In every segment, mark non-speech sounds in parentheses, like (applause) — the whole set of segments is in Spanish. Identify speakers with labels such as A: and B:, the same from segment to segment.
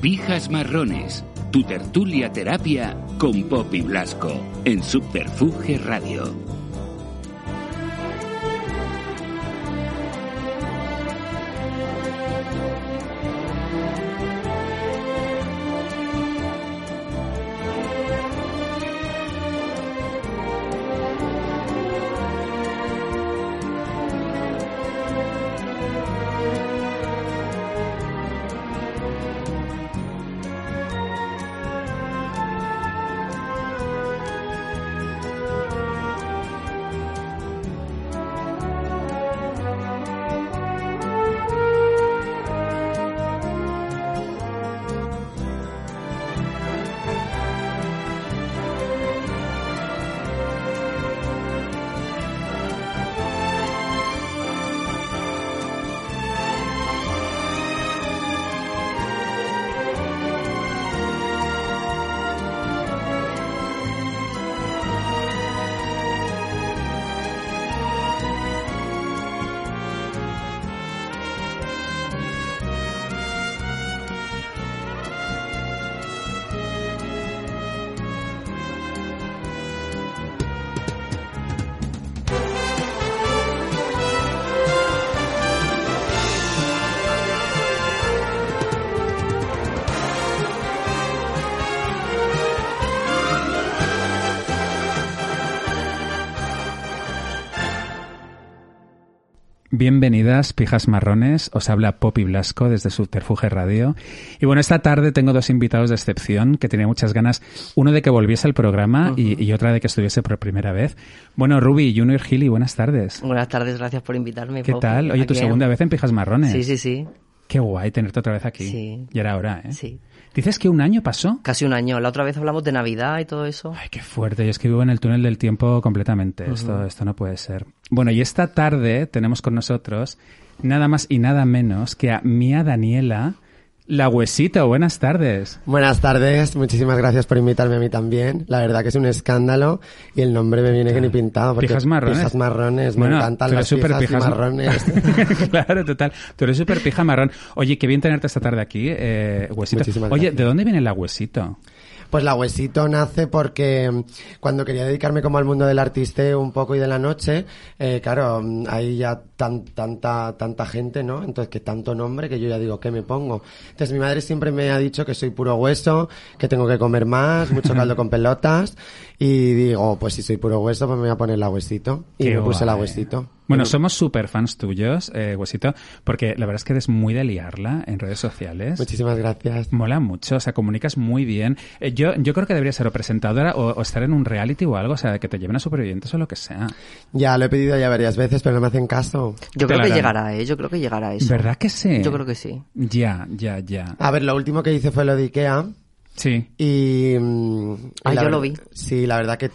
A: Pijas Marrones, tu tertulia terapia con Poppy Blasco en Subterfuge Radio.
B: Bienvenidas, pijas marrones. Os habla Poppy Blasco desde Subterfuge Radio. Y bueno, esta tarde tengo dos invitados de excepción que tenía muchas ganas. Uno de que volviese al programa uh -huh. y, y, otra de que estuviese por primera vez. Bueno, Ruby, Junior Gili, buenas tardes.
C: Buenas tardes, gracias por invitarme.
B: ¿Qué
C: Poppy?
B: tal? Oye, tu quién? segunda vez en pijas marrones.
C: Sí, sí, sí.
D: ¿Eh?
B: Qué guay tenerte otra vez aquí.
C: Sí.
B: Y era hora, ¿eh?
C: Sí.
B: ¿Dices que un año pasó?
C: Casi un año. La otra vez hablamos de Navidad y todo eso.
B: Ay, qué fuerte. Yo es que vivo en el túnel del tiempo completamente. Uh -huh. esto, esto no puede ser. Bueno, y esta tarde tenemos con nosotros nada más y nada menos que a Mía Daniela. La Huesita, buenas tardes.
D: Buenas tardes, muchísimas gracias por invitarme a mí también. La verdad que es un escándalo y el nombre me viene claro. que ni pintado. Porque
B: pijas marrones.
D: Pijas marrones, bueno, me encantan las pijas, pijas marrones.
B: (laughs) claro, total. Tú eres súper pija marrón. Oye, qué bien tenerte esta tarde aquí, eh, Huesito. Muchísimas Oye, gracias. ¿de dónde viene la Huesito?
D: Pues la Huesito nace porque mm, cuando quería dedicarme como al mundo del artiste un poco y de la noche, eh, claro, hay ya tan, tanta, tanta gente, ¿no? Entonces, que tanto nombre que yo ya digo, ¿qué me pongo? Entonces, mi madre siempre me ha dicho que soy puro hueso, que tengo que comer más, mucho caldo (laughs) con pelotas, y digo, pues si soy puro hueso, pues me voy a poner la Huesito. Y Qué me puse guay. la Huesito.
B: Bueno, somos súper fans tuyos, eh, Huesito, porque la verdad es que eres muy de liarla en redes sociales.
D: Muchísimas gracias.
B: Mola mucho, o sea, comunicas muy bien. Eh, yo, yo creo que debería ser o presentadora o, o, estar en un reality o algo, o sea, que te lleven a supervivientes o lo que sea.
D: Ya, lo he pedido ya varias veces, pero no me hacen caso.
C: Yo creo que llegará, ¿eh? Yo creo que llegará eso.
B: ¿Verdad que sí?
C: Yo creo que sí.
B: Ya, ya, ya.
D: A ver, lo último que hice fue lo de Ikea.
B: Sí.
D: Y... mm,
C: Ah, yo lo vi.
D: Sí, la verdad que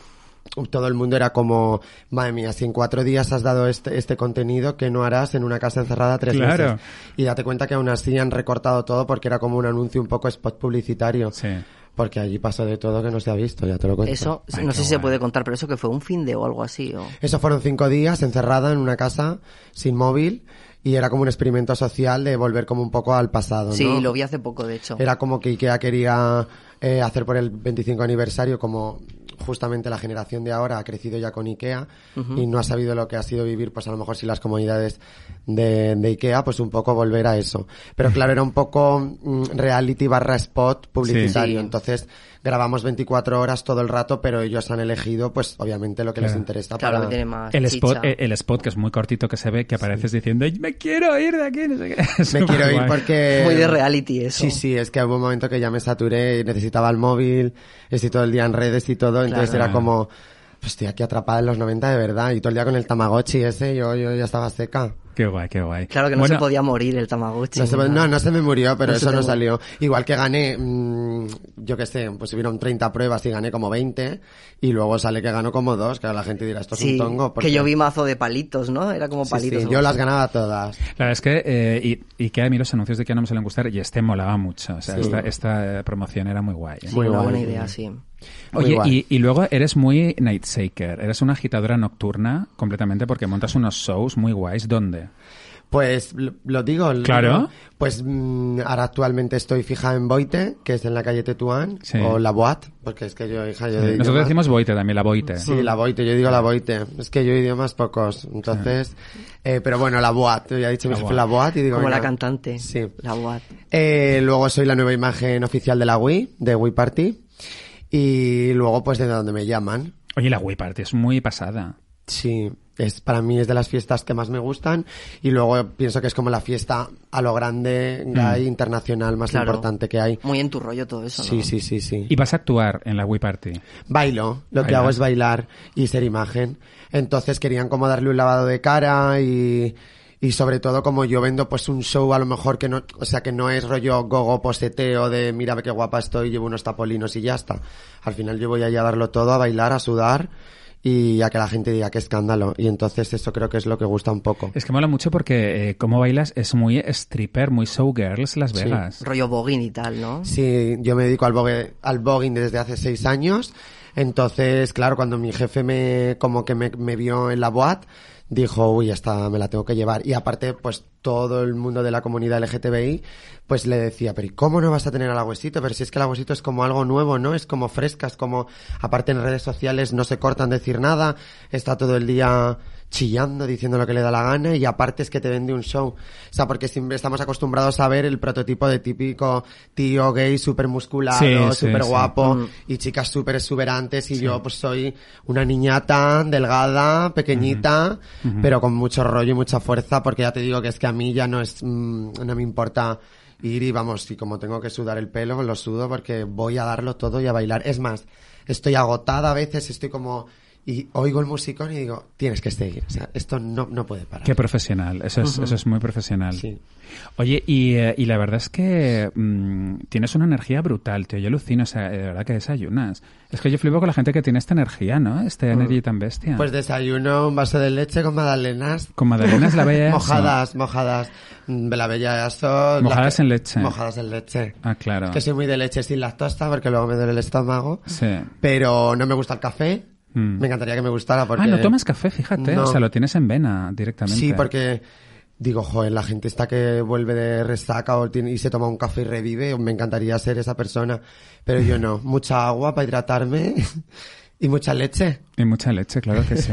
D: todo el mundo era como, madre mía, si en cuatro días has dado este, este contenido, que no harás en una casa encerrada tres
B: claro.
D: meses? Y date cuenta que aún así han recortado todo porque era como un anuncio un poco spot publicitario.
B: Sí.
D: Porque allí pasó de todo que no se ha visto, ya te lo cuento.
C: Eso, Ay, no sé guay. si se puede contar, pero eso que fue un fin de o algo así. O...
D: Eso fueron cinco días encerrada en una casa sin móvil y era como un experimento social de volver como un poco al pasado.
C: Sí,
D: ¿no?
C: lo vi hace poco, de hecho.
D: Era como que Ikea quería eh, hacer por el 25 aniversario como justamente la generación de ahora ha crecido ya con IKEA uh -huh. y no ha sabido lo que ha sido vivir, pues a lo mejor sin las comodidades de, de IKEA, pues un poco volver mm, a eso. Pero claro, era un poco reality barra spot publicitario. Sí, sí. Entonces, grabamos 24 horas todo el rato, pero ellos han elegido, pues obviamente lo que
B: Claro.
D: les interesa
C: Claro, que
D: para...
C: tiene más
B: El
C: Ah, chicha.
B: spot, eh, el spot que es muy cortito que se ve que apareces diciendo me quiero ir de aquí, no sé qué. (laughs) Es
D: Me quiero ir
B: superguay.
D: porque...
C: Muy de reality eso.
D: eh, Sí, sí, es que hubo un momento que ya me saturé y necesitaba el móvil, estoy todo el día en redes y todo, entonces
C: Claro.
D: era como, pues estoy aquí atrapada en los 90 de verdad, y todo el día con el Tamagotchi ese, yo, yo ya estaba seca.
B: Qué guay, qué guay.
C: Claro que no
B: Bueno,
C: se podía morir el Tamagotchi.
D: No, se, me- no, no se me murió, pero
C: No se
D: eso
C: te
D: no
C: mu-
D: salió. Igual que gané, mm, yo qué sé, pues hubieron 30 pruebas y gané como 20, y luego sale que ganó como dos, que la gente dirá, esto es
C: Sí,
D: un tongo. porque-
C: que yo vi mazo de palitos, ¿no? Era como
D: Sí,
C: palitos.
D: sí,
C: algo
D: yo
C: así.
D: las ganaba todas.
B: La verdad es que eh, y, y que a mí los anuncios de Kia no me suelen gustar y este molaba mucho. O sea,
D: Sí.
B: esta, esta, eh, promoción era muy guay. ¿eh?
C: Sí,
D: Muy
C: una
D: guay.
C: buena idea, sí.
D: Muy
B: Oye,
D: guay.
B: y, y luego eres muy night shaker, eres una agitadora nocturna completamente porque montas unos shows muy guays. ¿Dónde?
D: Pues lo, lo digo. lo
B: Claro.
D: digo. Pues mm, ahora actualmente estoy fija en Boite, que es en la calle Tetuán,
B: Sí.
D: o la Boat, porque es que yo, hija, yo de
B: Nosotros
D: idiomas-
B: decimos boite también, la boite.
D: ¿eh? Sí, la Boite, yo digo la Boite. Es que yo idiomas pocos, entonces... eh, pero bueno, la Boat, yo ya he dicho mi
B: Ah. La
D: jefe
B: Boat.
D: la Boat y digo...
C: Como la
D: venga.
C: cantante.
D: Sí.
C: La Watt.
D: Eh, luego soy la nueva imagen oficial de la Wii, de Wii Party. Y luego, pues, de donde me llaman.
B: Oye, la Wii Party es muy pasada.
D: Sí, es, para mí es de las fiestas que más me gustan. Y luego pienso que es como la fiesta a lo grande, gay, internacional más
C: Mm. Claro.
D: importante que hay.
C: Muy en tu rollo todo eso, ¿no?
D: Sí, sí, sí, sí.
B: Y vas a actuar en la Wii Party.
D: Bailo, lo que
B: Bailar.
D: hago es bailar y ser imagen. Entonces querían como darle un lavado de cara y, y sobre todo como yo vendo pues un show a lo mejor que no, o sea que no es rollo gogo poseteo de mira qué guapa estoy, llevo unos tapolinos y ya está. Al final yo voy ahí a darlo todo, a bailar, a sudar y a que la gente diga qué escándalo. Y entonces eso creo que es lo que gusta un poco.
B: Es que mola mucho porque eh, como bailas es muy stripper, muy showgirls Las Vegas.
C: Rollo Boggin y tal, ¿no?
D: Sí, yo me dedico al, bogue- al voguing desde hace seis años. Entonces, claro, cuando mi jefe me, como que me, me vio en la boat, dijo, uy, esta me la tengo que llevar. Y aparte, pues todo el mundo de la comunidad LGTBI, pues le decía, pero ¿y cómo no vas a tener al agüesito? Pero si es que el agüesito es como algo nuevo, ¿no? Es como fresca, es como, aparte en redes sociales no se cortan de decir nada, está todo el día chillando, diciendo lo que le da la gana y aparte es que te vende un show. O sea, porque siempre estamos acostumbrados a ver el prototipo de típico tío gay súper musculado,
B: Sí, sí,
D: súper
B: sí.
D: guapo y chicas súper exuberantes y yo pues soy una niñata, delgada, pequeñita, pero con mucho rollo y mucha fuerza porque ya te digo que es que a mí ya no es, mm, no me importa ir y vamos, y como tengo que sudar el pelo, lo sudo porque voy a darlo todo y a bailar. Es más, estoy agotada a veces, estoy como... Y oigo el musicón y digo, tienes que seguir. O sea, esto no, no puede parar.
B: Qué profesional, eso es, eso es muy profesional.
D: Sí.
B: Oye, y, eh, y la verdad es que mm, tienes una energía brutal, tío. Yo alucino, o sea, de verdad que desayunas. Es que yo flipo con la gente que tiene esta energía, ¿no? Esta energía tan bestia.
D: Pues desayuno, un vaso de leche con magdalenas.
B: con magdalenas la
D: (laughs)
B: bella. ¿eh?
D: Mojadas, mojadas. Mm, La bella son
B: Mojadas en leche.
D: Mojadas en leche.
B: Ah, claro.
D: Es que soy muy de leche sin lactosa porque luego me duele el estómago.
B: Sí. Ah,
D: Pero no me gusta el café.
B: Mm.
D: Me encantaría que me gustara porque...
B: Ah, no tomas café, fíjate.
D: No.
B: O sea, lo tienes en vena directamente.
D: Sí, porque digo, joder, la gente está que vuelve de resaca o tiene- y se toma un café y revive, me encantaría ser esa persona, pero
B: (laughs)
D: yo no. Mucha agua para hidratarme (laughs) y mucha leche.
B: Y mucha leche, claro que
D: (laughs)
B: sí.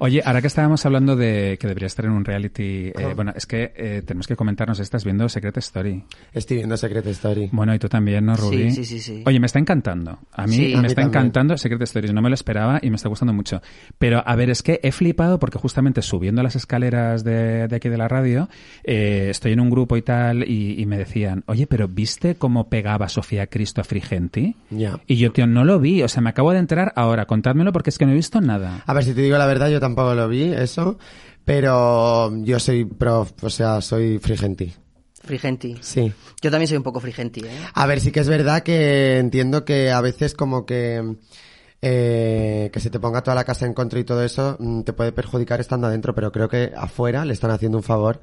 B: Oye, ahora que estábamos hablando de que debería estar en un reality, eh, bueno, es que eh, tenemos que comentarnos, estás viendo Secret Story.
D: Estoy viendo Secret Story.
B: Bueno, y tú también, ¿no, Rubí?
C: Sí, sí, sí, sí.
B: Oye, me está encantando. A mí
C: Sí.
B: me
C: A mí
B: está
D: también.
B: encantando Secret Stories. No me lo esperaba y me está gustando mucho. Pero, a ver, es que he flipado porque justamente subiendo las escaleras de, de aquí de la radio, eh, estoy en un grupo y tal, y, y me decían, oye, pero ¿viste cómo pegaba Sofía Cristo a Frigenti?
D: Ya.
B: Y yo, tío, no lo vi. O sea, me acabo de enterar ahora. Contádmelo porque es que no he visto nada.
D: A ver, si te digo la verdad, yo tampoco lo vi, eso, pero yo soy pro, o sea, soy frigenti.
C: Frigenti.
D: Sí.
C: Yo también soy un poco frigenti, ¿eh?
D: A ver, sí que es verdad que entiendo que a veces como que eh, que se te ponga toda la casa en contra y todo eso mm, te puede perjudicar estando adentro, pero creo que afuera le están haciendo un favor.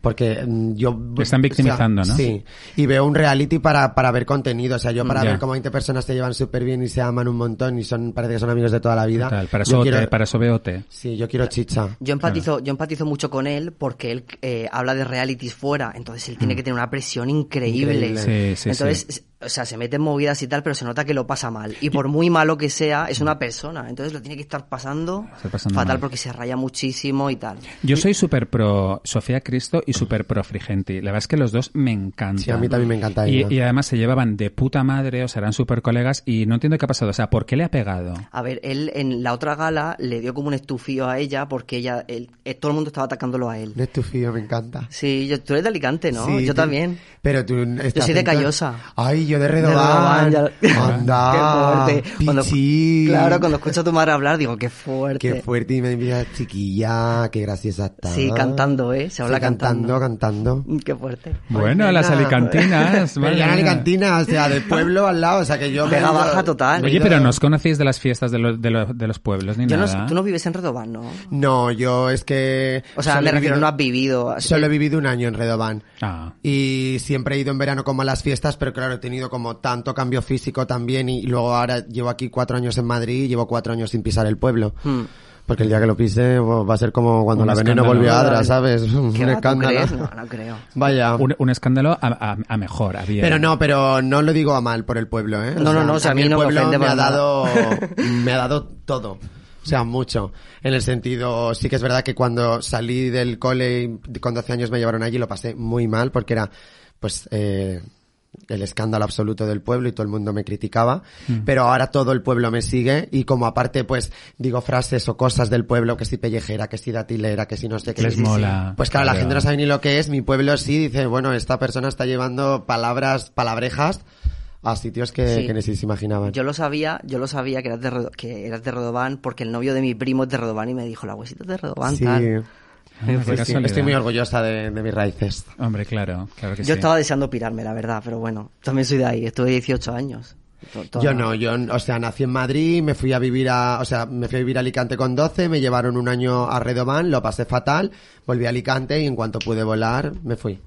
D: Porque mm, yo...
B: Te están victimizando,
D: o sea,
B: ¿no?
D: Sí. Y veo un reality para, para ver contenido. O sea, yo para
B: Ya.
D: ver cómo 20 personas se llevan súper bien y se aman un montón y son parece que son amigos de toda la vida.
B: Tal, para
D: yo
B: Sote,
D: quiero-
B: para Sobeote.
D: Sí, yo quiero chicha.
C: Yo empatizo, yo empatizo mucho con él porque él eh, habla de realities fuera, entonces él tiene que tener una presión increíble.
D: Increíble.
B: Mm. Sí, sí,
C: entonces, o sea, se mete en movidas y tal, pero se nota que lo pasa mal. Y por muy malo que sea, es una persona. Entonces lo tiene que estar pasando,
B: Está pasando
C: fatal
B: mal.
C: porque se raya muchísimo y tal.
B: Yo soy súper pro Sofía Cristo y súper pro Frigenti. La verdad es que los dos me encantan.
D: Sí, a mí también me encanta
B: Y,
D: ella.
B: y además se llevaban de puta madre, o sea, eran súper colegas y no entiendo qué ha pasado. O sea, ¿por qué le ha pegado?
C: A ver, él en la otra gala le dio como un estufío a ella porque ella, él- eh, todo el mundo estaba atacándolo a él.
D: No es tu fío, me encanta.
C: Sí, yo, tú eres de Alicante, ¿no?
D: Sí,
C: yo
D: tú-
C: también.
D: Pero tú estás
C: Yo soy de
D: en-
C: Callosa.
D: Ay, yo de
C: Redoban,
D: Redoban.
C: ya-
D: (laughs)
C: (laughs)
D: Anda.
C: Qué fuerte. Cuando-
D: pichín.
C: claro, cuando escucho a tu madre hablar, digo, qué fuerte.
D: Qué fuerte y me envía chiquilla, qué graciosa está.
C: Sí, cantando, ¿eh? Se habla cantando.
D: cantando, cantando.
C: Mm, (laughs) Qué fuerte.
B: Bueno, las
D: Pues venga. (laughs)
B: alicantinas.
D: Pero
B: madre
D: ya en
B: mía.
D: Alicantina, o sea, del pueblo al lado, o sea que yo me he
C: Pega
D: ido-
C: baja total.
D: me he
B: Oye,
D: ido-
B: pero no os conocéis de las fiestas de, lo- de lo- de los pueblos ni
C: Yo no,
B: nada.
C: tú no vives en Redobán, ¿no?
D: No, yo es que...
C: O sea,
D: solo
C: me
D: he
C: refiero,
D: vivido-
C: no has vivido.
D: Solo he vivido un año en Redobán.
B: Ah.
D: Y siempre he ido en verano como a las fiestas, pero claro, he tenido como tanto cambio físico también y luego ahora llevo aquí cuatro años en Madrid y llevo cuatro años sin pisar el pueblo.
C: Hmm.
D: Porque el día que lo pise pues, va a ser como cuando
B: Un
D: la veneno
B: escándalo.
D: volvió a Adra, ¿sabes? (laughs) Un
C: ¿Qué va, ¿tú
D: escándalo.
C: crees? No, no creo.
D: Vaya.
B: Un, un escándalo a, a- a mejor, a bien.
D: Pero no, pero no lo digo a mal por el pueblo, ¿eh?
C: No, no, no, o sea, a mí
D: el
C: no me
D: pueblo
C: ofende
D: me
C: para nada.
D: ha
C: (laughs)
D: dado, me ha dado todo. O sea, mucho. En el sentido, sí que es verdad que cuando salí del cole, y con 12 años me llevaron allí, lo pasé muy mal porque era, pues, eh, el escándalo absoluto del pueblo y todo el mundo me criticaba.
C: Mm.
D: Pero ahora todo el pueblo me sigue y como aparte, pues, digo frases o cosas del pueblo, que si pellejera, que si datilera, que si no sé qué.
B: Les
D: Sí, sí, sí.
B: mola.
D: Pues claro, la
B: Claro.
D: gente no sabe ni lo que es. Mi pueblo sí dice, bueno, esta persona está llevando palabras, palabrejas a sitios que,
C: Sí.
D: que ni si se imaginaban.
C: Yo lo sabía, yo lo sabía que eras, de Redo- que eras de Redobán porque el novio de mi primo es de Redobán y me dijo, la huesita es de Redobán,
D: Sí.
C: tal.
B: Ah, qué
D: pues Sí, sí.
B: casualidad.
D: Estoy muy orgullosa de, de mis raíces.
B: Hombre, claro, claro que
C: Yo
B: sí.
C: estaba deseando pirarme, la verdad, pero bueno, también soy de ahí, estuve 18 años. To- toda-
D: Yo no, yo, o sea, nací en Madrid, me fui a vivir a, o sea, me fui a vivir a Alicante con 12, me llevaron un año a Redomán, lo pasé fatal, volví a Alicante y en cuanto pude volar, me fui.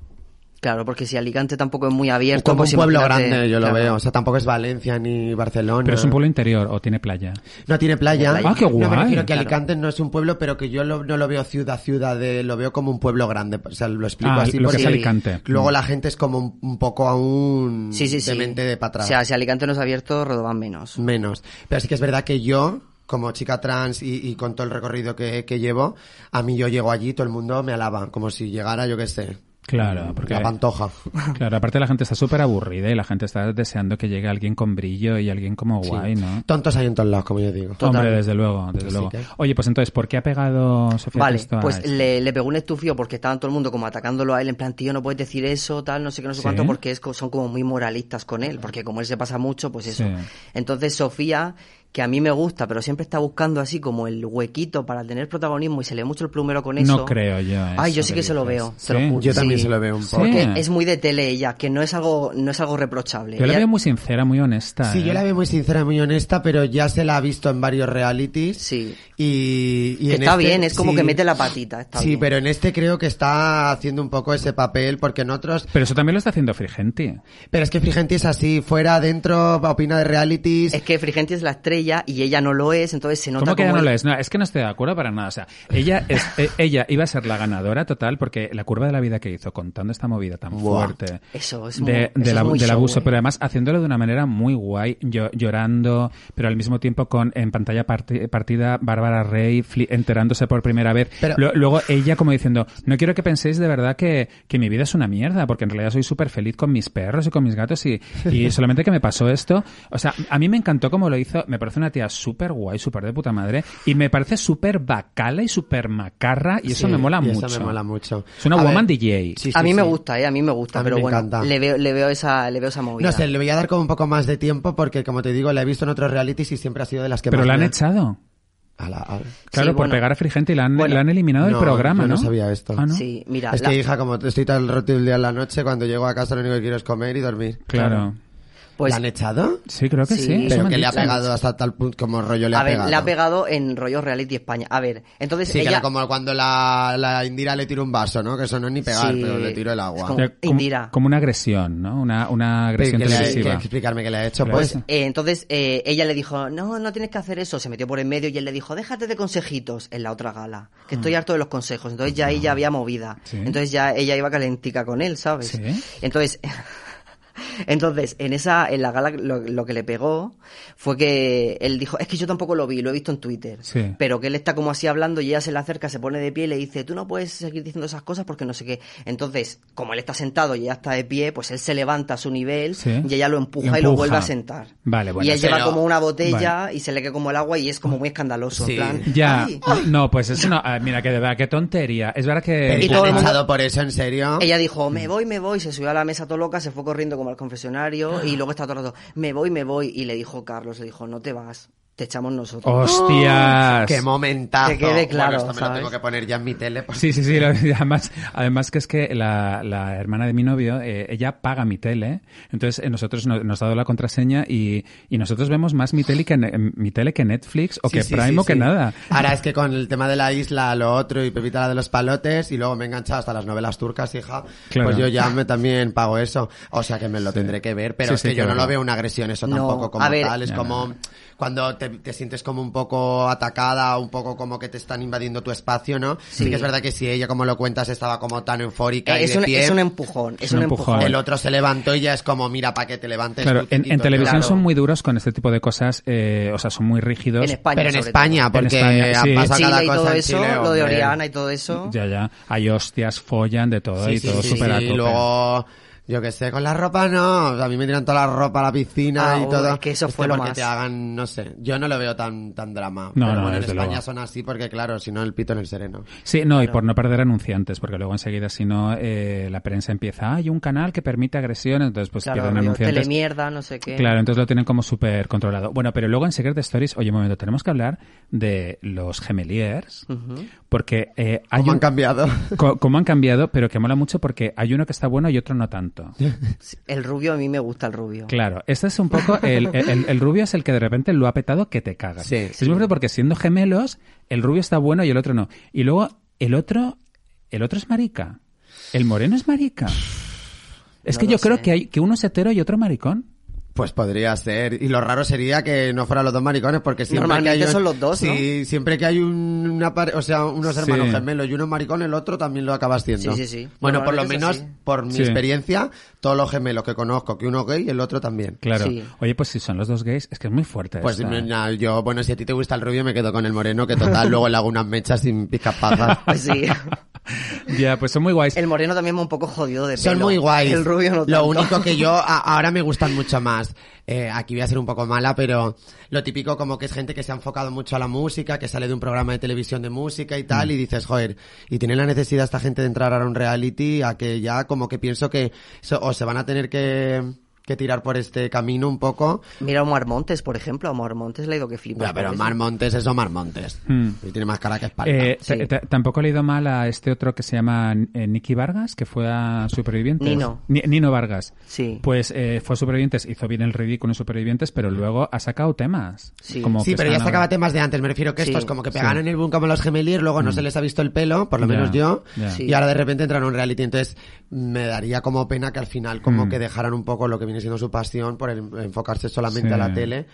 C: Claro, porque si Alicante tampoco es muy abierto.
D: Como
C: pues
D: un pueblo
C: imagínate-
D: grande, yo lo
C: claro.
D: veo, o sea, tampoco es Valencia ni Barcelona.
B: Pero es un pueblo interior o tiene playa.
D: No tiene playa.
B: Ah, qué
D: No,
B: guay.
D: me refiero que
B: Claro.
D: Alicante no es un pueblo, pero que yo lo- no lo veo ciudad, ciudad, de- lo veo como un pueblo grande. O sea, lo explico
B: Ah,
D: así.
B: lo que es
D: porque
B: Alicante. Mm.
D: Luego la gente es como un, un poco aún
C: Sí, sí, sí.
D: de mente de para atrás.
C: O sea, si Alicante no es abierto, Redobán
B: Mm,
C: menos.
D: Menos. Pero sí que es verdad que yo, como chica trans y, y con todo el recorrido que, que llevo, a mí yo llego allí, todo el mundo me alaba, como si llegara, yo qué sé.
B: Claro, porque...
D: La pantoja.
B: Claro, aparte la gente está súper aburrida y la gente está deseando que llegue alguien con brillo y alguien como (laughs) guay, ¿no?
D: Tontos hay en todos lados, como yo digo.
B: Hombre, desde luego, desde luego.
D: que-
B: Oye, pues entonces, ¿por qué ha pegado Sofía
C: Vale,
B: Cristo a
C: pues
B: esto?
C: le, le pegó un estufío porque estaban todo el mundo como atacándolo a él, en plan, tío, no puedes decir eso, tal, no sé qué, no sé
B: Sí.
C: cuánto, porque es, co- son como muy moralistas con él, porque como él se pasa mucho, pues eso.
B: Sí.
C: Entonces Sofía, que a mí me gusta, pero siempre está buscando así como el huequito para tener protagonismo y se le ve mucho el plumero con eso.
B: No creo yo
C: Ay,
B: eso
C: yo sí que
B: que
C: se lo
B: dices.
C: veo.
B: ¿Sí?
C: te lo juro.
D: Yo también
C: Sí.
D: se lo veo un
B: Sí.
D: poco.
C: Porque es muy de tele ella, que no es algo, no es algo reprochable.
B: Yo la
C: Ella-
B: veo muy sincera, muy honesta.
D: Sí, yo
B: ¿eh?
D: la veo muy sincera, muy honesta, pero ya se la ha visto en varios realities.
C: Sí.
D: Y, y
C: Que
D: en
C: está
D: este-
C: bien, es como
D: sí.
C: que mete la patita. Está
D: Sí,
C: bien.
D: pero en este creo que está haciendo un poco ese papel, porque en otros...
B: Pero eso también lo está haciendo Frigenti.
D: Pero es que Frigenti es así, fuera, adentro, opina de realities...
C: Es que Frigenti es la estrella y ella no lo es, entonces se nota
B: ¿Cómo que ya
C: como
B: no
C: él-
B: lo es? No, es que no estoy de acuerdo para nada. O sea, ella,
C: (laughs)
B: es, eh, ella iba a ser la ganadora total porque la curva de la vida que hizo contando esta movida tan
D: Buah.
B: fuerte
C: Eso es muy-
B: de-
C: eso
B: del
C: es
B: abu-
C: muy
B: del
C: show,
B: abuso,
C: eh.
B: pero además haciéndolo de una manera muy guay, llo- llorando, pero al mismo tiempo con en pantalla parti- partida Bárbara Rey fli- enterándose por primera vez.
D: Pero-
B: Lo- luego ella como diciendo, no quiero que penséis de verdad que, que mi vida es una mierda, porque en realidad soy súper feliz con mis perros y con mis gatos y,
D: (laughs)
B: y solamente que me pasó esto. O sea, a mí me encantó como lo hizo, me parece una tía súper guay, súper de puta madre, y me parece súper bacala y súper macarra, y eso
D: Sí,
B: me mola
D: y eso
B: mucho.
D: me mola mucho.
B: Es una
D: A
B: woman
D: ver,
B: DJ.
D: sí,
C: a mí me
D: sí.
C: gusta, eh, a mí me gusta,
D: A mí
C: pero
D: me
C: bueno,
D: encanta.
C: le veo le veo esa le veo esa movida.
D: No sé, le voy a dar como un poco más de tiempo porque, como te digo, la he visto en otros realities y siempre ha sido de las que
B: Pero
D: más...
B: la han
D: me-
B: echado.
D: A la- a-
B: Claro,
C: Sí,
B: por
C: bueno.
B: pegar a Frigente y la han,
C: Bueno,
B: la han eliminado del
D: no,
B: programa,
D: yo
B: ¿no?
D: no sabía esto.
B: Ah, ¿no?
C: Sí, mira,
D: Es
C: la-
D: que, hija, como estoy tan roto el día en la noche, cuando llego a casa lo único que quiero es comer y dormir.
B: Claro.
C: pues
D: ¿La han echado?
B: Sí, creo que sí.
C: Sí.
B: eso me
D: Pero
B: han
D: que le ha
B: dicho.
D: pegado hasta tal punto como rollo le
C: a
D: ha
C: ver,
D: pegado.
C: le ha pegado en rollo reality España. A ver, entonces
D: Sí, que
C: ella
D: era como cuando la, la Indira le tira un vaso, ¿no? Que eso no es ni pegar,
C: Sí.
D: pero le tiro el
C: Es
D: agua.
C: como-
B: O sea, como-
C: Indira.
B: Como una agresión, ¿no? Una, una
D: Pero
B: agresión
D: que le ha- que
B: televisiva.
D: explicarme que le ha hecho,
B: Claro.
D: pues.
C: Eh, entonces eh, ella le dijo, no, no tienes que hacer eso. Se metió por en medio y él le dijo, déjate de consejitos en la otra gala, que estoy harto de los consejos. Entonces ya ella había movida.
B: Ah. Sí.
C: Entonces (laughs) ya ella iba calentica con él, ¿sabes?
B: Sí.
C: Entonces Entonces, en esa, en la gala lo, lo que le pegó fue que él dijo, es que yo tampoco lo vi, lo he visto en Twitter.
B: Sí.
C: Pero que él está como así hablando y ella se le acerca, se pone de pie y le dice, tú no puedes seguir diciendo esas cosas porque no sé qué. Entonces, como él está sentado y ella está de pie, pues él se levanta a su nivel
B: Sí.
C: y ella lo empuja, y
B: Lo
C: lo vuelve a
B: empuja.
C: sentar.
B: Vale, bueno,
C: Y él lleva
E: pero-
C: como una botella y se le cae como el agua y es como muy escandaloso.
E: Sí.
C: En plan,
B: Ya,
C: "Ay".
B: no, pues eso no. ah, Mira, que de verdad, qué tontería. Es verdad que.
D: Pero
C: Y
D: ¿y te
C: todo
D: han
C: el mundo-
D: echado por eso, en serio.
C: Ella dijo, me voy, me voy, se subió a la mesa todo loca, se fue corriendo como al confesionario y luego está todo el rato, me voy, me voy. Y le dijo Carlos, le dijo, no te vas, te echamos nosotros.
B: Oh, ¡Hostias!
D: Qué momentazo.
C: Que quede claro,
D: Bueno, esto me lo
C: ¿sabes?
D: tengo que poner ya en mi tele. por-
B: Sí, sí, sí. lo- (laughs) y además, además que es que la, la hermana de mi novio, eh, ella paga mi tele. Entonces, eh, nosotros no- nos ha dado la contraseña y, y nosotros vemos más mi tele que, ne- mi tele que Netflix o
D: Sí,
B: que
D: sí,
B: Prime
D: sí,
B: o que
D: sí.
B: nada.
D: Ahora es que con el tema de la isla, lo otro y Pepita la de los palotes y luego me he enganchado hasta las novelas turcas, hija.
B: Claro.
D: Pues yo ya me también pago eso. O sea que me lo tendré que ver, pero
B: Sí,
D: es
B: sí,
D: que yo
B: claro.
D: no lo veo una agresión eso
C: No,
D: tampoco como
C: a ver-
D: tal. Es
B: No,
D: como cuando te, te sientes como un poco atacada, un poco como que te están invadiendo tu espacio, ¿no? Sí, que es verdad que si ella, como lo cuentas, estaba como tan eufórica
C: Eh,
D: y
C: es,
D: de
C: un,
D: pie,
C: es un empujón, es un, empujón.
D: el otro se levantó y ya es como, mira, para que te levantes.
B: Claro,
D: tú,
B: en- en,
D: chiquito,
B: televisión
D: claro.
B: son muy duros con este tipo de cosas, eh, o sea, son muy rígidos.
C: En España.
D: Pero en
C: sobre
D: España,
B: todo. En
D: porque
B: España, sí.
D: ha pasado
C: todo. Chile
D: cada
C: y
D: cosa
C: todo
D: en
C: eso,
D: Chile,
C: lo de
D: hombre.
C: Oriana y todo eso.
B: Ya, ya. Hay hostias, follan de todo y todo súper a
D: Y
B: tope.
D: luego, yo qué sé, con la ropa no. O sea, a mí me tiran toda la ropa a la piscina
C: Ah,
D: y
C: oh,
D: todo.
C: es que eso
D: Es
C: fue lo
D: porque
C: más.
D: te hagan, no sé. Yo no lo veo tan, tan drama.
B: No,
D: pero
B: no,
D: bueno, en
B: desde
D: España
B: luego.
D: son así porque, claro, si no, el pito en el sereno.
B: Sí, no, y por no perder anunciantes, porque luego enseguida, si no, eh, la prensa empieza, "Ah, hay un canal que permite agresiones, entonces pues
C: Claro,
B: pierden
C: rollo,
B: anunciantes.
C: telemierda, no sé qué.
B: Claro, entonces lo tienen como súper controlado. Bueno, pero luego en Secret Stories, oye, un momento, tenemos que hablar de los gemeliers, porque eh, hay
D: ¿Cómo
B: un-
D: han cambiado? (laughs)
B: co- cómo han cambiado, pero que mola mucho porque hay uno que está bueno y otro no tanto.
C: El rubio, a mí me gusta el rubio.
B: Claro, este es un poco. El, el- el rubio es el que de repente lo ha petado que te cagas.
D: Sí,
B: es muy fuerte porque siendo gemelos, el rubio está bueno y el otro no. Y luego, el otro. El otro es marica. El moreno es marica. Es
C: No
B: que
C: lo
B: yo creo
C: sé.
B: que hay que uno es hetero y otro maricón.
D: Pues podría ser. Y lo raro sería que no fueran los dos maricones, porque siempre
C: Normalmente
D: que hay un-
C: son los dos, ¿no?
D: Sí, siempre que hay un, una pare- o sea, unos
B: Sí.
D: hermanos gemelos y uno maricón, el otro también lo acaba siendo.
C: Sí, sí, sí.
D: Bueno, por lo
C: Normalmente es
D: menos,
C: así.
D: por mi
B: Sí.
D: experiencia, todos los gemelos que conozco, que uno es gay y el otro también.
B: Claro.
C: Sí.
B: Oye, pues si son los dos gays, es que es muy fuerte.
D: Pues
B: esta.
D: na, yo, bueno, si a ti te gusta el rubio, me quedo con el moreno, que total, luego le hago unas mechas sin picas
C: (laughs)
D: pajas.
C: Pues sí.
B: (laughs) Ya, pues son muy guays.
C: El moreno también va un poco jodido de pelo.
D: Son muy guays.
C: El rubio no
D: Lo
C: tanto.
D: único
C: (laughs)
D: que yo a- ahora me gustan mucho más. Eh, aquí voy a ser un poco mala, pero lo típico como que es gente que se ha enfocado mucho a la música, que sale de un programa de televisión de música y
C: Mm.
D: tal, y dices, joder, y tiene la necesidad esta gente de entrar ahora a un reality, a que ya como que pienso que so- o se van a tener que, que tirar por este camino un poco.
C: Mira a Omar Montes, por ejemplo. A Omar Montes le ha ido que flipa.
D: Ya, pero Mar Montes es Omar Montes.
B: Hmm.
D: Y tiene más cara que espalda.
B: Eh,
C: Sí.
B: t- t- Tampoco he leído mal a este otro que se llama eh, Nicky Vargas, que fue a Supervivientes.
C: Nino.
B: Ni- Nino Vargas.
C: Sí.
B: Pues eh, fue a Supervivientes, hizo bien el ridículo en Supervivientes, pero luego ha sacado temas.
C: Sí.
D: Sí,
B: que
D: pero ya
B: están
D: sacaba
B: ahora.
D: temas de antes. Me refiero que
C: Sí,
D: estos como que
B: sí. Mm.
D: pegan en el boom como los gemeliers, luego no se les ha visto el pelo, por lo menos
B: Ya,
D: yo,
B: ya.
C: Sí.
D: y ahora de repente entran a un reality. Entonces me daría como pena que al final como
B: Mm.
D: que dejaran un poco lo que viene siendo su pasión por en- enfocarse solamente
B: Sí.
D: a la tele.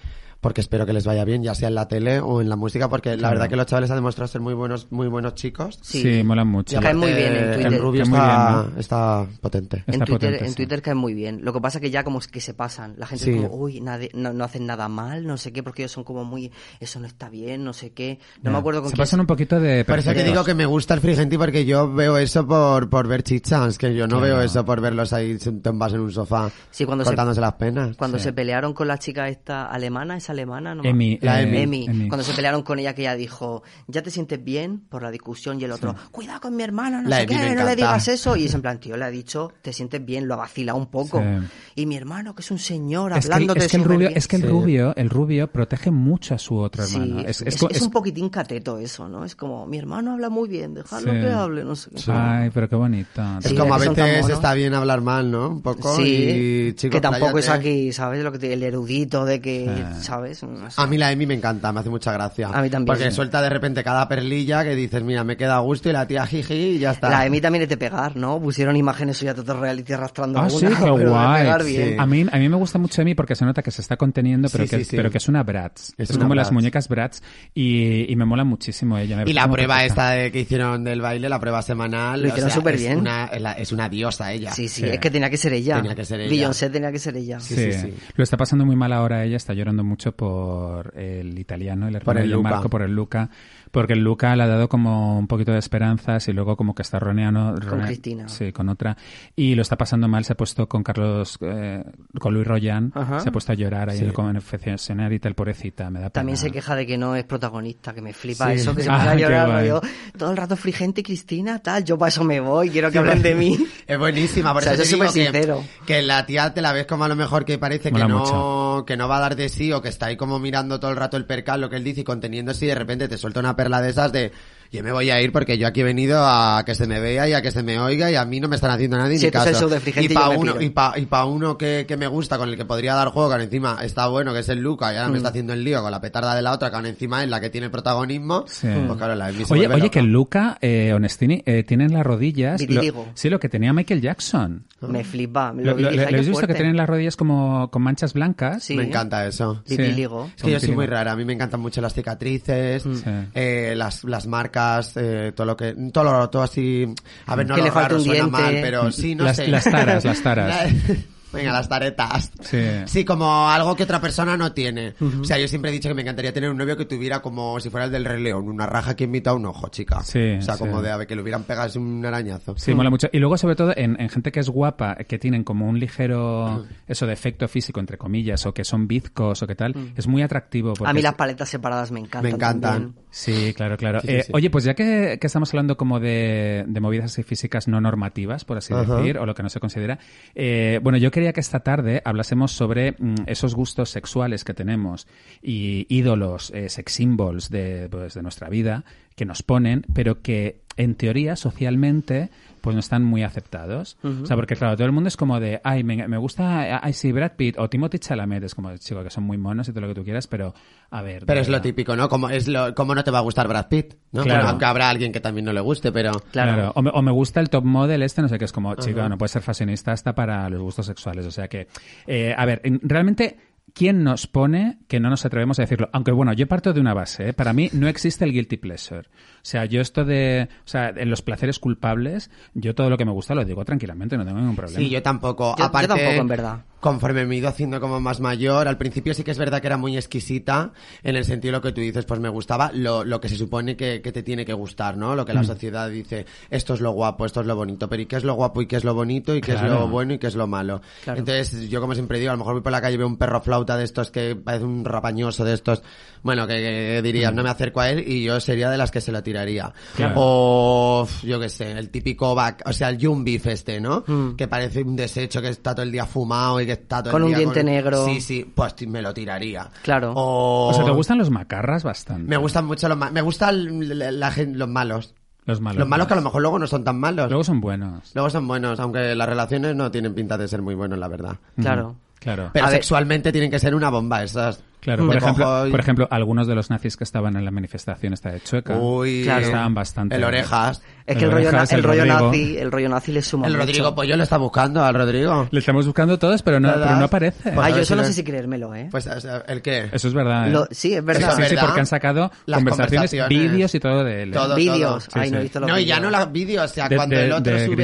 D: Porque espero que les vaya bien, ya sea en la tele o en la música, porque la
B: Claro.
D: verdad que los chavales han demostrado ser muy buenos, muy buenos chicos.
B: Sí,
C: Sí.
B: molan
D: Y
B: mucho.
C: Caen muy
D: aparte,
C: bien en Twitter.
D: El rubio
B: Caen muy
D: está,
B: bien, ¿no?
D: está potente.
B: Está
C: en Twitter,
B: potente,
C: en
B: sí.
C: Twitter caen muy bien. Lo que pasa que ya como es que se pasan. La gente
D: Sí.
C: es como, uy, nadie- no, no hacen nada mal, no sé qué, porque ellos son como muy, eso no está bien, no sé qué. No me acuerdo con
B: Se
C: quién.
B: pasan un poquito de.
D: Por eso te
B: perfectos.
D: digo que me gusta el frigenti porque yo veo eso por, por ver chichans, que yo no
B: Claro.
D: veo eso por verlos ahí tumbados en un sofá
C: Sí, cuando se-
D: cortándose las penas.
C: Cuando
B: Sí.
C: se pelearon con la chica esta alemana, es alemana, no me-
B: Emi,
D: La
B: eh,
D: Emi.
C: Emi, cuando se pelearon con ella que ella dijo, ya te sientes bien por la discusión y el otro, cuidado con mi hermana, no
D: La
C: sé
D: Emi me
C: qué, no
D: encanta.
C: le digas eso. Y
B: (laughs)
C: es en plan, tío, le ha dicho, te sientes bien, lo ha vacilado un poco.
B: Sí.
C: Y mi hermano, que es un señor,
B: Es que, el-
C: hablándote
B: es que el
C: súper
B: rubio,
C: bien.
B: es que el
D: Sí.
B: rubio, el rubio protege mucho a su otro
C: Sí,
B: hermano.
C: es,
B: co-
C: es un poquitín cateto eso, ¿no? Es como, mi hermano habla muy bien, dejadlo
B: Sí.
C: que hable, no sé qué.
B: Ay, pero qué bonito.
D: Es
C: Sí,
D: como a
C: que son tan
D: veces
C: monos.
D: está bien hablar mal, ¿no? Un poco.
C: Sí,
D: y, chicos,
C: que tampoco
D: cállate.
C: es aquí, ¿sabes? Lo que te- el erudito de que, ¿sabes? No sé.
D: A mí la Emi me encanta, me hace mucha gracia.
C: A mí también.
D: Porque
C: Sí.
D: suelta de repente cada perlilla que dices, mira, me queda a gusto y la tía jiji y ya está.
C: La de mí también es de pegar, ¿no? Pusieron imágenes suyas de otro reality arrastrando
B: Ah, sí,
C: alguna,
B: qué
C: (laughs) pero de pegar
B: guay. Ah,
C: bien.
B: A, mí, a mí me gusta mucho Emi porque se nota que se está conteniendo, pero,
D: Sí,
B: que,
D: sí, sí.
B: pero que es una Bratz.
D: Es
B: Es,
D: una
B: como las
D: Bratz.
B: muñecas Bratz y, y me mola muchísimo ella. me
D: Y la
B: parece muy
D: prueba
B: perfecta.
D: esta de que hicieron del baile, la prueba semanal,
C: Lo hicieron
D: o sea,
C: súper
D: es
C: bien.
D: Una, es, la- es una diosa ella.
C: Sí, sí,
B: Sí.
C: es que tenía que ser ella.
D: Tenía que ser ella.
C: Beyoncé tenía que ser ella.
D: Sí,
B: Sí.
D: sí, sí.
B: Lo está pasando muy mal ahora ella, está llorando mucho por el italiano, el
D: Por
B: hermano
D: el
B: de
D: Luca.
B: Marco, por el Luca, porque el Luca le ha dado como un poquito de esperanzas y luego como que está roneando rone-
C: Cristina.
B: Sí, con otra. Y lo está pasando mal, se ha puesto con Carlos, eh, con Luis Royan,
C: Ajá.
B: se ha puesto a llorar ahí en el confesionario y tal, pobrecita, me da pena.
C: También se queja de que no es protagonista, que me flipa
D: Sí.
C: eso, que se
B: Ah,
C: me a
B: qué
C: llorar
B: guay.
C: yo, todo el rato frigente Cristina, tal, yo para eso me voy, quiero que hablen de mí.
D: (laughs) Es buenísima, por
C: O sea, yo
D: eso te
C: soy
D: digo
C: súper
D: que-
C: sincero.
D: Que, la tía te la ves como a lo mejor que parece que
B: Mola
D: no,
B: mucho.
D: que no va a dar de sí o que está ahí como mirando todo el rato el percal, lo que él dice y conteniéndose y de repente te suelta una perla de esas de yo me voy a ir porque yo aquí he venido a que se me vea y a que se me oiga y a mí no me están haciendo nadie
C: Sí,
D: ni
C: esto es el
D: caso.
C: show de Frigente
D: y
C: y yo
D: para
C: me
D: uno,
C: piro.
D: y pa, y pa uno que, que me gusta, con el que podría dar juego, que ahora encima está bueno, que es el Luca, y
C: Mm.
D: ahora me está haciendo el lío con la petarda de la otra, que ahora encima es la que tiene el protagonismo.
B: Sí.
D: Pues claro, la Amy se
B: Oye,
D: vuelve
B: oye
D: loca.
B: que el Luca, eh, Onestini, eh, tiene en las rodillas... lo-
C: Vitiligo.
B: sí, lo que tenía Michael Jackson.
C: Me flipa, lo,
B: Ah. Lo,
C: vi,
B: lo- lo-
C: dije, "Ay,
B: ¿lo
C: qué
B: has visto que
C: fuerte".
B: tienen las rodillas como con manchas blancas?
C: Sí.
D: Me encanta eso.
B: Sí.
C: Vitíligo.
D: Es que yo soy
B: Continúa.
D: muy rara, a mí me encantan mucho las cicatrices,
C: Mm.
D: eh, las, las marcas, eh, todo lo que, todo lo, todo así, a ver, no
C: Que
D: lo
C: le falta
D: raro,
C: un
D: suena
C: diente.
D: mal, pero sí, no
B: las,
D: sé.
B: las taras, las taras.
D: (laughs) Venga, las taretas.
B: Sí.
D: Sí, como algo que otra persona no tiene. O sea, yo siempre he dicho que me encantaría tener un novio que tuviera como si fuera el del Rey León, una raja que invita a un ojo, chica.
B: Sí,
D: o sea,
B: sí.
D: como de a ver, que le hubieran pegado así un arañazo. Mm.
B: Sí, mola mucho. Y luego, sobre todo, en, en gente que es guapa, que tienen como un
C: Mm.
B: ligero, eso, defecto físico, entre comillas, o que son bizcos o que tal, es muy atractivo. porque
C: Mm. A mí
B: es-
C: las paletas separadas me encantan.
D: Me encantan.
C: también.
B: Sí, claro, claro.
D: Sí, sí,
B: Eh,
D: sí.
B: Oye, pues ya que, que estamos hablando como de, de movidas así físicas no normativas, por así
D: Ajá.
B: decir, o lo que no se considera, eh, bueno, yo quería que esta tarde hablásemos sobre mm, esos gustos sexuales que tenemos y ídolos, eh, sex symbols de, pues, de nuestra vida que nos ponen, pero que en teoría, socialmente, pues no están muy aceptados. O sea, porque claro, todo el mundo es como de, ay, me, me gusta, ay, sí, Brad Pitt o Timothy Chalamet, es como, chico, que son muy monos y todo lo que tú quieras, pero, a ver. de
D: Pero es lo
B: verdad.
D: típico, ¿no? Como es lo, como no te va a gustar Brad Pitt, ¿no?
B: Claro.
D: Bueno, aunque habrá alguien que también no le guste, pero.
B: Claro. O, me, o me gusta el top model este, no sé qué, es como, chico, no puedes ser fashionista hasta para los gustos sexuales. O sea que, eh, a ver, en- realmente, ¿quién nos pone que no nos atrevemos a decirlo? Aunque bueno, yo parto de una base, ¿eh? para mí no existe el guilty pleasure. O sea, yo esto de, o sea, en los placeres culpables, yo todo lo que me gusta lo digo tranquilamente, no tengo ningún problema.
D: Sí, yo tampoco.
C: Yo- yo
D: Aparte,
C: tampoco, en verdad.
D: Conforme me he ido haciendo como más mayor, al principio sí que es verdad que era muy exquisita, en el sentido de lo que tú dices, pues me gustaba lo, lo que se supone que, que te tiene que gustar, ¿no? Lo que
B: Mm.
D: la sociedad dice, esto es lo guapo, esto es lo bonito, pero ¿y qué es lo guapo y qué es lo bonito y qué es lo
B: Claro.
D: bueno y qué es lo malo?
C: Claro.
D: Entonces, yo como siempre digo, a lo mejor voy por la calle y veo un perro flauta de estos que parece un rapañoso de estos, bueno, que, que
C: Mm.
D: dirías, no me acerco a él y yo sería de las que se lo tiraría.
B: Claro.
D: O o f- yo qué sé, el típico back, o sea, el yum beef este, ¿no? Que parece un desecho que está todo el día fumado y que está todo
C: Mm. Con
D: el
C: un
D: día
C: diente negro.
D: Sí, sí, pues t- me lo tiraría.
C: Claro.
D: O,
B: O sea, ¿te gustan los macarras bastante?
D: me gustan mucho los malos, me gustan la, la gen- los malos.
B: Los malos.
D: los malos que a lo mejor luego no son tan malos.
B: Luego son buenos.
D: Luego son buenos, aunque las relaciones no tienen pinta de ser muy buenos, la verdad.
C: Claro.
B: Claro.
D: Pero
C: A ver.
D: sexualmente tienen que ser una bomba esas.
B: Claro,
D: Me
B: por ejemplo,
D: cojo y-
B: por ejemplo, algunos de los nazis que estaban en la manifestación esta de Chueca
D: Uy,
C: Claro.
B: estaban bastante...
D: El orejas.
B: El
C: Es que el rollo, na-
B: Orejas,
C: el
B: el
C: rollo
B: Rodrigo.
C: nazi, el rollo nazi le suma
D: El
C: mucho.
D: Rodrigo Pollo lo está buscando al Rodrigo.
B: Le estamos buscando todos, pero no,
D: ¿Verdad?
B: pero no aparece.
D: Pues a
C: Ay, Ah, yo
D: ver
C: eso
D: si
C: no
D: lo-
C: sé si creérmelo, ¿eh?
D: Pues, o sea, ¿el qué?
B: Eso es verdad. ¿eh?
C: Lo- sí, es verdad.
D: Eso
B: Sí,
D: es
B: sí,
D: verdad.
B: porque han sacado
D: Las
B: conversaciones,
D: conversaciones.
B: vídeos y todo de él. ¿eh?
D: Todo,
C: Vídeos.
D: todo.
C: Ay,
B: Sí,
C: no he
B: sí.
C: visto los
D: No, y ya
C: vídeos.
D: no las vídeos, o sea,
B: De-
D: cuando
B: de-
D: el otro
B: de
D: sube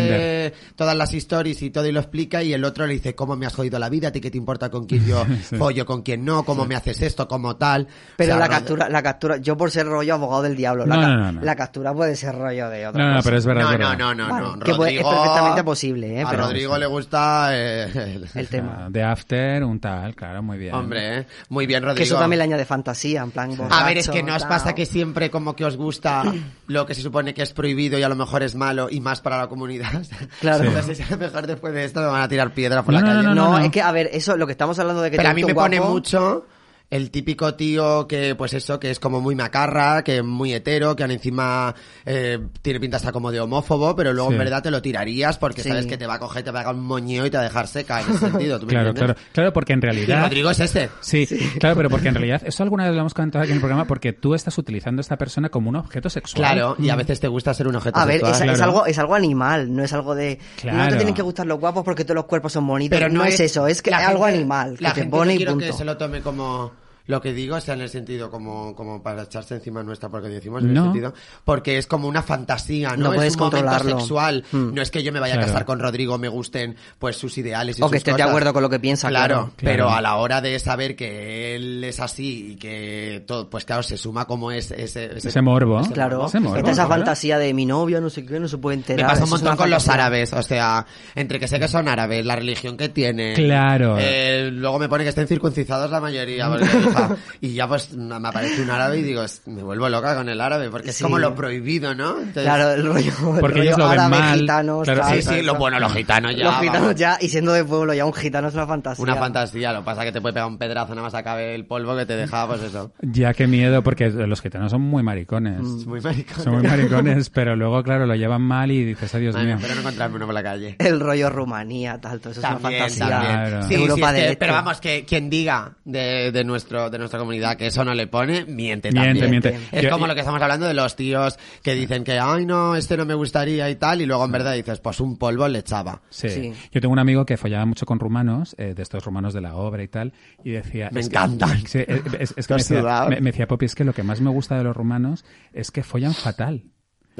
B: Grindr.
D: todas las stories y todo y lo explica y el otro le dice, ¿cómo me has jodido la vida? ¿A ti qué te importa con
B: (laughs)
D: quién yo follo, con quién no? ¿Cómo me haces esto? ¿Cómo tal?
C: Pero
D: O sea,
C: la
D: rollo-
C: captura, la captura, yo por ser rollo abogado del diablo, la,
B: No,
C: ca-
B: no, no, no.
C: la captura puede ser rollo de otra
B: No, no,
C: cosa.
B: pero es verdad.
D: No,
B: es
D: no,
B: verdad.
D: no, no,
C: Bueno,
D: no.
C: que puede- es
D: Rodrigo-
C: perfectamente posible, ¿eh?
D: A
C: Pero-
D: Rodrigo le gusta eh, el-
C: El tema.
B: Ah, De After, un tal, claro, muy bien.
D: (laughs) Hombre, ¿eh? muy bien,
C: Que eso
D: Rodrigo.
C: también le añade fantasía, en plan
D: A ver, es
C: borracho,
D: que no os
C: tal.
D: pasa que siempre como que os gusta
C: (clears throat)
D: lo que se supone que es prohibido y a lo mejor es malo y más para la comunidad.
C: Claro. Sí.
D: (laughs) Entonces, a lo mejor después de esto me van a tirar piedra por
B: No,
D: la
B: no,
D: calle.
C: No,
B: no, no.
C: es que, a ver, eso, lo que estamos hablando de que
D: Pero
C: te
D: a mí
C: gusta
D: me
C: un
D: pone
C: guapo-
D: mucho el típico tío que, pues eso, que es como muy macarra, que es muy hetero, que aún encima eh, tiene pinta hasta como de homófobo, pero luego
B: Sí.
D: en verdad te lo tirarías porque
C: Sí.
D: sabes que te va a coger, te va a dar un moñeo y te va a dejar seca
C: (laughs)
D: en ese sentido. ¿tú me
B: Claro, claro,
D: entiendes?
B: claro, porque en
D: Y (laughs)
B: realidad...
D: Rodrigo es este.
B: Sí, claro, pero porque en realidad, eso alguna vez lo hemos comentado aquí en el programa, porque tú estás utilizando a esta persona como un objeto sexual.
D: Claro, y a veces te gusta ser un objeto
C: A ver,
D: sexual.
C: es, es
B: claro.
C: algo, es algo animal, no es algo de... No te
B: Claro.
C: tienen que gustar los guapos porque todos los cuerpos son bonitos.
D: Pero no,
C: es, eso, es que
D: la
C: es algo
D: gente-
C: animal, que
D: la
C: te
D: gente
C: pone
D: no
C: y
D: quiero que
C: punto.
D: se lo tome como lo que digo, o sea, en el sentido como, como para echarse encima nuestra, porque decimos en
B: No.
D: el sentido, porque es como una fantasía, ¿no?
C: No
D: es
C: puedes
D: un momento
C: controlarlo.
D: sexual.
C: Mm.
D: No es que yo me vaya
B: Claro.
D: a casar con Rodrigo, me gusten pues sus ideales y
C: O que
D: sus
C: estés de
D: cosas.
C: acuerdo con lo que piensa, claro.
D: Claro,
B: Claro.
D: pero a la hora de saber que él es así y que todo, pues claro, se suma como es ese,
B: Ese morbo.
C: Claro,
B: Ese morbo,
C: está esa
B: claro.
C: fantasía de mi novio, no sé qué, no se puede
D: Me
C: enterar. eso
D: pasa un
C: es
D: montón
C: una
D: con los
C: fantasía.
D: árabes, o sea, entre que sé que son árabes, la religión que tienen.
B: Claro.
D: eh, luego me pone que estén circuncidados la
C: (laughs)
D: mayoría, porque, hija, y ya pues me aparece un árabe y digo, "Es- me vuelvo loca con el árabe, porque es
C: Sí.
D: como lo prohibido, ¿no? Entonces-
C: Claro, el rollo,
D: (laughs)
C: el
B: Porque ellos
C: rollo
B: lo ven
C: árabe,
B: mal,
C: gitanos,
B: claro.
C: tal,
D: Sí,
C: tal,
D: sí, lo
C: tal.
D: bueno, los gitanos ya.
C: Los gitanos
D: vamos.
C: ya, y siendo de pueblo ya un gitano es una fantasía.
D: Una fantasía, lo que pasa es que te puede pegar un pedrazo nada más acabe el polvo que te dejaba, pues eso.
B: Ya qué miedo, porque los gitanos son muy maricones.
D: Es muy maricón.
B: Son muy maricones, pero luego, claro, lo llevan mal y dices, adiós
D: Ay,
B: mío.
D: espero no encontrarme uno por la calle.
C: El rollo Rumanía, tal, todo eso es una fantasía.
B: Claro.
D: Sí, sí,
C: Europa
D: es que-
C: del Este.
D: pero vamos, que quien diga de, de nuestro, de nuestra comunidad que eso no le pone,
B: Miente,
D: miente, también.
B: miente.
D: Es
B: Yo-
D: como lo que estamos hablando de los tíos que dicen que, ay, no, este no me gustaría y tal, y luego en verdad dices, pues un polvo le echaba.
B: Sí.
C: Sí.
B: Yo tengo un amigo que follaba mucho con rumanos, eh, de estos rumanos de la obra y tal, y decía...
D: Me
B: es que-
D: encantan.
B: Sí, es,
D: (laughs)
B: es- es que
D: Lo
B: me
D: has
B: decía,
D: sudado.
B: me- me decía, Poppy, es que lo que más me gusta de los rumanos es que follan fatal.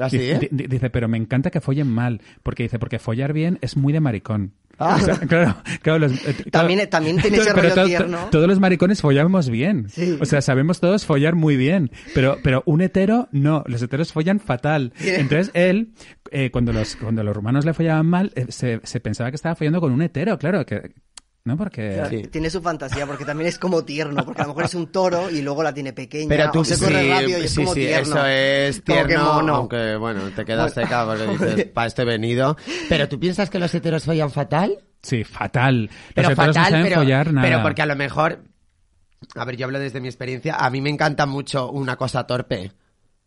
D: ¿Ah, sí?
B: Dice, di- di- dice, pero me encanta que follen mal, porque dice, porque follar bien es muy de maricón. O sea, claro, claro, los- eh, claro.
C: Ah. También- también tiene ese
B: Pero
C: rollo
B: to- to-
C: tierno.
B: todos los maricones follamos bien. O sea, sabemos todos follar muy bien. Pero, pero un hetero, no. Los heteros follan fatal. Entonces él, eh, cuando, los, cuando los rumanos le follaban mal, eh, se, se pensaba que estaba follando con un hetero, claro. que No, porque...
C: Claro, Tiene su fantasía porque también es como tierno, porque a lo mejor es un toro y luego la tiene pequeña.
D: Pero tú
C: o se corre
D: sí,
C: rápido y es
D: sí,
C: como
D: sí,
C: tierno.
D: eso es
C: Como que
D: tierno,
C: mono.
D: aunque bueno, te quedas seca porque
C: (laughs)
D: dices, para esto he venido. Pero tú piensas que los heteros follan fatal?
B: Sí, fatal. Los
D: pero
B: heteros no
D: fatal,
B: saben
D: pero,
B: follar nada.
D: pero porque a lo mejor, a ver, yo hablo desde mi experiencia, a mí me encanta mucho una cosa torpe.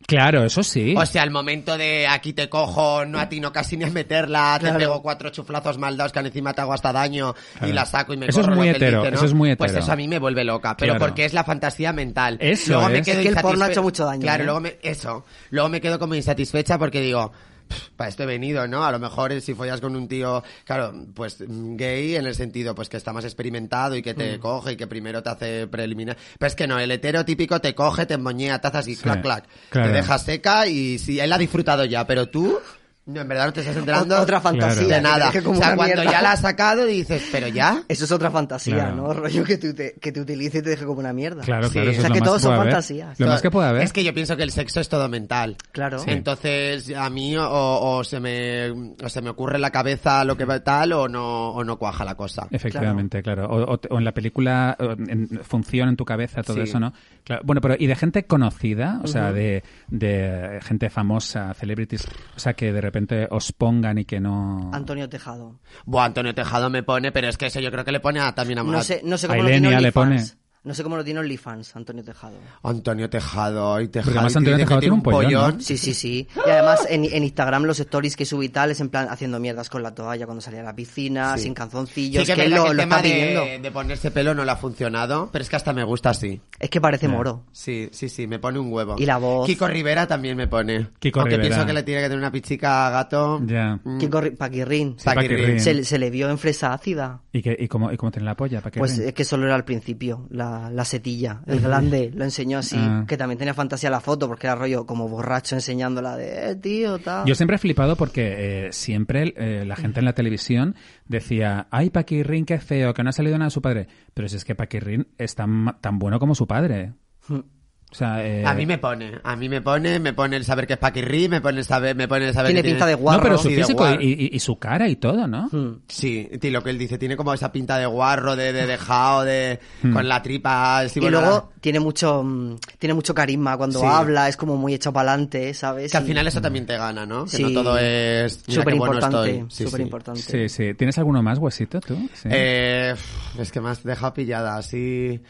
B: Claro, eso sí.
D: O sea, el momento de aquí te cojo, no atino casi ni a meterla,
C: Claro.
D: te pego cuatro chuflazos mal dados que encima te hago hasta daño
B: Claro.
D: y la saco y me
B: Eso es
D: corro,
B: muy
D: lo que él
B: hetero,
D: dice, ¿no?
B: eso es muy
D: Pues
B: hetero.
D: eso a mí me vuelve loca, pero
B: Claro.
D: porque es la fantasía mental.
B: Eso
D: luego
B: es.
D: Me quedo
C: Es que el porno
D: insatisfe-
C: ha hecho mucho daño,
D: Claro,
C: ¿eh?
D: luego me, eso. Luego me quedo como insatisfecha porque digo, "Pff, para esto he venido, ¿no? A lo mejor eh, si follas con un tío, claro, pues mm, gay en el sentido pues que está más experimentado y que te
B: Mm.
D: coge y que primero te hace preliminar. Pero es que no, el hetero típico te coge, te emboñea, tazas y
B: Sí,
D: clac, clac.
B: claro.
D: Te deja seca y si él ha disfrutado ya, pero tú no, en verdad no te estás enterando
C: Otra fantasía. (laughs)
D: de nada.
C: que te deje como
D: o sea,
C: una
D: cuando
C: mierda.
D: ya la has sacado dices, pero ya.
C: Eso es otra fantasía,
B: Claro.
C: ¿no? (laughs) Rollo que te, te- que te utilice y te deje como una mierda.
B: Claro,
D: Sí.
B: claro.
D: O
B: eso
C: sea,
B: es lo
C: que
B: más
C: todos son
B: puede haber.
C: fantasías.
B: Lo más que puede haber.
D: Es que yo pienso que el sexo es todo mental.
C: Claro. Sí.
D: Entonces, a mí o, o se me, o se me ocurre en la cabeza lo que va- tal o no, o no cuaja la cosa.
B: Eh. Efectivamente, claro. O, o te- o en la película o en, en- funciona en tu cabeza todo
D: Sí.
B: eso, ¿no? Claro. Bueno, pero y de gente conocida, o sea, de, de gente famosa, celebrities, o sea, que de repente os pongan y que no.
C: Antonio Tejado.
D: Buah, Antonio Tejado me pone, pero es que eso yo creo que le pone a, también a
C: No sé, no sé
B: A
C: cómo lo
B: Ilenia
C: tiene
B: le
C: OnlyFans.
B: pone.
C: No sé cómo lo tiene OnlyFans, Antonio Tejado.
D: Antonio Tejado y Tejado.
B: Porque además
D: y
B: Antonio
D: dice que
B: Tejado tiene un pollón, ¿no?
C: Sí, sí, sí. Y además en, en Instagram los stories que sube y tal es en plan haciendo mierdas con la toalla cuando salía a la piscina, sin
D: Sí,
C: canzoncillos,
D: que es
C: que, él
D: verdad
C: lo,
D: que el
C: lo
D: tema
C: está pidiendo.
D: de, de ponerse pelo no le ha funcionado, pero es que hasta me gusta así.
C: Es que parece moro.
D: Sí, sí, sí, me pone un huevo.
C: Y la voz.
D: Kiko Rivera también me pone.
B: Kiko
D: Aunque
B: Rivera.
D: pienso que le tiene que tener una pichica a gato.
B: Ya.
C: Kiko Ri- Paquirrín.
D: Paquirrín.
B: Paquirrín.
C: Se, le- se le vio en fresa ácida.
B: ¿Y, que, y, cómo, ¿Y cómo tiene la polla? ¿Para qué
C: Pues
B: ven?
D: eh,
C: es que solo era al principio, la, la setilla, el glande, lo enseñó así,
B: Ah.
C: que también tenía fantasía la foto, porque era rollo como borracho enseñándola de, eh, tío, tal.
B: Yo siempre he flipado porque eh, siempre eh, la gente en la televisión decía, ay, Paquirrin, qué feo, que no ha salido nada de su padre. Pero si es que Paquirrin es tan, ma- tan bueno como su padre. O sea, eh,
D: Hmm. A mí me pone, a mí me pone, me pone el saber que es Paquirri, me pone el saber, me pone el saber
C: Tiene
D: que
C: pinta de Hmm. guarro.
B: No, pero su
D: Sí, de
B: físico
D: guarro.
B: y, y- y su cara y todo, ¿no?
D: Sí, y lo que él dice, tiene como esa pinta de guarro, de, de
B: Mm.
D: dejado, de con la tripa, sí,
C: y
D: bueno,
C: luego
D: la-
C: tiene mucho mm, tiene mucho carisma cuando
D: Sí.
C: habla, es como muy hecho para adelante, ¿sabes?
D: que al
C: Y-
D: final eso también te gana, ¿no? Que
C: Sí.
D: no todo es mira
C: súper
D: qué bueno
C: importante,
D: estoy. Sí,
C: súper
D: sí.
C: importante.
B: Sí,
C: Eh,
B: sí. ¿Tienes alguno más, huesito, tú? Sí.
D: Eh, es que me has dejado pillada, así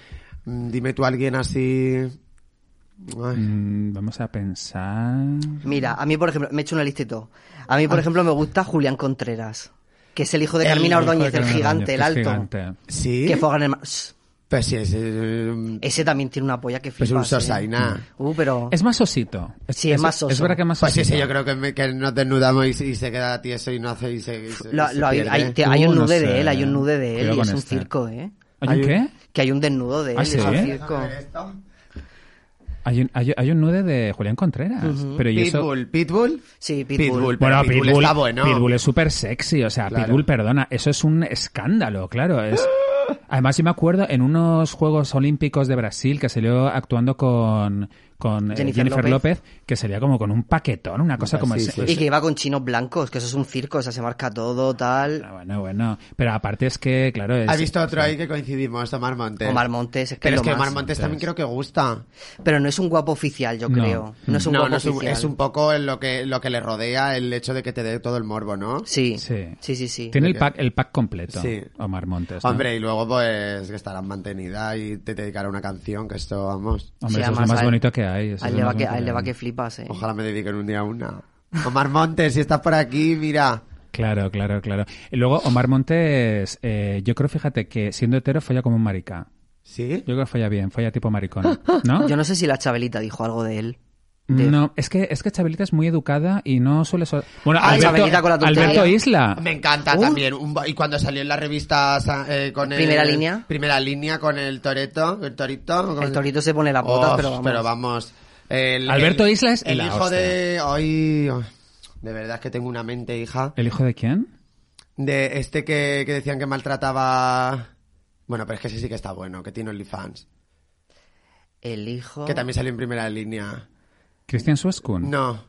D: Mm, Dime tú a alguien así. Ay.
B: Mm, vamos a pensar.
C: Mira, a mí, por ejemplo, me he hecho una lista y todo. A mí, por ejemplo, me gusta Julián Contreras, que es el hijo de
D: El
C: Carmina
D: hijo de
C: Ordóñez, el
B: Carmen
C: gigante, el
B: Ordóñez,
C: alto,
B: que es gigante.
D: Sí.
C: que fue a ganar el ma- Shh,
D: Pues sí, es, eh,
C: Ese también tiene una polla que
D: Pues
C: flipas.
D: un
C: ¿eh?
B: Mm.
D: sosaina.
C: Uh, pero...
B: Es más osito.
C: Sí, es más oso.
B: Es verdad que es más
D: Pues sí, sí,
B: osito.
D: yo creo que, me- que nos desnudamos y, se- y se queda tieso y no hace y se. y se-
C: Lo-
D: y se
C: lo- hay,
D: pierde.
C: hay- te- hay
B: Uh,
C: un
B: no
C: nude
B: sé.
C: de él, hay un nude de él
B: Cuidado
C: y es
B: con
C: un
B: este.
C: circo, ¿eh?
B: ¿Hay un qué?
C: Que hay un desnudo de él,
B: Ah,
C: y es un
B: ¿sí?
C: circo.
B: Hay un, hay, hay un nude de Julián Contreras. Pero y eso-
D: Pitbull, Pitbull.
C: Sí, Pitbull.
D: pero
B: Bueno, Pitbull,
D: está bueno.
B: Pitbull es súper sexy, o sea,
D: Claro.
B: Pitbull, perdona, eso es un escándalo, claro. Es... Además, yo me acuerdo en unos Juegos Olímpicos de Brasil que salió actuando con, con eh,
C: Jennifer
B: Jennifer,
C: López.
B: López. que salía como con un paquetón, una cosa
D: Ah,
B: como
D: sí,
B: ese-
D: sí.
B: ese-
C: Y que iba con chinos blancos, que eso es un circo, o sea, se marca todo, tal.
B: Ah, Bueno, bueno, pero aparte es que, claro, es...
D: ¿Has visto otro ahí que coincidimos? Omar Montes.
C: Omar Montes, es que
D: Eh. Pero
C: es
D: es
C: lo
D: que
C: más.
D: Omar Montes también creo que gusta.
C: Pero no es un guapo oficial, yo
B: No.
C: creo. No, es un
D: No,
C: guapo
D: no es, un,
C: oficial.
D: es un poco lo que, lo que le rodea el hecho de que te dé todo el morbo, ¿no?
C: Sí.
B: Sí.
C: Sí, sí, sí.
B: Tiene el
D: Ok.
B: pack, el pack completo,
D: Sí.
B: Omar Montes. ¿no?
D: Hombre, y luego pues que estarán mantenida y te dedicará una canción, que esto, vamos.
B: Hombre, eso
C: Sí,
B: es lo
C: además,
B: más
C: a él-
B: bonito que hay. eso
C: A
B: es lo
C: él le va
B: más
C: que,
B: bonito
C: a él le va
B: hay.
C: que flipas, eh.
D: Ojalá me dediquen un día una. Omar Montes, si estás por aquí, mira.
B: Claro, claro, claro. Y luego, Omar Montes, eh, yo creo, fíjate, que siendo hetero folla como un marica.
D: ¿Sí?
B: Yo creo que folla bien, folla tipo maricón. ¿No?
C: Yo no sé si la Chabelita dijo algo de él. de-
B: No, es que, es que Chabelita es muy educada y no suele... so- Bueno,
C: Ay,
B: Alberto,
C: Chabelita con la tontería.
B: Alberto Isla.
D: Me encanta
C: Uh.
D: también. un ba- y cuando salió en la revista sa- eh, con el-
C: Primera línea.
D: Primera línea con el Toreto, el Torito. ¿cómo
C: El
D: se-
C: torito se pone las botas,
D: Oh,
C: pero vamos.
D: El-
B: Alberto
D: el-
B: Isla es
D: El
B: la
D: hijo de. Ay, de verdad es que tengo una mente, hija.
B: ¿El hijo de quién?
D: De este que, que decían que maltrataba. Bueno, pero es que ese sí que está bueno, que tiene OnlyFans.
C: El hijo.
D: Que también salió en primera línea.
B: Cristian Suescun.
D: No.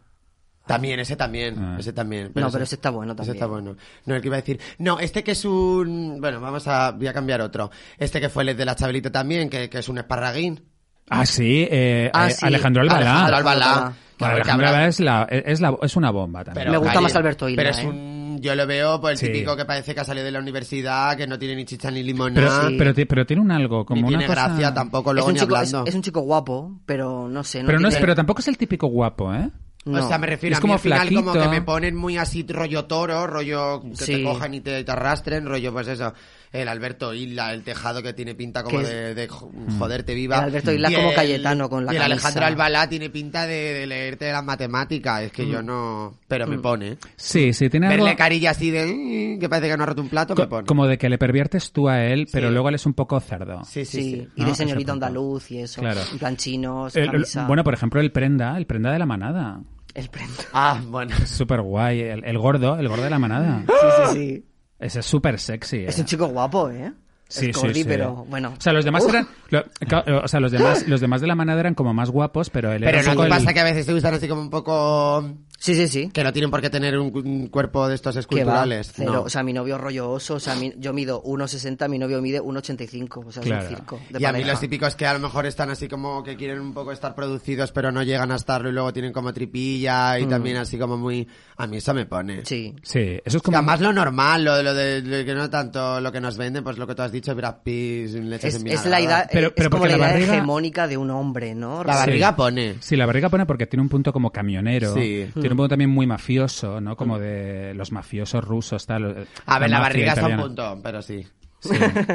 D: También, ese también.
B: Ah.
D: Ese también.
C: No, pero ese está bueno también.
D: Ese está bueno. No, el que iba a decir. No, este que es un. Bueno, vamos a. Voy a cambiar otro. Este que fue el de la Chabelita también, que, que es un esparraguín.
B: Ah, sí, eh,
C: Ah,
B: eh,
C: sí.
B: Alejandro Albalá.
D: Alejandro
C: Albalá.
D: Albalá.
B: Bueno,
D: Que habrá- que
B: Alejandro
D: habrá-
B: Albalá es, la, es, la- es una bomba también.
C: Me gusta
D: Cari,
C: más Alberto Isla,
D: Pero es
C: ¿eh?
D: un. Yo lo veo por el
B: Sí.
D: típico que parece que ha salido de la universidad, que no tiene ni chicha ni
B: pero,
D: limonada.
C: sí.
B: pero, ti- pero tiene un algo, como
D: ni
B: una
D: tiene
B: cosa-
D: gracia tampoco,
C: es,
D: luego
C: un
D: ni
C: chico, es,
D: hablando.
C: es un chico guapo, pero no sé. No
B: Pero, no es,
C: tiene-
B: pero tampoco es el típico guapo, ¿eh?
C: no.
D: O sea, me refiero
B: Es
D: a mí
B: como
D: al final como que
B: flaquito.
D: me ponen muy así rollo toro, rollo que
C: Sí.
D: te cojan y te, y te arrastren, rollo pues eso, el Alberto Isla, el tejado que tiene pinta como
C: Que es-
D: de, de jo- joderte viva.
C: El Alberto Isla
D: Y
C: como Cayetano con la
D: Y el
C: camisa.
D: Alejandro Albalá tiene pinta de, de leerte las matemáticas, es que
B: Mm.
D: yo no... Pero me pone.
B: Sí, sí, tiene algo...
D: Verle carilla así de... "Mm", que parece que no ha roto un plato, me
B: co-
D: pone.
B: como de que le perviertes tú a él, pero
D: Sí.
B: luego él es un poco cerdo.
D: Sí, sí,
C: Sí,
D: sí.
C: y
B: No,
C: de
B: ese
C: señorito
B: punto.
C: andaluz y eso.
B: Claro.
C: En plan chinos,
B: El- el-
C: pues camisa.
B: bueno, por ejemplo, el prenda, el prenda de la manada.
C: El prenda.
D: Ah, bueno.
B: Es súper guay. El, el gordo, el gordo de la
D: (gasps)
B: manada.
C: Sí, sí, sí.
B: Ese es súper sexy. eh.
C: Es un chico guapo, ¿eh?
B: Sí,
C: es
B: sí,
C: cordy,
B: sí.
C: pero bueno.
B: O sea, los demás
C: Uh,
B: eran. lo- ca- eh, o sea, los
D: (gasps)
B: demás, los demás de la manada eran como más guapos, pero él
D: Pero
B: era un
D: no
B: poco
D: te
B: el-
D: pasa que a veces te gustan así como un poco...
C: Sí, sí, sí.
D: Que no tienen por qué tener un, un cuerpo de estos
C: Que va,
D: esculturales.
C: cero.
D: no.
C: O sea, mi novio rollo oso. O sea, mi- yo mido 1,60, mi novio mide 1,85. O sea,
B: Claro.
C: es un circo. De
D: Y a mí
C: pareja.
D: los típicos que a lo mejor están así como que quieren un poco estar producidos pero no llegan a estarlo y luego tienen como tripilla y también así como muy... A mí eso me pone.
C: Mm. Sí.
B: Sí, eso es
D: Es que
B: como.
D: además lo normal, lo, lo de lo que no tanto lo que nos venden, pues lo que tú has dicho, Brad Pitt, leches
C: Es,
D: en
C: es la idea,
B: Pero-
C: es
B: pero
C: como
B: porque
C: la
B: la
C: idea
B: barriga-
C: hegemónica de un hombre, ¿no?
D: La barriga
B: Sí.
D: pone.
B: Sí, la barriga pone porque tiene un punto como camionero.
D: Sí.
B: Tiene un punto también muy mafioso, ¿no? Como de los mafiosos rusos, tal. eh,
D: A ver, la
B: mafia
D: barriga está un
B: italiana.
D: punto, pero sí.
B: Sí,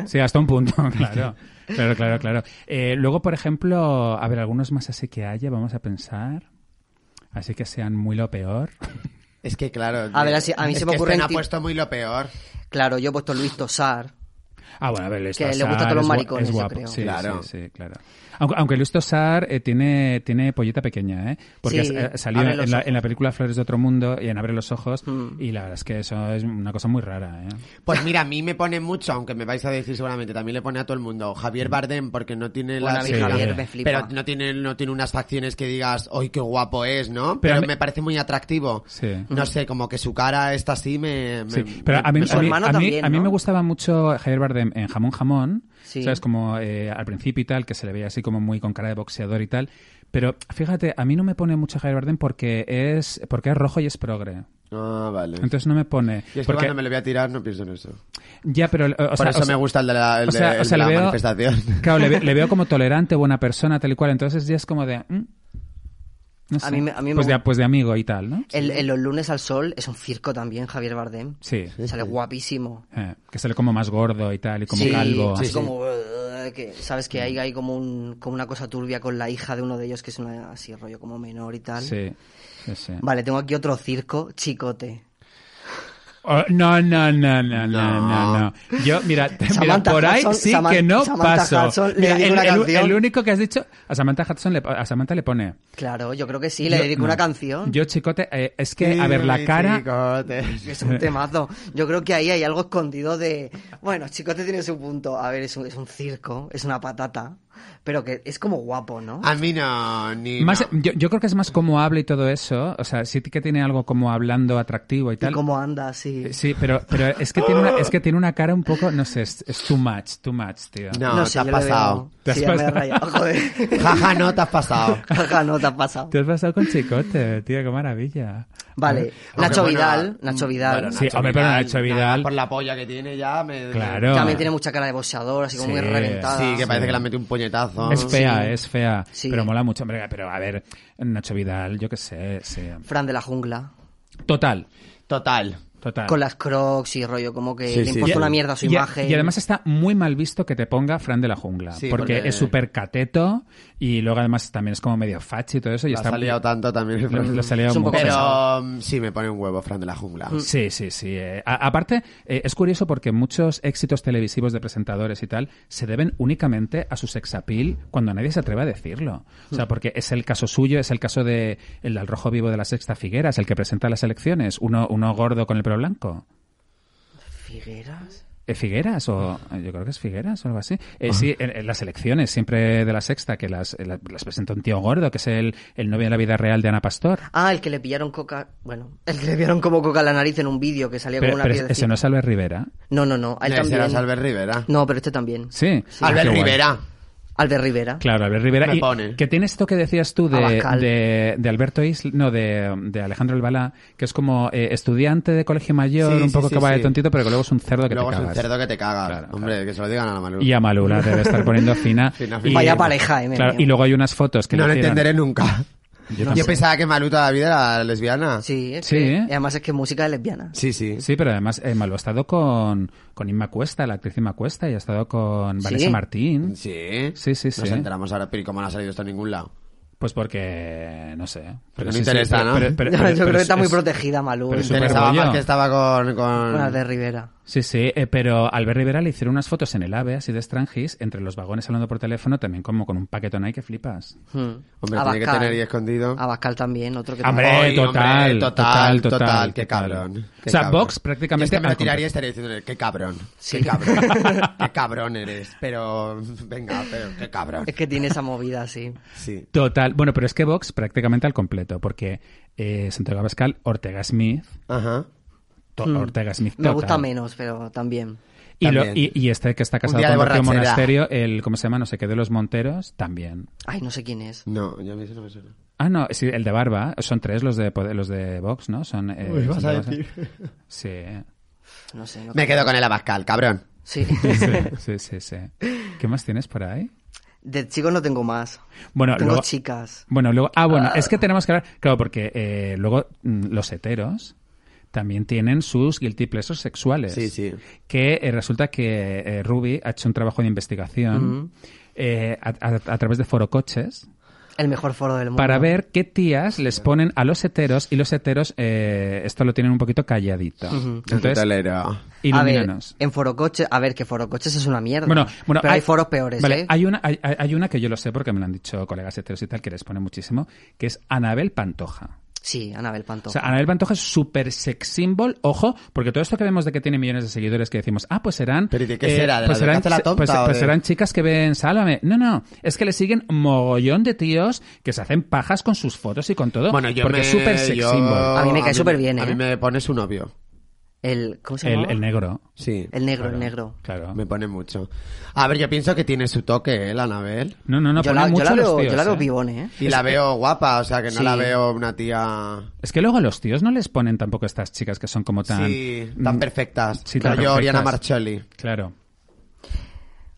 B: sí, hasta un
D: (laughs)
B: punto, claro. Claro, claro, claro. Eh, luego, por ejemplo, a ver, algunos más así que haya, vamos a pensar. Así que sean muy lo peor.
D: Es que claro.
C: A ver, así- a mí
D: es
C: se me
D: que
C: ocurren
D: Sten ha
C: ti-
D: puesto muy lo peor.
C: Claro, yo he puesto Luis Tosar.
B: Ah, bueno, a ver, Luis
C: Que le
B: Tosar
C: gusta a todos los
B: es gua-
C: maricones,
B: Es
C: yo
B: guapo,
C: creo.
B: Sí,
D: Claro.
B: sí, sí, claro. Aunque, aunque Luis Tosar eh, tiene, tiene pollita pequeña, ¿eh? Porque
C: Sí,
B: eh, salió
C: abre los
B: en la,
C: ojos. Mm.
B: en la película Flores de Otro Mundo y en Abre los Ojos, y la verdad es que eso es una cosa muy rara, ¿eh?
D: Pues mira, a mí me pone mucho, aunque me vais a decir seguramente, también le pone a todo el mundo. Javier Bardem, porque no tiene
C: Bueno, a
D: la...
C: mí
B: Sí,
C: Javier
B: sí.
C: me flipa.
D: Pero no tiene, no tiene unas facciones que digas, hoy qué guapo es,
B: Pero
D: ¿no? Pero,
B: a mí-
D: me parece muy atractivo.
B: Sí.
C: Mm.
D: No sé, como que su cara está así, me... me-
B: Sí, pero a mí,
C: Pues su
B: a mí,
C: hermano
B: a mí-
C: también,
B: a mí
C: ¿no?
B: me gustaba mucho Javier Bardem en Jamón Jamón,
C: Sí.
B: ¿sabes? Como eh, al principio y tal, que se le veía así como muy con cara de boxeador y tal. Pero fíjate, a mí no me pone mucho Javier Bardem porque es, porque es rojo y es progre.
D: Ah, vale.
B: Entonces no me pone.
D: y es que
B: porque-
D: cuando me lo voy a tirar no pienso en eso.
B: Ya, pero. o- O
D: Por
B: sea,
D: eso
B: o sea-
D: me gusta el de la, el
B: o sea-
D: de-
B: o
D: el
B: sea, le
D: de la
B: veo-
D: manifestación.
B: (laughs) Claro, le, ve- le veo como tolerante, buena persona, tal y cual. Entonces ya es como de. mm, no
C: A
B: sé.
C: mí me- a mí me
B: pues, de,
C: gu- Eh,
B: pues de amigo y tal, ¿no?
C: El, el Los lunes al sol es un circo también, Javier Bardem.
B: Sí.
C: Sale guapísimo.
B: Eh, que sale como más gordo y tal, y como
C: Sí,
B: calvo.
C: así
B: así.
C: como, eh, que, sabes que hay, hay como, un, como una cosa turbia con la hija de uno de ellos que es una así rollo como menor y tal.
B: Sí, sí, sí.
C: Vale, tengo aquí otro circo, chicote.
B: Oh, no, no, no, no, no, no, no. Yo,
C: (laughs)
B: mira, (laughs) mira,
C: Samantha
B: por ahí
C: Hudson,
B: sí
C: Saman-
B: que no
C: Samantha
B: paso.
C: Hudson, le
B: Mira,
C: dedico
B: el,
C: una
B: el-
C: canción.
B: el único que has dicho, a Samantha Hudson le, a Samantha le pone.
C: Claro, yo creo que sí, le
B: Yo-
C: dedico
B: no.
C: una canción.
B: Yo, chicote, eh, es que, a ver, la
D: Sí,
B: cara.
D: chicote.
C: Es un temazo. Yo creo que ahí hay algo escondido de. Bueno, chicote tiene su punto. A ver, es un, es un circo, es una patata. Pero que es como guapo, ¿no?
D: A mí no, ni.
B: Más,
D: no.
B: yo, yo creo que es más como habla y todo eso. O sea, sí que tiene algo como hablando atractivo y
C: Y
B: tal. Eh,
C: cómo anda, sí.
B: Sí, pero, pero es, que tiene una, es que tiene una cara un poco, no sé, es, es too much, too much, tío.
D: No, te has
C: yo le veo-
D: pasado.
B: Te has
C: Sí, ya me he
B: pasado.
C: rayado, joder.
D: (laughs) Jaja, no te
B: (laughs)
D: has pasado.
C: Jaja, no, te has pasado.
B: Te has pasado con chicote, tío, qué maravilla.
C: Vale, Nacho
D: Aunque, bueno,
C: Vidal, Nacho Vidal.
D: bueno,
B: Sí, hombre, pero Nacho Vidal-
D: nada más Por la polla que tiene ya me.
B: Claro.
C: También tiene mucha cara de boxeador, así como muy
B: Sí.
C: reventada.
D: Sí, que parece
B: Sí.
D: que le han metido un puñetazo.
B: Es fea, es fea.
C: Sí.
B: Pero mola mucho, hombre. Pero a ver, Nacho Vidal, yo qué sé, sí.
C: Fran de la jungla.
B: Total,
D: Total.
B: total.
C: Con las crocs y rollo, como que
D: Sí,
C: le
D: sí,
C: importa
D: sí.
C: una mierda su
B: y,
C: imagen.
B: y además está muy mal visto que te ponga Fran de la Jungla.
D: Sí,
B: porque,
D: porque-
B: es súper cateto y luego además también es como medio fachi y todo eso. Y
D: Lo
B: está
D: ha liado tanto también.
B: lo- lo has liado
C: Es un
B: muy
C: poco
B: pesado.
D: Pero mm, sí, me pone un huevo Fran de la
C: Mm,
D: jungla.
B: Sí, sí, sí. eh. A- aparte, eh, es curioso porque muchos éxitos televisivos de presentadores y tal se deben únicamente a su sexapil cuando nadie se atreve a decirlo. O sea, porque es el caso suyo, es el caso de el del rojo vivo de la sexta Figueras, el que presenta las elecciones, uno, uno gordo con el pelo blanco.
C: Figueras.
B: Eh, Figueras o yo creo que es Figueras o algo así. Eh, sí, en, en las elecciones siempre de la sexta que las, eh, la- las presenta un tío gordo que es el, el novio de la vida real de Ana Pastor.
C: Ah, el que le pillaron coca. Bueno, el que le pillaron como coca en la nariz en un vídeo que salía
B: Pero,
C: con una
B: pero
C: piedra.
B: ese no es Albert Rivera.
C: no, no, no. a él
D: Ese era
C: también.
D: Albert Rivera.
C: No, pero este también.
B: Sí.
D: Albert
B: Ah, qué guay.
D: Rivera.
C: Albert Rivera.
B: Claro, Albert Rivera.
D: Me
B: Y
D: pone.
B: que tiene esto que decías tú de,
C: Abascal.
B: de, de Alberto Isla, no, de, de Alejandro Albalá, que es como eh, estudiante de colegio mayor,
D: Sí,
B: un
D: sí,
B: poco
D: sí,
B: que va de
D: sí.
B: tontito, pero que luego es un cerdo que
D: Luego
B: te
D: es un
B: cagas.
D: cerdo que te caga.
B: Claro,
D: Hombre, que se lo digan a la Manu.
B: Y a Malula debe estar poniendo fina.
D: (laughs) Fina,
B: Y-
D: fina.
C: Vaya pareja, eh, me
B: claro,
C: meo.
B: y luego hay unas fotos que
D: no
B: le
D: lo
B: hicieron-
D: entenderé nunca.
B: Yo
D: Yo,
B: tampoco.
D: pensaba que Maluta David era lesbiana.
C: Sí, es
B: Sí,
C: que-
B: ¿eh?
C: y además es que música es lesbiana.
D: sí. sí.
B: Sí, pero además eh, Malú ha estado con, con Inma Cuesta, la actriz Inma Cuesta, y ha estado con
C: Sí.
B: Vanessa Martín.
D: Sí.
B: Sí, sí,
D: Nos
B: sí.
D: enteramos ahora, pero ¿y cómo no ha salido esto en ningún lado?
B: Pues porque, no sé. Pero
D: no interesa,
B: pero-
D: ¿no?
B: pero- pero-
C: (laughs) Yo
B: pero-
C: creo
B: pero
C: que está
B: es-
C: muy
B: es-
C: protegida Malú.
B: pero
D: Me
B: es súper
D: interesaba
B: rollo.
D: más que estaba con... con...
C: Con Albert Rivera.
B: Sí, sí, eh, pero Albert Rivera le hicieron unas fotos en el AVE, así de estrangis, entre los vagones hablando por teléfono, también como con un paquetón ahí que flipas.
C: Hmm.
D: Hombre, tiene que
C: Abascal.
D: tener ahí escondido.
C: Abascal también, otro que
B: Hombre,
D: Ay,
B: total,
D: hombre,
B: total,
D: total,
B: total,
D: total, qué
B: total.
D: cabrón.
B: O sea, Vox prácticamente
D: Es que me
B: al
D: lo tiraría y
B: completo.
D: estaría diciendo, qué cabrón,
C: Sí.
D: qué
B: (laughs)
D: cabrón, qué cabrón eres, pero venga, pero qué cabrón.
C: Es que tiene esa
B: (laughs)
C: movida así.
D: Sí.
B: Total, bueno, pero es que Vox prácticamente al completo, porque eh, Santiago Abascal, Ortega Smith,
D: Ajá.
B: to- Ortega Smith
C: Me
B: total.
C: gusta menos, pero también.
B: Y, lo-
D: También.
B: y- y este que está casado
D: día
B: con
D: de
B: Rocío
D: borrachera.
B: Monasterio, el, ¿cómo se llama? No sé qué, de los Monteros, también.
C: Ay, no sé quién es.
D: No, ya me eso no me suena.
B: Ah, no, sí, el de barba, son tres los de, Pod- los de Vox, ¿no? Son, eh,
D: Uy, vas a
B: Santiago
D: decir.
B: Abascal. Sí.
C: No sé. no
D: Me
C: creo.
D: quedo con el Abascal, cabrón. (laughs)
C: Sí.
B: sí, sí, sí. ¿Qué más tienes por ahí?
C: De chicos no tengo más.
B: Bueno,
C: tengo
B: luego-
C: chicas.
B: Bueno, luego. Ah, bueno, es que tenemos que hablar. Claro, porque eh, luego mm, los heteros también tienen sus guilty pleasures sexuales.
D: Sí, sí.
B: Que eh, resulta que eh, Ruby ha hecho un trabajo de investigación eh, a, a- a través de forocoches
C: El mejor foro del mundo.
B: para ver qué tías les ponen a los heteros y los heteros eh, esto lo tienen un poquito calladito.
D: Entonces,
B: Entonces,
C: A ver,
B: ilumínanos.
C: en forocoches, a ver, que forocoches es una mierda.
B: Bueno, bueno,
C: pero hay, foros peores,
B: vale,
C: ¿eh?
B: Hay una, hay, hay- hay una que yo lo sé porque me lo han dicho colegas heteros y tal, que les pone muchísimo, que es Anabel Pantoja.
C: Sí, Anabel Pantoja.
B: O sea, Anabel Pantoja es súper sex symbol, ojo, porque todo esto que vemos de que tiene millones de seguidores que decimos, ah, pues serán...
D: Pero ¿y de qué será? ¿De
B: pues
D: la de
B: serán,
D: Caza la Tonta
B: pues-
D: o
B: pues
D: de-
B: serán chicas que ven Sálvame. No, no, es que le siguen mogollón de tíos que se hacen pajas con sus fotos y con todo,
D: Bueno, yo
B: porque
D: me...
B: es súper sex
D: yo-
B: symbol.
C: A mí me cae
D: a
C: súper bien,
D: A
C: ¿eh?
D: mí me pone su novio.
C: El, ¿Cómo se
B: El,
C: llama?
B: el negro.
D: Sí.
C: El negro, el
B: Claro,
C: negro.
B: Claro.
D: Me pone mucho. A ver, yo pienso que tiene su toque, ¿eh, la Anabel?
B: No, no, no,
C: yo,
B: pone
C: la, yo
B: mucho
C: la
B: a los
C: veo, yo
B: tíos,
C: la veo
B: ¿eh?
C: pibón, ¿eh?
D: Y la veo guapa, o sea, que no
C: Sí.
D: la veo una tía...
B: Es que luego a los tíos no les ponen tampoco estas chicas que son como tan...
D: sí, tan
B: mm,
D: perfectas.
B: sí, tan
D: Pero yo, Oriana
B: perfectas. Eh.
D: Marcholi.
B: Claro.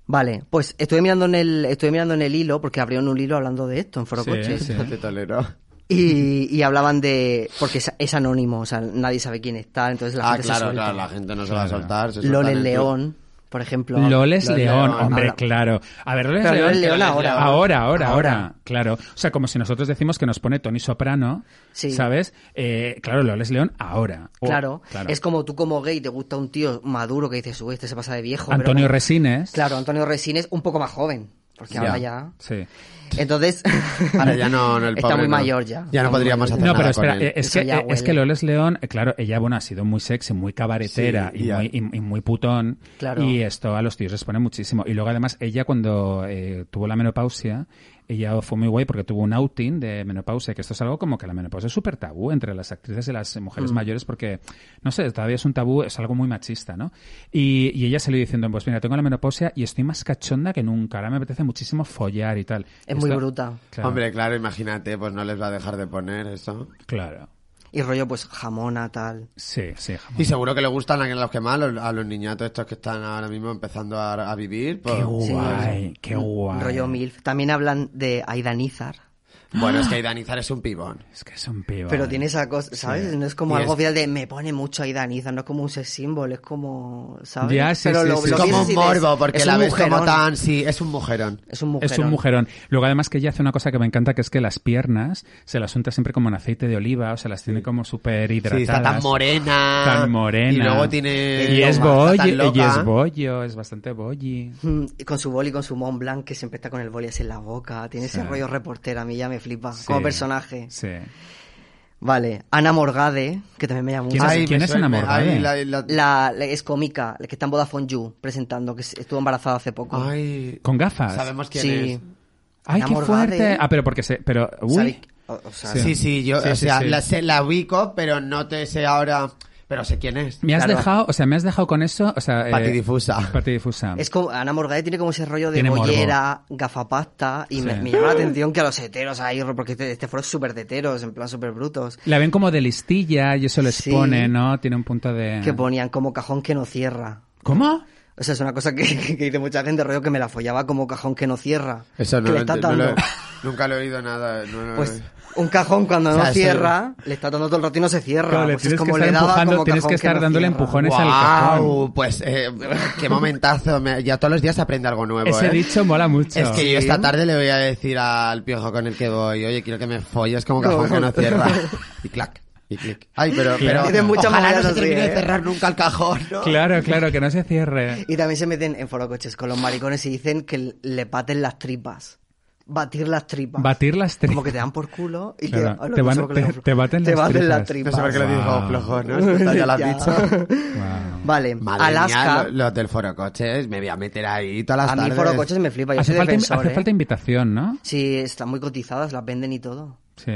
C: Vale, pues estuve mirando en el, estuve mirando en el hilo, porque abrieron un hilo hablando de esto en
B: Sí,
C: Forocoches.
B: sí.
D: Te tolero.
C: Y, y hablaban de. Porque es, es anónimo, o sea, nadie sabe quién está, entonces la
D: Ah,
C: gente se
D: claro,
C: suelta.
D: claro, la gente no se va a
B: Claro.
D: soltar. se sueltan
C: Loles
D: en tu-
C: León, por ejemplo.
B: Loles
D: Loles
B: León,
D: León.
B: hombre,
C: Habla-
B: claro. A ver, Loles
C: Pero
B: León,
C: Loles León ahora.
B: ahora, ahora,
C: Ahora.
B: ahora, claro. O sea, como si nosotros decimos que nos pone Tony Soprano,
C: Sí.
B: ¿sabes? Eh, claro, Loles León ahora. O-
C: Claro. es como tú como gay te gusta un tío maduro que dices, uy, este se pasa de viejo. pero
B: Antonio
C: como-
B: Resines.
C: Claro, Antonio Resines, un poco más joven, porque
D: Ya.
C: ahora ya...
B: Sí.
C: Entonces...
D: (laughs) Ahora ya no, no, el
C: Está
D: pobre
C: muy
D: no.
C: mayor ya.
D: Ya
C: Está
D: no
C: muy
D: podríamos
C: mayor.
D: hacer
B: No,
D: nada
B: pero
D: con
B: espera,
D: él.
B: eh, es
C: Eso
B: que,
C: ya
B: eh, es
C: huele.
B: que Loles León, eh, claro, ella, bueno, ha sido muy sexy, muy cabaretera
D: Sí,
B: y,
D: ya.
B: muy, y- y muy putón.
C: Claro.
B: Y esto a los tíos les pone muchísimo. Y luego, además, ella cuando eh, tuvo la menopausia, ella fue muy guay porque tuvo un outing de menopausia, que esto es algo como que la menopausia es súper tabú entre las actrices y las
C: Mm.
B: mujeres mayores porque, no sé, todavía es un tabú, es algo muy machista, ¿no? Y, y ella salió diciendo, pues mira, tengo la menopausia y estoy más cachonda que nunca. Ahora me apetece muchísimo follar y tal.
C: (laughs) Es
B: Esto-
C: muy bruta.
B: Claro,
D: Hombre, claro, imagínate, pues no les va a dejar de poner eso.
B: Claro.
C: Y rollo, pues, jamona, tal.
B: Sí, sí, jamás.
D: Y seguro que le gustan a los que más, los- a los niñatos estos que están ahora mismo empezando a, a vivir. pues-
B: Qué guay, qué guay.
C: Rollo MILF. También hablan de Aidanizar.
D: Bueno, es que Danizar es un pibón.
B: Es que son pibas.
C: Pero tiene esa cosa, ¿sabes? No es como
D: Y
C: algo
D: es-
C: oficial de me pone mucho Aidanizar, no es como un sex symbol, es como, ¿sabes?
B: Ya, sí,
C: Pero
B: sí,
C: lo,
B: sí,
C: lo
B: sí.
D: como
C: piensas
D: un
C: y dices,
D: morbo, porque
C: es
D: la
C: un
D: ves como
C: mujerón.
D: tan... Sí, es un mujerón.
C: Es un mujerón.
B: Es un mujerón. Luego, además, que ella hace una cosa que me encanta, que es que las piernas se las unta siempre como en aceite de oliva, o sea, las tiene como súper hidratadas.
D: Sí, está tan morena.
B: Tan morena.
D: Y luego tiene...
B: Y es
D: está tan
B: bollo, y
D: loca.
B: es bollo, es bastante bolli.
C: Mm, y Con su boli, con su Mont Blanc, que siempre está con el boli así en la boca. Tiene ese
B: Sí.
C: rollo reportera, a mí ya me flipa.
B: Sí.
C: Como personaje.
B: Sí.
C: Vale. Ana Morgade, que también me llama
B: ¿Quién
C: mucho.
B: es-
D: Ay,
B: quién
D: me
B: es
D: suena-
B: Ana Morgade?
D: ay, la- la-
C: La, la- es cómica, la que está en Vodafone You presentando, que se- estuvo embarazada hace poco.
D: Ay,
B: Con gafas.
D: sabemos quién
C: sí.
B: Ay,
C: Ana
B: qué
C: Morgade.
B: fuerte. Ah, pero porque se. Pero, uy.
C: ¿Sabe- o- o sea,
D: es. Sí, sí, yo,
B: Sí,
D: o
B: sí,
D: sea,
B: sí.
D: La, sé- la ubico, pero no te sé ahora... Pero sé quién es.
B: Me has
C: Claro.
B: dejado, o sea, me has dejado con eso, o sea. eh,
D: Patidifusa.
B: patidifusa.
C: Es como, Ana Morgade tiene como ese rollo de
B: Tiene morbo.
C: bollera, gafapasta, y me,
B: Sí.
C: me llama la atención que a los heteros ahí, porque este, este foro es súper de heteros, en plan súper brutos,
B: La ven como de listilla y eso les
C: Sí.
B: pone, ¿no? Tiene un punto de.
C: que ponían como cajón que no cierra.
B: ¿Cómo?
C: O sea, es una cosa que, (laughs) que, que dice mucha gente, rollo que me la follaba como cajón que no cierra.
D: Eso
C: que
D: no,
C: le
D: lo
C: está
D: enti- no
C: (laughs)
D: lo-
C: dando.
D: Nunca lo he oído nada. no lo-
C: Pues un cajón cuando
D: O sea,
C: no
D: eso-
C: cierra, le está dando todo el rato y no se cierra.
B: Claro, le
C: Pues es
B: tienes que
C: como
B: estar
C: le daba
B: empujando,
C: como
B: tienes
C: cajón
B: que estar
C: no
B: dándole
C: cierra.
B: empujones. al
D: ¡Guau!
B: cajón.
D: Pues eh, qué momentazo. Me- ya todos los días se aprende algo nuevo.
B: Ese
D: ¿eh?
B: dicho mola mucho.
D: Es que yo esta tarde le voy a decir al piojo con el que voy, oye, quiero que me folles como cajón que no
C: (laughs)
D: cierra. Y clac, y clic. Ay, pero,
B: Claro.
D: pero
B: Tiene
C: mucha
D: ojalá
C: manera
D: no se
C: de
D: termine de
C: sonreír, ¿eh?
D: cerrar nunca el cajón, ¿no?
B: Claro, claro, que no se cierre.
C: Y también se meten en forocoches con los maricones y dicen que le paten las tripas. Batir las tripas.
B: Batir las tripas.
C: Como que te dan por culo y
B: Claro,
C: te, ay, lo
B: te van-
C: que se me ocurre,
B: te- te baten
C: te
B: las
C: baten las
B: tripas.
C: tripas.
D: No sé por qué lo digo
B: Wow.
D: flojo, ¿no?
C: (laughs)
D: Esto (laughs) ya lo has
C: Ya.
D: dicho.
B: Wow.
C: Vale,
D: Madre
C: Alaska.
D: mía, lo- los del forocoches, me voy a meter ahí todas las
C: a mí
D: tardes.
C: forocoches me flipa. Yo
B: Hace,
C: soy
B: falta,
C: defensor.
B: hace
C: ¿eh?
B: falta invitación, ¿no?
C: Sí, están muy cotizadas, las venden y todo.
B: Sí.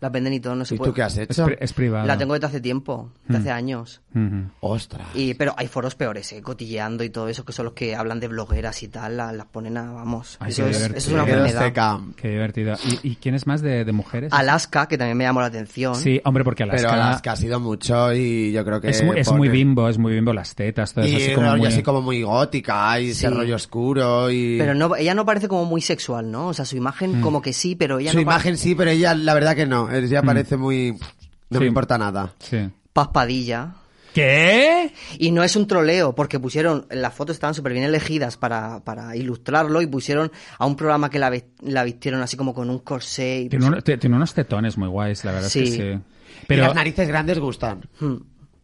C: Las venden y todo, no se
D: ¿Y
C: puede.
D: tú qué has
B: Es,
D: hecho?
B: pri- es privado.
C: La tengo desde hace tiempo,
B: Hmm.
C: desde hace años.
B: Ujú.
D: Ostras.
C: Y, pero hay foros peores, ¿eh? cotilleando y todo eso, que son los que hablan de blogueras y tal, la- las, ponen a, vamos,
B: Ay,
C: eso,
B: qué
C: es, eso
B: divertido.
C: es una
B: Qué
D: Quedo
C: enfermedad.
D: seca.
B: Qué divertido. ¿Y, y quién es más de, de mujeres?
C: Alaska, que también me llamó la atención.
B: Sí, hombre, porque Alaska,
D: Pero Alaska ha sido mucho y yo creo que...
B: es, muy- es muy
D: pone-
B: bimbo, es muy bimbo las tetas, todo eso.
D: Y
B: Así
D: rollo
B: como muy-
D: gótica, y ese
C: Sí.
D: rollo oscuro y...
C: Pero no, ella no parece como muy sexual, ¿no? O sea, su imagen como que sí, pero ella
D: Su
C: no... pa-
D: imagen sí, pero ella la verdad que no. Ella parece muy... No
B: Mm. Sí.
D: me importa nada.
B: Sí.
C: Paz Padilla.
B: ¿Qué?
C: Y no es un troleo, porque pusieron, las fotos estaban súper bien elegidas para, para ilustrarlo y pusieron a un programa que la, ves- la vistieron así como con un corsé. Y
B: Tiene, uno- te- tiene unos tetones muy guays, la verdad es
C: Sí.
B: que sí.
D: Y
B: Pero,
D: las narices grandes gustan.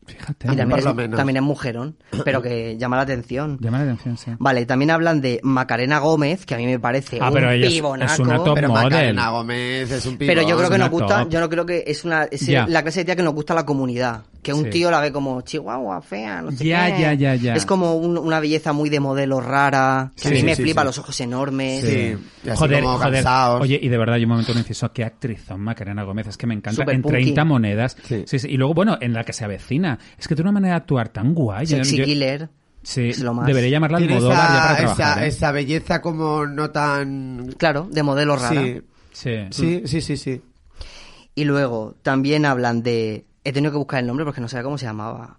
B: fíjate,
C: y también,
D: por
C: es,
D: lo menos.
C: también es mujerón, pero que llama la atención.
B: llama la atención, sí.
C: Vale, también hablan de Macarena Gómez, que a mí me parece
B: Ah,
C: un
B: pero ella es-
C: pibonaco.
B: es una top
D: Pero
B: Model.
D: Macarena Gómez es un pibe.
C: pero yo creo que
B: una
C: nos gusta,
B: top.
C: yo no creo que es una es
B: Ya.
C: la clase de tía que nos gusta a la comunidad, que un
B: Sí.
C: tío la ve como chihuahua, fea, no sé
B: Ya,
C: qué.
B: ya, ya, ya.
C: Es como un- una belleza muy de modelo rara, que a
D: Sí,
C: mí me
D: sí,
C: flipa
D: sí.
C: los ojos enormes.
D: Sí, y así como cansados.
B: Oye, y de verdad, yo un momento un inciso, qué actrizón Macarena Gómez, es que me encanta.
C: Súper
B: en
C: punky.
B: 30 monedas. Sí.
D: Sí.
B: sí, Y luego, bueno, en la que se avecina, es que tiene una manera de actuar tan guay. Yo-
C: Sexy
B: yo-
C: Killer.
B: sí,
C: es lo más.
B: debería llamarla
D: Tiene
B: Almodóvar
D: esa,
B: ya para
D: esa-
B: trabajar. ¿eh?
D: esa belleza como no tan... Mm.
C: Claro, de modelo rara.
D: Sí,
B: Sí.
D: sí, sí, sí, sí.
C: Y luego también hablan de. He tenido que buscar el nombre porque no sabía cómo se llamaba.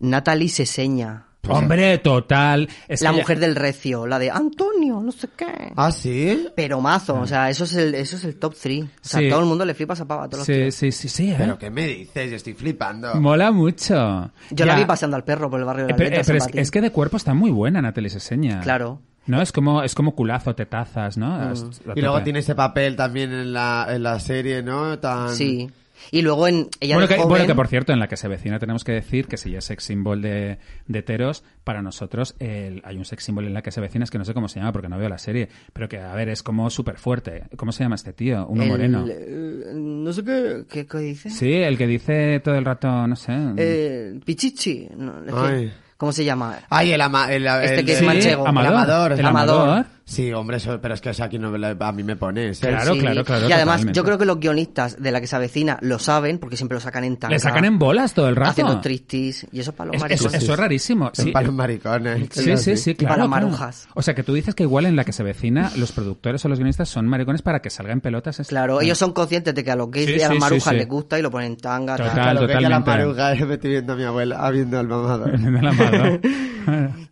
C: Natalie Seseña.
B: Hombre, total. Es
C: la
B: que ya-
C: mujer del recio, la de Antonio, no sé qué.
D: ¿Ah,
B: ¿Eh?
D: sí?
C: Pero mazo, o sea, eso es el, eso es el top 3. O sea,
B: Ah. Sí.
C: todo el mundo le flipa esa pava. a todos los
B: Sí,
C: tíos.
B: sí, sí, sí. ¿eh?
D: ¿Pero qué me dices? Yo estoy flipando.
B: Mola mucho.
C: Yo la
B: Ya.
C: vi paseando al perro por el barrio de
B: Eh,
C: la
B: pero,
C: Letra,
B: eh, pero es,
C: San Martín.
B: es que de cuerpo está muy buena Natalie Seseña.
C: Claro.
B: No, es como, es como culazo, tetazas, ¿no? A- a
D: Y luego
B: tope.
D: tiene ese papel también en la, en la serie, ¿no? Tan...
C: Sí. Y luego en ella
B: Bueno
C: de
B: que,
C: joven-
B: bueno, que por cierto, en la que se vecina tenemos que decir que si ya es sex symbol de, de heteros, para nosotros el- hay un sex symbol en la que se vecina, es que no sé cómo se llama porque no veo la serie, pero que, a ver, es como súper fuerte. ¿Cómo se llama este tío? Uno
C: el-
B: moreno.
C: eh, no sé qué, qué, qué dice.
B: Sí, el que dice todo el rato, no sé.
C: Eh, Pichichi. no, es que-
D: Ay.
C: ¿Cómo se llama?
D: Ay, el, ama, el,
C: Este
D: el-
C: que es
D: el-
C: manchego.
B: Amador.
D: El amador.
B: El
C: Amador.
B: Amador.
D: Sí, hombre, eso- pero es que eso aquí no, me la- a mí me pones. ¿eh?
B: Claro, claro, claro,
C: Y además,
B: totalmente.
C: yo creo que los guionistas de la que se avecina lo saben, porque siempre lo sacan en tanga.
B: Le sacan en bolas todo el rato.
C: Haciendo tristis. Y eso es para los
B: Es-
C: maricones.
B: Eso, eso es rarísimo.
D: Son
B: Sí,
D: para los maricones.
B: Sí, sí, sí, claro.
C: para
B: claro.
C: marujas.
B: O sea, que tú dices que igual en la que se vecina, los productores o los guionistas son maricones para que salgan pelotas. es- (laughs)
C: Claro, ellos son conscientes de que a los gays
B: Sí,
C: y a las
B: sí, sí,
C: marujas
B: sí.
C: les gusta y lo ponen en tanga. tal.
B: Total,
D: Claro, que ya las
B: totalmente.
D: marugas, eh, me estoy viendo a mi abuela, ah, viendo
B: (laughs)
D: al mamador.
B: Me la
C: (laughs)
B: mando.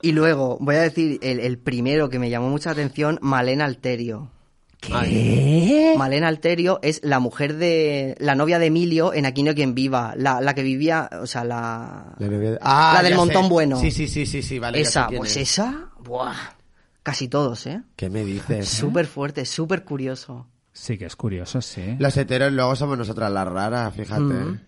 C: Y luego, voy a decir el, el primero que me llamó mucha atención, Malena Alterio. ¿Qué? Malena Alterio es la mujer de... La novia de Emilio en Aquí no hay quien viva. La, la que vivía... O sea, la...
D: La, novia de- Ah,
C: La del
D: ya
C: montón bueno.
D: Sí, sí, sí, sí, sí, vale. ya sé
C: esa,
D: quién
C: pues
D: es.
C: esa... Buah. Casi todos, ¿eh?
D: ¿Qué me dices?
C: Súper fuerte, súper curioso.
B: Sí, que es curioso, sí.
D: Los heteros luego somos nosotras las raras, fíjate.
C: Mm.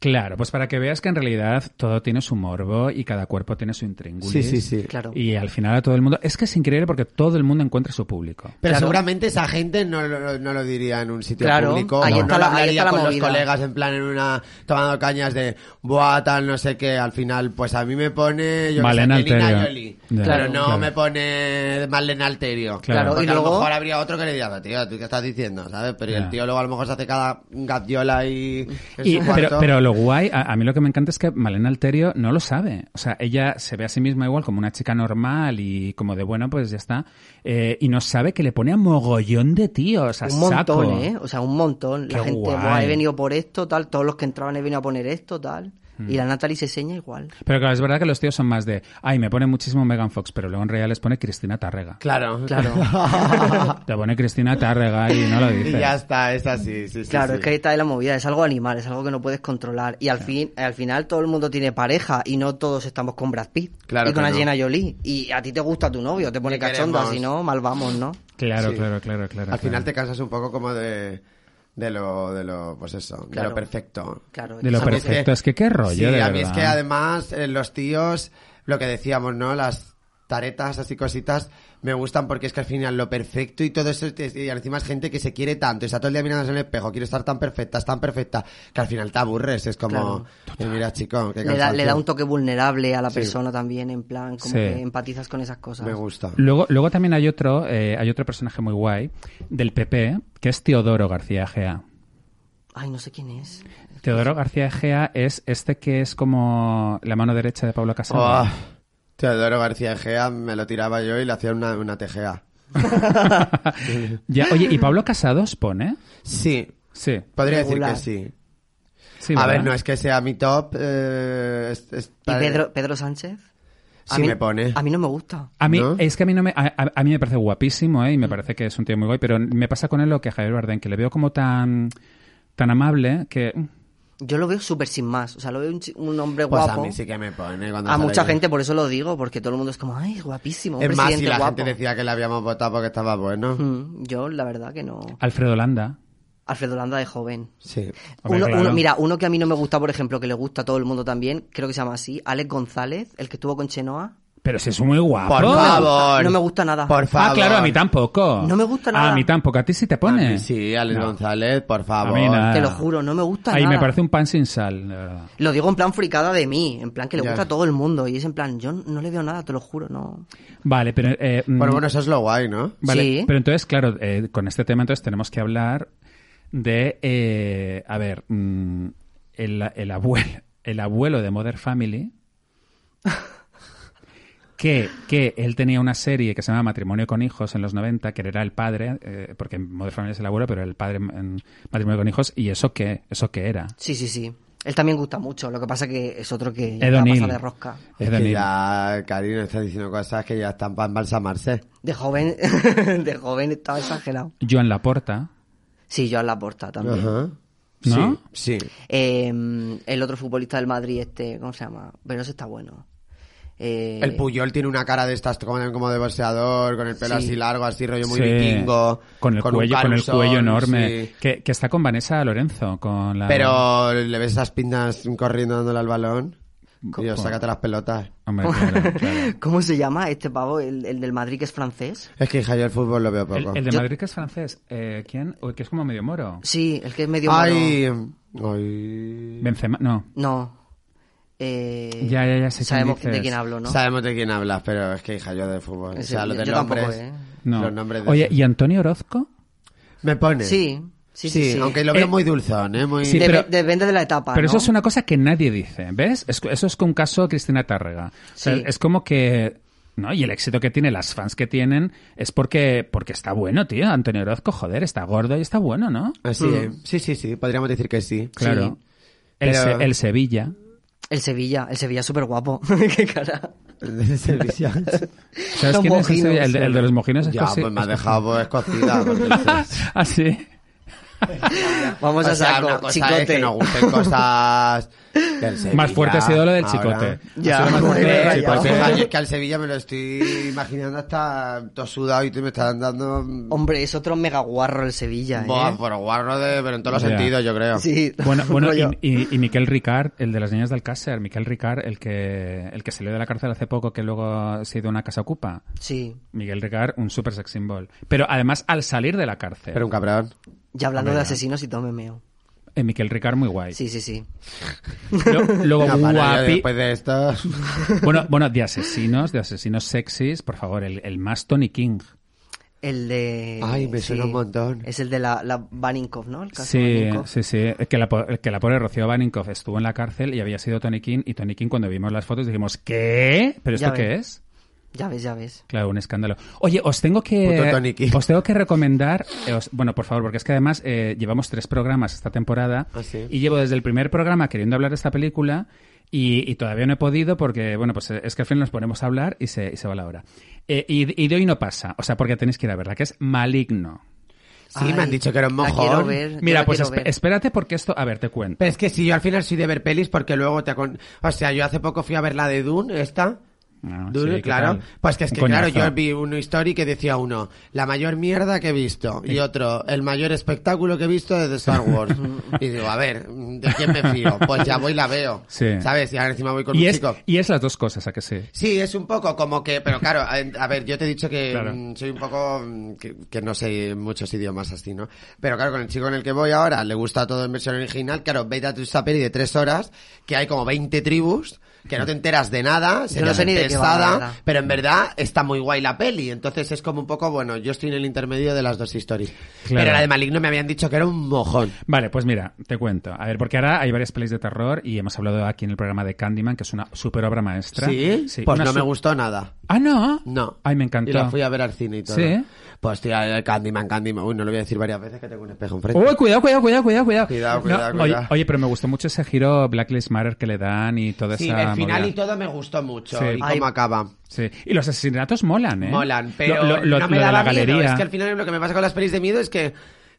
B: Claro, pues para que veas que en realidad todo tiene su morbo y cada cuerpo tiene su intríngulis.
D: Sí, sí, sí.
C: Claro.
B: Y al final a todo el mundo... Es que es increíble porque todo el mundo encuentra su público.
D: Pero
C: Claro.
D: seguramente esa gente no, lo- no lo diría en un sitio
C: Claro,
D: público.
C: ahí
D: o
C: está la-
D: no lo
C: ahí
D: hablaría
C: está la
D: con
C: movida.
D: los colegas en plan en una tomando cañas de buah, tal, no sé qué. Al final, pues a mí me pone yo
B: Malena
D: que sé, Nina
B: Alterio.
D: Jolie.
B: Ya.
D: Pero
B: Claro,
D: no
B: claro.
D: me pone Malena Alterio.
B: Claro.
D: Porque
C: Y
D: a
C: luego-
D: lo mejor habría otro que le diga, tío, ¿tú qué estás diciendo? ¿Sabes? Pero y
B: Ya.
D: el tío luego a lo mejor se hace cada gaviola y en
B: Y-
D: su cuarto.
B: pero, pero lo guay, a, a mí lo que me encanta es que Malena Alterio no lo sabe. O sea, ella se ve a sí misma igual como una chica normal y como de bueno, pues ya está. Eh, y no sabe que le pone a mogollón de tíos, a
C: Un montón,
B: saco.
C: ¿eh? O sea, un montón. La
B: Qué
C: gente,
B: guay.
C: "Buah, he venido por esto, tal. Todos los que entraban he venido a poner esto, tal. Y la Natalie se seña igual.
B: Pero claro, es verdad que los tíos son más de, ay, me pone muchísimo Megan Fox, pero luego en realidad les pone Cristina Tárrega.
D: Claro,
C: Claro.
B: Te pone Cristina Tárrega y no
C: (laughs)
B: lo
D: (laughs) y
B: dice.
D: ya está, es así. Sí, sí,
C: Claro,
D: sí.
C: es que ahí está la movida, es algo animal, es algo que no puedes controlar. Y al fin, al final todo el mundo tiene pareja y no todos estamos con Brad Pitt
D: Claro
C: y con
D: que no.
C: Angelina Jolie. Y a ti te gusta tu novio, te pone
D: Y
C: cachonda,
D: queremos.
C: si no, mal vamos, ¿no?
B: Claro,
D: Sí.
B: claro, claro, claro.
D: Al final te
B: claro.
D: cansas un poco como de, de lo, de lo, pues eso, de
C: Claro.
D: lo perfecto.
C: Claro.
B: De lo
C: es algo
D: Porque
C: que-
B: perfecto, es que qué rollo,
D: Sí,
B: de
D: a mí es
B: verdad.
D: que además eh, los tíos, lo que decíamos, ¿no? Las taretas, así cositas, me gustan porque es que al final lo perfecto y todo eso, es- y encima es gente que se quiere tanto, y está todo el día mirándose en el espejo, quiere estar tan perfecta, es tan perfecta, que al final te aburres, es como, eh, mira chico, qué
C: le da, le da
D: cansancio.
C: un toque vulnerable a la persona también, en plan, como
B: Sí.
C: que empatizas con esas cosas.
D: Me gusta.
B: Luego, luego también hay otro, eh, hay otro personaje muy guay del PP, que es Teodoro García Egea.
C: Ay, no sé quién es.
B: Teodoro García Egea es este que es como la mano derecha de Pablo Casado.
D: Oh, Teodoro García Egea me lo tiraba yo y le hacía una, una tejea.
B: Ya, oye, ¿y Pablo Casado os pone?
D: Sí,
B: Sí.
D: podría
C: Regular.
D: decir que sí.
B: sí
D: a
B: ¿verdad?
D: ver, no es que sea mi top. eh, es- es-
C: ¿Y Pedro, Pedro Sánchez? A
D: Sí
C: mí-
D: me pone.
C: A mí no me gusta.
B: A mí,
D: ¿no?
B: es que a mí, no me, a, a- a mí me parece guapísimo, ¿eh? Y me parece que es un tío muy guay, pero me pasa con él lo que a Javier Bardem, que le veo como tan, tan amable que... mm,
C: Yo lo veo súper sin más. O sea, lo veo un, chi- un hombre
D: Pues
C: guapo.
D: a mí sí que me pone. Cuando
C: A
D: sale
C: mucha
D: ahí.
C: gente, por eso lo digo, porque todo el mundo es como, ay, guapísimo. Un
D: Es más, si
C: presidente
D: la
C: guapo.
D: gente decía que le habíamos votado porque estaba bueno.
C: Mm, Yo, la verdad, que no.
B: Alfredo Landa.
C: Alfredo Landa de joven.
D: Sí.
B: Hombre,
C: Uno-
B: claro.
C: uno- mira, uno que a mí no me gusta, por ejemplo, que le gusta a todo el mundo también, creo que se llama así, Alex González, el que estuvo con Chenoa.
B: Pero si es muy guapo.
D: Por
C: No me gusta,
D: favor.
C: no me gusta nada.
D: Por favor.
B: Ah, claro, a mí tampoco. Ah,
C: No me gusta nada.
B: A mí tampoco. A ti sí te
D: A
B: pone.
D: mí sí, Alex
B: No.
D: González, por favor.
B: A mí nada.
C: Te lo juro, no me gusta
B: Ah. Ahí
C: nada.
B: me parece un pan sin sal, de verdad.
C: Lo digo en plan fricada de mí, en plan que le
D: Ya.
C: gusta a todo el mundo. Y es en plan, yo no le veo nada, te lo juro, no.
B: Vale, pero... eh, mm,
D: Pero bueno, eso es lo guay, ¿no?
B: Vale,
C: Sí.
B: pero entonces, claro, eh, con este tema entonces tenemos que hablar de, eh, a ver, mm, el, el abuelo, el abuelo de Mother Family, que, que él tenía una serie que se llama Matrimonio con Hijos en los 90, que él era el padre, eh, porque Mother Family es el abuelo, pero el padre en Matrimonio con Hijos, y eso que, eso que era.
C: Sí, sí, sí. Él también gusta mucho, lo que pasa que es otro que
B: Ed
C: ya pasa
B: O'Neill.
C: de rosca.
B: Ed
D: Es que
B: O'Neill.
D: ya, Karina, está diciendo cosas que ya están para embalsamarse.
C: De joven, de joven (laughs) estaba exagerado.
B: Joan Laporta,
C: Sí, yo a la porta también.
D: Ajá.
B: ¿No?
D: Sí, sí.
C: Eh, el otro futbolista del Madrid, este, ¿cómo se llama? Pero ese está bueno. Eh,
D: El Puyol tiene una cara de estas como, como de boxeador, con el pelo
C: Sí.
D: así largo, así rollo muy
B: Sí.
D: vikingo.
B: con el
D: un
B: cuello, con el
D: calzón,
B: cuello enorme,
D: sí.
B: que, que está con Vanessa Lorenzo, con la...
D: Pero le ves esas pintas corriendo dándole al balón.
B: Co-
D: Dios,
B: co-
D: sácate las pelotas.
B: Hombre, claro, claro.
C: (laughs) ¿Cómo se llama este pavo? El, el del Madrid que es francés.
D: Es que hija, yo el fútbol lo veo
B: El,
D: (laughs) poco.
B: el de Madrid que es francés, eh, ¿quién? Uy, que es como medio moro.
C: Sí, el que es medio
D: Ay, ay.
B: Benzema, no.
C: malo. No. Eh,
B: Ya, ya, ya sé quién
C: Sabemos
B: dices.
C: de quién hablo, ¿no?
D: Sabemos de quién hablas, pero es que hija, yo de fútbol. O
C: Ese-
D: sea, lo de
C: yo tampoco,
D: nombres.
C: ¿eh?
B: no.
D: Los nombres de
B: Oye, ¿y Antonio Orozco?
D: Me pone.
C: Sí, sí, sí. sí.
D: aunque lo veo
B: Eh,
D: muy dulzón, ¿eh? Muy...
B: sí,
C: Dep-
B: pero-
C: Depende de la etapa.
B: Pero
C: ¿no?
B: eso es una cosa que nadie dice, ¿ves? Es- eso es un caso Cristina Tárrega. O sea,
C: Sí.
B: Es como que... ¿no? Y el éxito que tiene, las fans que tienen, es porque, porque está bueno, tío. Antonio Orozco, joder, está gordo y está bueno, ¿no?
D: Así, ¿eh? Sí, sí, sí, podríamos decir que sí.
B: Mm.
D: (laughs)
B: Claro. El,
D: Pero-
B: Se- el Sevilla.
C: El Sevilla, el Sevilla es súper guapo. (laughs) Qué cara.
D: De servicios.
B: ¿Sabes
C: Los
B: quién es el
C: mojinos.
B: Sevilla? El, de- el de los mojines es
D: ya,
B: cosi-
D: pues me ha
B: es-
D: dejado pues, (laughs) escocida. porque dices,
B: (laughs) Ah, sí.
C: Vamos
D: o
C: a
D: sea,
C: saco,
D: una cosa
C: chicote.
D: es que nos gusten cosas del (laughs) Sevilla,
B: Más fuerte ha sido lo del
D: ahora.
B: chicote.
C: Ya,
B: Ha sido más fuerte lo del
C: ya, ya.
D: Pues
B: chicote.
D: hija, yo es que al Sevilla me lo estoy imaginando hasta todo sudado y tú me estás dando...
C: Hombre, es otro mega guarro el Sevilla, ¿eh?
D: Boa, por guarro de... Pero en todos los
B: Ya.
D: sentidos, yo creo.
C: Sí. (laughs)
D: (laughs)
B: Bueno, bueno y,
C: rollo.
B: y- y Miquel Ricard, el de las niñas de Alcácer, Miquel Ricard, el que, el que salió de la cárcel hace poco, que luego se ha ido a una casa ocupa.
C: Sí.
B: Miguel Ricard, un super sex symbol. Pero además, al salir de la cárcel,
D: Pero un cabrón.
C: Ya hablando de asesinos y todo me meo.
B: eh, Miquel Ricard muy guay.
C: Sí, sí, sí.
B: Lo-
D: (laughs)
B: luego,
D: Una parada
B: guapi.
D: Después
C: (laughs)
D: de esto...
B: (laughs) Bueno, bueno, de asesinos, de asesinos sexys, por favor, el, el más Tony King.
C: El de...
D: Ay, me suena
C: sí.
D: un montón.
C: Es el de la, la Vaninkov, ¿no? El caso
B: Sí,
C: Vaninkov.
B: sí, sí. Que la, po- que la pobre Rocío Baninkoff estuvo en la cárcel y había sido Tony King. Y Tony King, cuando vimos las fotos, dijimos, ¿qué? ¿Pero esto
C: Ya
B: qué
C: ves.
B: es?
C: Ya ves, ya ves.
B: Claro, un escándalo. Oye, os tengo que
D: Puto Tony King.
B: os tengo que recomendar, eh, os- bueno, por favor, porque es que además eh, llevamos tres programas esta temporada
D: Ah, sí.
B: y llevo desde el primer programa queriendo hablar de esta película y, y todavía no he podido porque, bueno, pues eh, es que al final nos ponemos a hablar y se, y se va la hora. Eh, y, y de hoy no pasa, o sea, porque tenéis que ir a verla, que es maligno.
D: Sí, me han dicho que era un
C: la
D: mojón.
C: quiero ver. yo
B: Mira,
C: la
B: pues
C: quiero
B: espe-
C: ver.
B: espérate porque esto, a ver, te cuento.
D: Pero es que si yo al final soy de ver pelis porque luego te... acon- O sea, yo hace poco fui a ver la de Dune, esta.
B: Ah,
D: Dune,
B: sí, ¿qué
D: claro.
B: tal?
D: Pues que es
B: Un
D: que, claro,
B: coñazo.
D: yo vi una historia que decía uno, la mayor mierda que he visto, y otro, el mayor espectáculo que he visto
B: (laughs)
D: desde Star Wars. y digo, a ver, ¿de quién me fío? Pues ya voy y la veo.
B: Sí.
D: ¿Sabes? Y ahora encima voy con
B: Y
D: un
B: es,
D: chico.
B: y es las dos cosas, ¿a que sí?
D: Sí, es un poco como que, pero claro, a a ver, yo te he dicho que
B: Claro.
D: mm, soy un poco mm, que, que no sé muchos idiomas así, ¿no? Pero claro, con el chico en el que voy ahora, le gusta todo en versión original, claro, vete a tu saperi de tres horas, que hay como 20 tribus, que no te enteras de nada, se
C: Yo no
D: nos
C: sé ni de qué va, la
D: pesada,
C: verdad.
D: pero en verdad está muy guay la peli, entonces es como un poco, bueno, yo estoy en el intermedio de las dos historias.
B: Claro.
D: Pero la de Maligno me habían dicho que era un mojón.
B: Vale, pues mira, te cuento. A ver, porque ahora hay varias pelis de terror y hemos hablado aquí en el programa de Candyman, que es una super obra maestra.
D: ¿Sí? Pues
B: una
D: no me
B: su-
D: gustó nada.
B: Ah, no.
D: No.
B: Ay, me encantó.
D: Y la fui a ver al cine y todo.
B: ¿Sí?
D: Pues tía, el Candyman, Candyman. Uy, no lo voy a decir varias veces que tengo un espejo enfrente.
B: Uy, cuidado, cuidado, cuidado, cuidado, cuidado.
D: Cuidado, cuidado,
B: oye,
D: cuidado.
B: oye, pero me gustó mucho ese giro Black Lives Matter que le dan y toda
D: sí,
B: esa
D: el final
B: movida.
D: y todo me gustó mucho.
B: Sí.
D: Y cómo
C: Ay.
D: acaba.
B: Sí. Y los asesinatos molan, ¿eh?
D: Molan, pero
B: Lo- lo- lo-
D: no me
B: lo de
D: daba
B: la galería.
D: miedo. Es que al final lo que me pasa con las pelis de miedo es que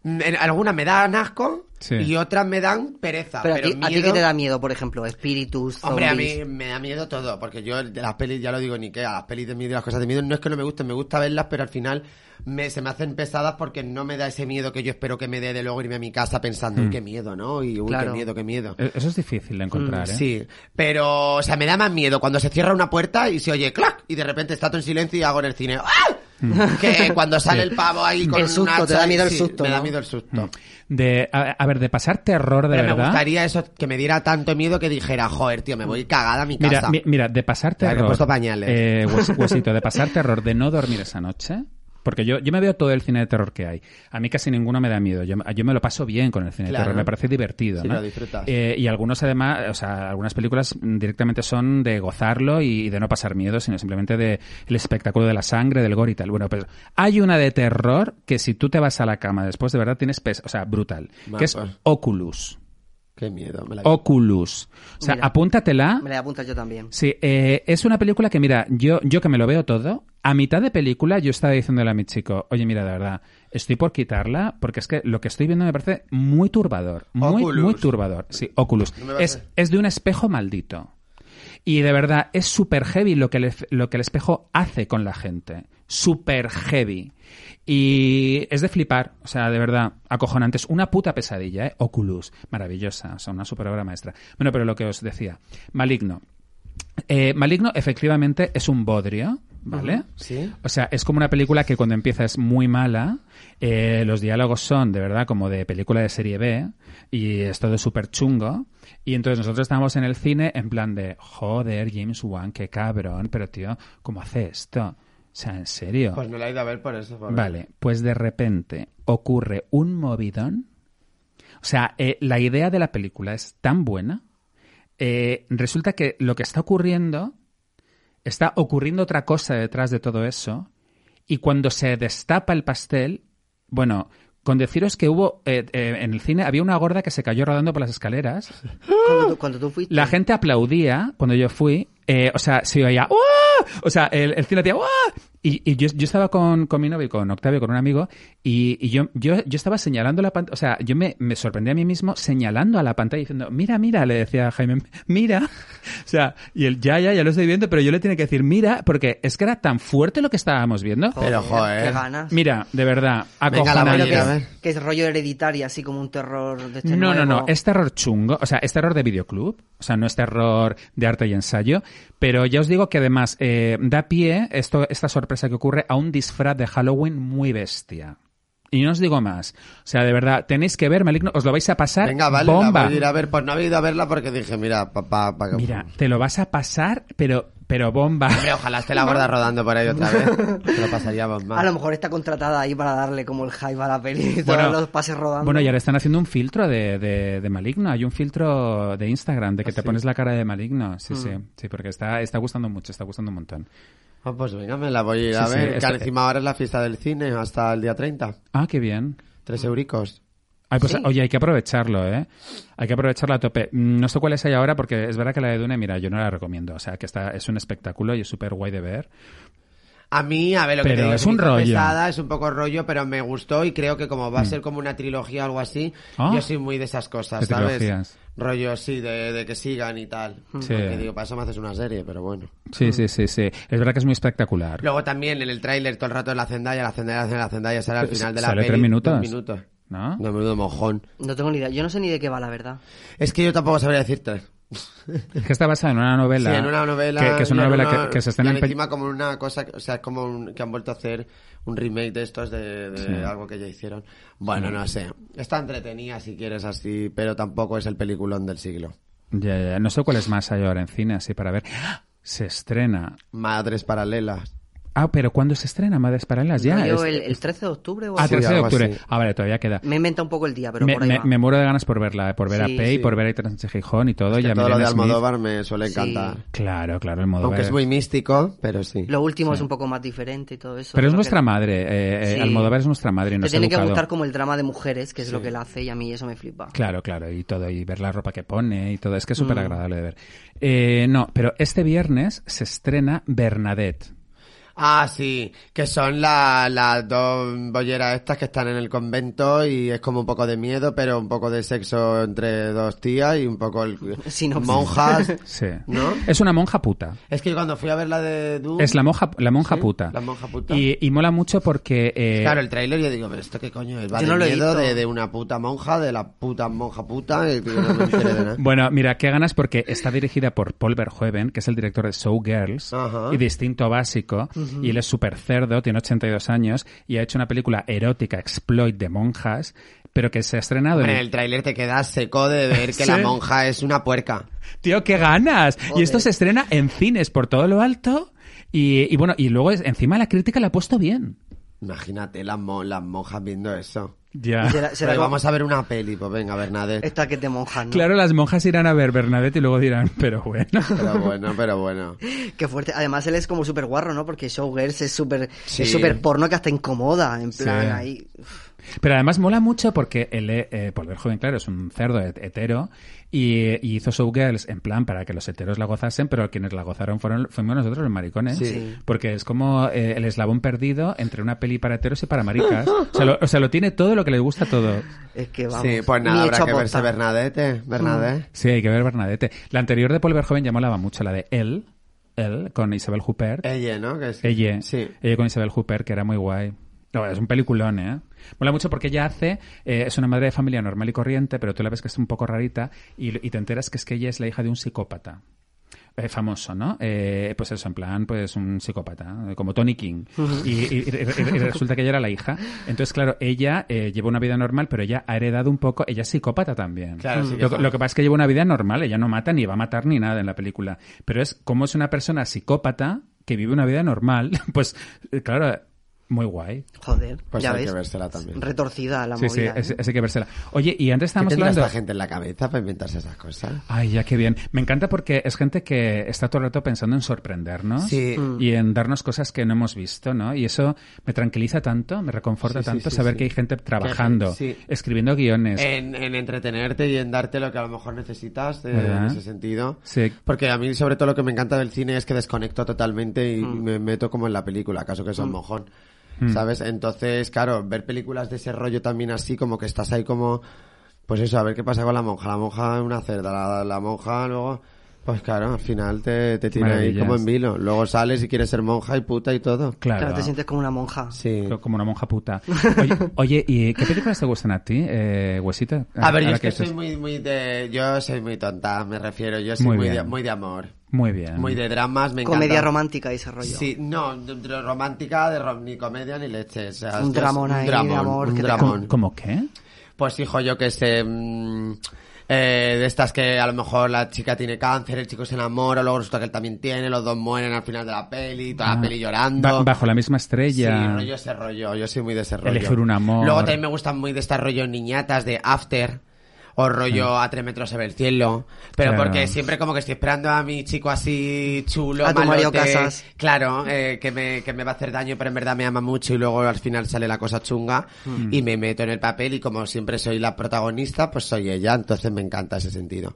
D: mm, en- algunas me dan asco
B: Sí.
D: y otras me dan pereza.
C: Pero,
D: Ah, Pero,
C: a ti- a ti
D: miedo-
C: que te da miedo, por ejemplo, espíritus, zombies.
D: Hombre, a mí me da miedo todo, porque yo de las pelis, ya lo digo ni que, a las pelis de miedo, las cosas de miedo, no es que no me gusten, me gusta verlas, pero al final me, se me hacen pesadas porque no me da ese miedo que yo espero que me dé de luego irme a mi casa pensando, uy, qué miedo, ¿no? Y uy,
C: Hmm. Claro.
D: qué miedo, qué miedo.
B: Eh, Eso es difícil de encontrar, ¿eh?
D: Mm, Sí, pero, o sea, me da más miedo cuando se cierra una puerta y se oye clac y de repente está todo en silencio y hago en el cine ¡Ah! que cuando sale el pavo ahí con
C: Hmm. El
D: un
C: susto,
D: hacha
C: te da
D: y-
C: miedo el
D: sí,
C: susto,
D: Me da
C: ¿no? Hmm.
D: miedo el susto.
B: Mm. De, a, a ver, de pasar terror de
D: Pero me
B: verdad.
D: gustaría eso, que me diera tanto miedo que dijera, joder, tío, me voy cagada a mi
B: Mira,
D: casa.
B: mi- mira, de pasar
D: Claro, he
B: terror.
D: (laughs) puesto pañales.
B: eh, hues- huesito, de pasar terror, de no dormir esa noche. Porque yo, yo me veo todo el cine de terror que hay. A mí casi ninguno me da miedo. Yo, yo me lo paso bien con el cine
D: Claro.
B: de terror. Me parece divertido.
D: Sí,
B: ¿no?
D: lo disfrutas.
B: Eh, y algunos, además, o sea, algunas películas mm, directamente son de gozarlo y de no pasar miedo, sino simplemente de el espectáculo de la sangre, del gore y tal. Bueno, pues hay una de terror que si tú te vas a la cama después, de verdad tienes pes O sea, brutal.
D: Va,
B: que es
D: pues.
B: Oculus.
D: Qué miedo.
C: Oh,
D: Me la...
B: Oculus. O sea,
C: Mira.
B: apúntatela.
C: Me la apuntas yo también.
B: Sí, eh, es una película que, mira, yo, yo que me lo veo todo, a mitad de película yo estaba diciéndole a mi chico, oye, mira, de verdad, estoy por quitarla porque es que lo que estoy viendo me parece muy turbador. Muy,
D: Oculus.
B: muy turbador. Sí, Oculus.
D: No me va a
B: es,
D: hacer.
B: es de un espejo maldito. Y de verdad, es súper heavy lo que, el, lo que el espejo hace con la gente. Súper heavy. Y es de flipar, o sea, de verdad, acojonante. Es una puta pesadilla, ¿eh? Oculus, maravillosa, o sea, una super obra maestra. Bueno, pero lo que os decía, Maligno. Eh, Maligno efectivamente es un bodrio, ¿vale?
D: Sí.
B: O sea, es como una película que cuando empieza es muy mala, eh, los diálogos son de verdad como de película de serie B y es todo súper chungo. Y entonces nosotros estábamos en el cine en plan de, joder, James Wan, qué cabrón, pero tío, ¿cómo hace esto? O sea, en serio.
D: Pues no la he ido a ver por eso. por-
B: Vale, pues de repente ocurre un movidón. O sea, eh, la idea de la película es tan buena. eh, resulta que lo que está ocurriendo, está ocurriendo otra cosa detrás de todo eso. Y cuando se destapa el pastel, bueno, con deciros que hubo eh, eh, en el cine, había una gorda que se cayó rodando por las escaleras.
C: Cuando tú, cuando tú fuiste.
B: La gente aplaudía cuando yo fui. eh, o sea, se oía ¡Uah! O sea, el, el cine hacía ¡Uah! Y, y yo, yo estaba con, con mi novio, y con Octavio, con un amigo, y, y yo, yo, yo estaba señalando la pantalla. O sea, yo me, me sorprendí a mí mismo señalando a la pantalla diciendo, mira, mira, le decía a Jaime, mira. (laughs) O sea, y él, ya, ya, ya lo estoy viendo, pero yo le tenía que decir, mira, porque es que era tan fuerte lo que estábamos viendo.
D: Pero, joder.
C: Qué ganas.
B: Mira, de verdad,
D: Venga, la voy
C: Pero
D: a
B: acojonante.
C: que,
D: a ver.
C: es, que es rollo hereditario, así como un terror de este
B: No, no,
C: nuevo.
B: no, es terror chungo, o sea, es terror de videoclub, o sea, no es terror de arte y ensayo, pero ya os digo que además eh, da pie esto, esta sorpresa que ocurre a un disfraz de Halloween muy bestia. Y no os digo más, o sea, de verdad, tenéis que ver, maligno, os lo vais a pasar
D: Venga, vale, la
B: bomba.
D: voy a ir a ver. Pues no había ido a verla porque dije, mira, papá, pa,
B: Mira, te lo vas a pasar, pero, pero
D: (laughs)
B: bomba.
D: Hombre, ojalá esté la gorda rodando por ahí otra vez.
B: (laughs)
D: Te lo pasaríamos
C: A lo
D: mal.
C: mejor está contratada ahí para darle como el hype a la peli. (laughs) todos los pases rodando.
B: Bueno, y ahora están haciendo un filtro de, de, de maligno. Hay un filtro de Instagram de que te
D: Ah,
B: pones la cara de maligno.
D: Hmm.
B: Sí, sí, sí, porque está, está gustando mucho, está gustando un montón.
D: Ah, pues venga, me la voy a ir a
B: Sí, sí,
D: ver.
B: este-
D: que encima ahora es la fiesta del cine hasta el día 30.
B: Ah, qué bien.
D: Tres euricos.
B: Ay, pues, Oye, hay que aprovecharlo, ¿eh? Hay que aprovecharlo a tope. Mm, No sé cuáles hay ahora porque es verdad que la de Dune, mira, yo no la recomiendo. O sea, que está, es un espectáculo y es súper guay de ver.
D: A mí, a ver, lo que
B: Pero
D: te digo,
B: es
D: que
B: un
D: está
B: rollo. Mm.
D: pesada, es un poco rollo, pero me gustó y creo que como va a ser como una trilogía o algo así,
B: Ah.
D: yo soy muy de esas cosas,
B: De
D: ¿sabes?
B: trilogías.
D: Rollo, sí, de, de que sigan y tal.
B: Sí.
D: Porque digo, para eso me haces una serie, pero bueno.
B: Sí, sí, sí, sí. Es verdad que es muy espectacular.
D: Luego también en el tráiler todo el rato la Zendaya, la Zendaya, la Zendaya, sale al
B: Pero
D: final de la
B: Pues sale
D: peli.
B: tres minutos. ¿Ah?
D: Dos minutos.
B: ¿No?
D: No, menudo mojón.
C: No tengo ni idea. Yo no sé ni de qué va, la verdad.
D: Es que yo tampoco sabría decir tres.
B: Es que está basada en una novela.
D: Sí, en una novela.
B: Que, que es una
D: y en
B: novela
D: una-
B: que, que se
D: y
B: estrena en pe-
D: encima como una cosa, que- o sea, es como un- que han vuelto a hacer un remake de estos de, de algo que ya hicieron. Bueno, no sé. Está entretenida si quieres así, pero tampoco es el peliculón del siglo.
B: Ya, ya, ya. No sé cuáles más hay ahora en cine, así para ver. ¡Ah! Se estrena.
D: Madres paralelas.
B: Ah, pero ¿cuándo se estrena? Madres Paralelas, ya.
C: Yo
B: es-
C: el, el 13 de octubre o
B: Ah,
C: así.
B: 13 de
D: algo
B: octubre.
D: así.
B: Ah, vale, todavía queda.
C: Me inventa un poco el día, pero
B: Me,
C: por ahí
B: me-
C: va.
B: me muero de ganas por verla, eh, por ver
C: Sí,
B: a Pei,
C: sí.
B: por ver a Itran Gijón y todo.
D: Que
B: y a
D: todo lo de
B: Miriam Smith.
D: Almodóvar me suele
C: Sí.
D: encantar.
B: Claro, claro, Almodóvar.
D: Aunque es muy místico, pero sí.
C: Lo último es un poco más diferente y todo eso.
B: Pero es
C: lo que-
B: nuestra madre, eh, eh,
C: Sí.
B: Almodóvar es nuestra madre, y
C: Te
B: nos ha
C: tiene que
B: educado.
C: gustar como el drama de mujeres, que es lo que él hace, y a mí eso me flipa.
B: Claro, claro, y todo, y ver la ropa que pone y todo, es que
D: Mm.
B: es súper agradable de ver. Eh, no, pero este viernes se estrena Bernadette.
D: Ah, sí, que son la- las dos bolleras estas que están en el convento y es como un poco de miedo, pero un poco de sexo entre dos tías y un
C: (laughs)
D: poco el,
C: Sinopsis.
D: monjas.
C: (laughs)
B: Sí.
D: ¿No?
B: Es una monja puta.
D: Es que cuando fui a ver la de Doom,
B: Es la monja, la monja
D: Sí,
B: puta.
D: la monja puta.
B: Y, y mola mucho porque... eh,
D: claro, el tráiler yo digo, pero esto qué coño es, va
C: Yo
D: de
C: no lo he
D: miedo
C: visto.
D: de, de una puta monja, de la puta monja puta, y digo, no me enteré
B: (laughs)
D: de nada.
B: Bueno, mira, qué ganas porque está dirigida por Paul Verhoeven, que es el director de Showgirls
D: Ajá.
B: y Distinto Básico, y él es súper cerdo, tiene 82 años y ha hecho una película erótica, exploit de monjas, pero que se ha estrenado
D: Hombre, en
B: en
D: el tráiler te quedas seco de ver que
B: Sí.
D: la monja es una puerca.
B: Tío, qué ganas. Y esto se estrena en cines por todo lo alto. Y, y bueno, y luego es- encima la crítica la ha puesto bien.
D: Imagínate las, mo- las monjas viendo eso.
B: Ya.
C: Será- será
D: Oye,
C: como
D: vamos a ver una peli, pues venga,
C: (laughs)
D: Bernadette.
C: esta que te monjan, ¿no?
B: Claro, las monjas irán a ver Bernadette y luego dirán, pero bueno.
D: Pero bueno, pero bueno.
C: Qué fuerte. Además, él es como súper guarro, ¿no? Porque Showgirls es súper
D: Sí.
C: es súper porno que hasta incomoda. En plan,
B: Sí.
C: ahí.
B: Pero además mola mucho porque él, eh, Volver Joven, claro, es un cerdo het- hetero y, y hizo Showgirls en plan para que los heteros la gozasen, pero quienes la gozaron fueron fuimos nosotros los maricones.
D: Sí.
B: Porque es como eh, el eslabón perdido entre una peli para heteros y para maricas. O sea, lo, o sea, lo tiene todo lo que le gusta a todo.
C: Es que vamos.
D: Sí, pues nada,
C: ni
D: habrá
C: hecho
D: que verse
C: aposta.
D: Bernadette, eh, Bernadette.
B: Sí, hay que ver Bernadette. La anterior de Paul Verhoeven ya molaba mucho, la de Él, Él, con Isabel Hooper.
C: Mm.
D: Ella, ¿no? Que es-
B: Ella.
D: Sí.
B: Ella con Isabel Hooper, que era muy guay. No, es un peliculón, ¿eh? Mola mucho porque ella hace... eh, es una madre de familia normal y corriente, pero tú la ves que es un poco rarita y, y te enteras que es que ella es la hija de un psicópata. eh, famoso, ¿no? Eh, pues eso, en plan, pues un psicópata, eh, como Tony King. Y, y- y- y resulta que ella era la hija. Entonces, claro, ella eh, lleva una vida normal, pero ella ha heredado un poco, ella es psicópata también.
D: Claro, sí que
B: lo,
D: son.
B: lo que pasa es que lleva una vida normal, ella no mata ni va a matar ni nada en la película. Pero es como es una persona psicópata que vive una vida normal, (laughs) pues eh, claro, muy guay.
C: Joder,
D: Pues
C: ya
D: hay
C: ves.
D: que vérsela también.
C: Retorcida la
B: Sí, sí,
C: movida.
B: es-
C: ¿eh?
B: es hay que versela. Oye, y antes
D: ¿Qué
B: estábamos
D: tendrá
B: hablando...
D: esta gente en la cabeza para inventarse esas cosas?
B: Ay, ya qué bien. Me encanta porque es gente que está todo el rato pensando en sorprendernos
D: Sí.
B: y en darnos cosas que no hemos visto, ¿no? Y eso me tranquiliza tanto, me reconforta
D: Sí, sí,
B: tanto
D: sí,
B: saber
D: sí.
B: que hay gente trabajando,
D: sí. Eh,
B: escribiendo guiones.
D: En, en entretenerte y en darte lo que a lo mejor necesitas eh,
B: ¿Verdad?
D: en ese sentido.
B: Sí.
D: Porque a mí sobre todo lo que me encanta del cine es que desconecto totalmente y me meto como en la película, acaso que soy mojón.
B: Mm.
D: ¿Sabes? Entonces, claro, ver películas de ese rollo también así, como que estás ahí como... Pues eso, a ver qué pasa con la monja. La monja es una cerda, la, la monja luego... Pues claro, al final te, te tiene ahí
B: Maravillas.
D: como en vilo. Luego sales y quieres ser monja y puta y todo.
B: Claro.
C: Claro, te sientes como una monja.
D: Sí.
B: Co- Como una monja puta.
D: (laughs)
B: Oye, oye, ¿y qué películas te gustan a ti, eh, Huesita?
D: A ver, yo
B: Ahora
D: es que soy
B: estás-
D: muy, muy de... Yo soy muy tonta, me refiero. Yo soy
B: Muy
D: muy, de,
B: bien.
D: muy de amor.
B: Muy bien.
D: Muy de dramas, me encanta.
C: Comedia romántica y ese rollo.
D: Sí, no, de- de romántica, de rom- ni comedia ni leche. o sea,
C: Un
D: esto es
C: dramón ahí de amor
D: un
C: que te
B: ¿Cómo,
D: dramón.
B: cómo qué?
D: Pues hijo, yo que sé... mm, eh, de estas que a lo mejor la chica tiene cáncer, el chico se enamora, luego resulta que él también tiene, los dos mueren al final de la peli, toda
B: Ah,
D: la peli llorando.
B: ba- bajo la misma
D: Sí,
B: estrella.
D: rollo ese rollo, yo soy muy de ese rollo.
B: Elegir un amor.
D: Luego también me gustan muy de este rollo niñatas de After. O
C: Mm.
D: rollo a tres metros sobre el cielo. Pero
B: Claro.
D: porque siempre como que estoy esperando a mi chico así chulo,
C: A tu Mario
D: malote,
C: Casas.
D: Claro, eh, que, me, que me va a hacer daño, pero en verdad me ama mucho y luego al final sale la cosa chunga
B: Hmm.
D: y me meto en el papel y como siempre soy la protagonista, pues soy ella, entonces me encanta ese sentido.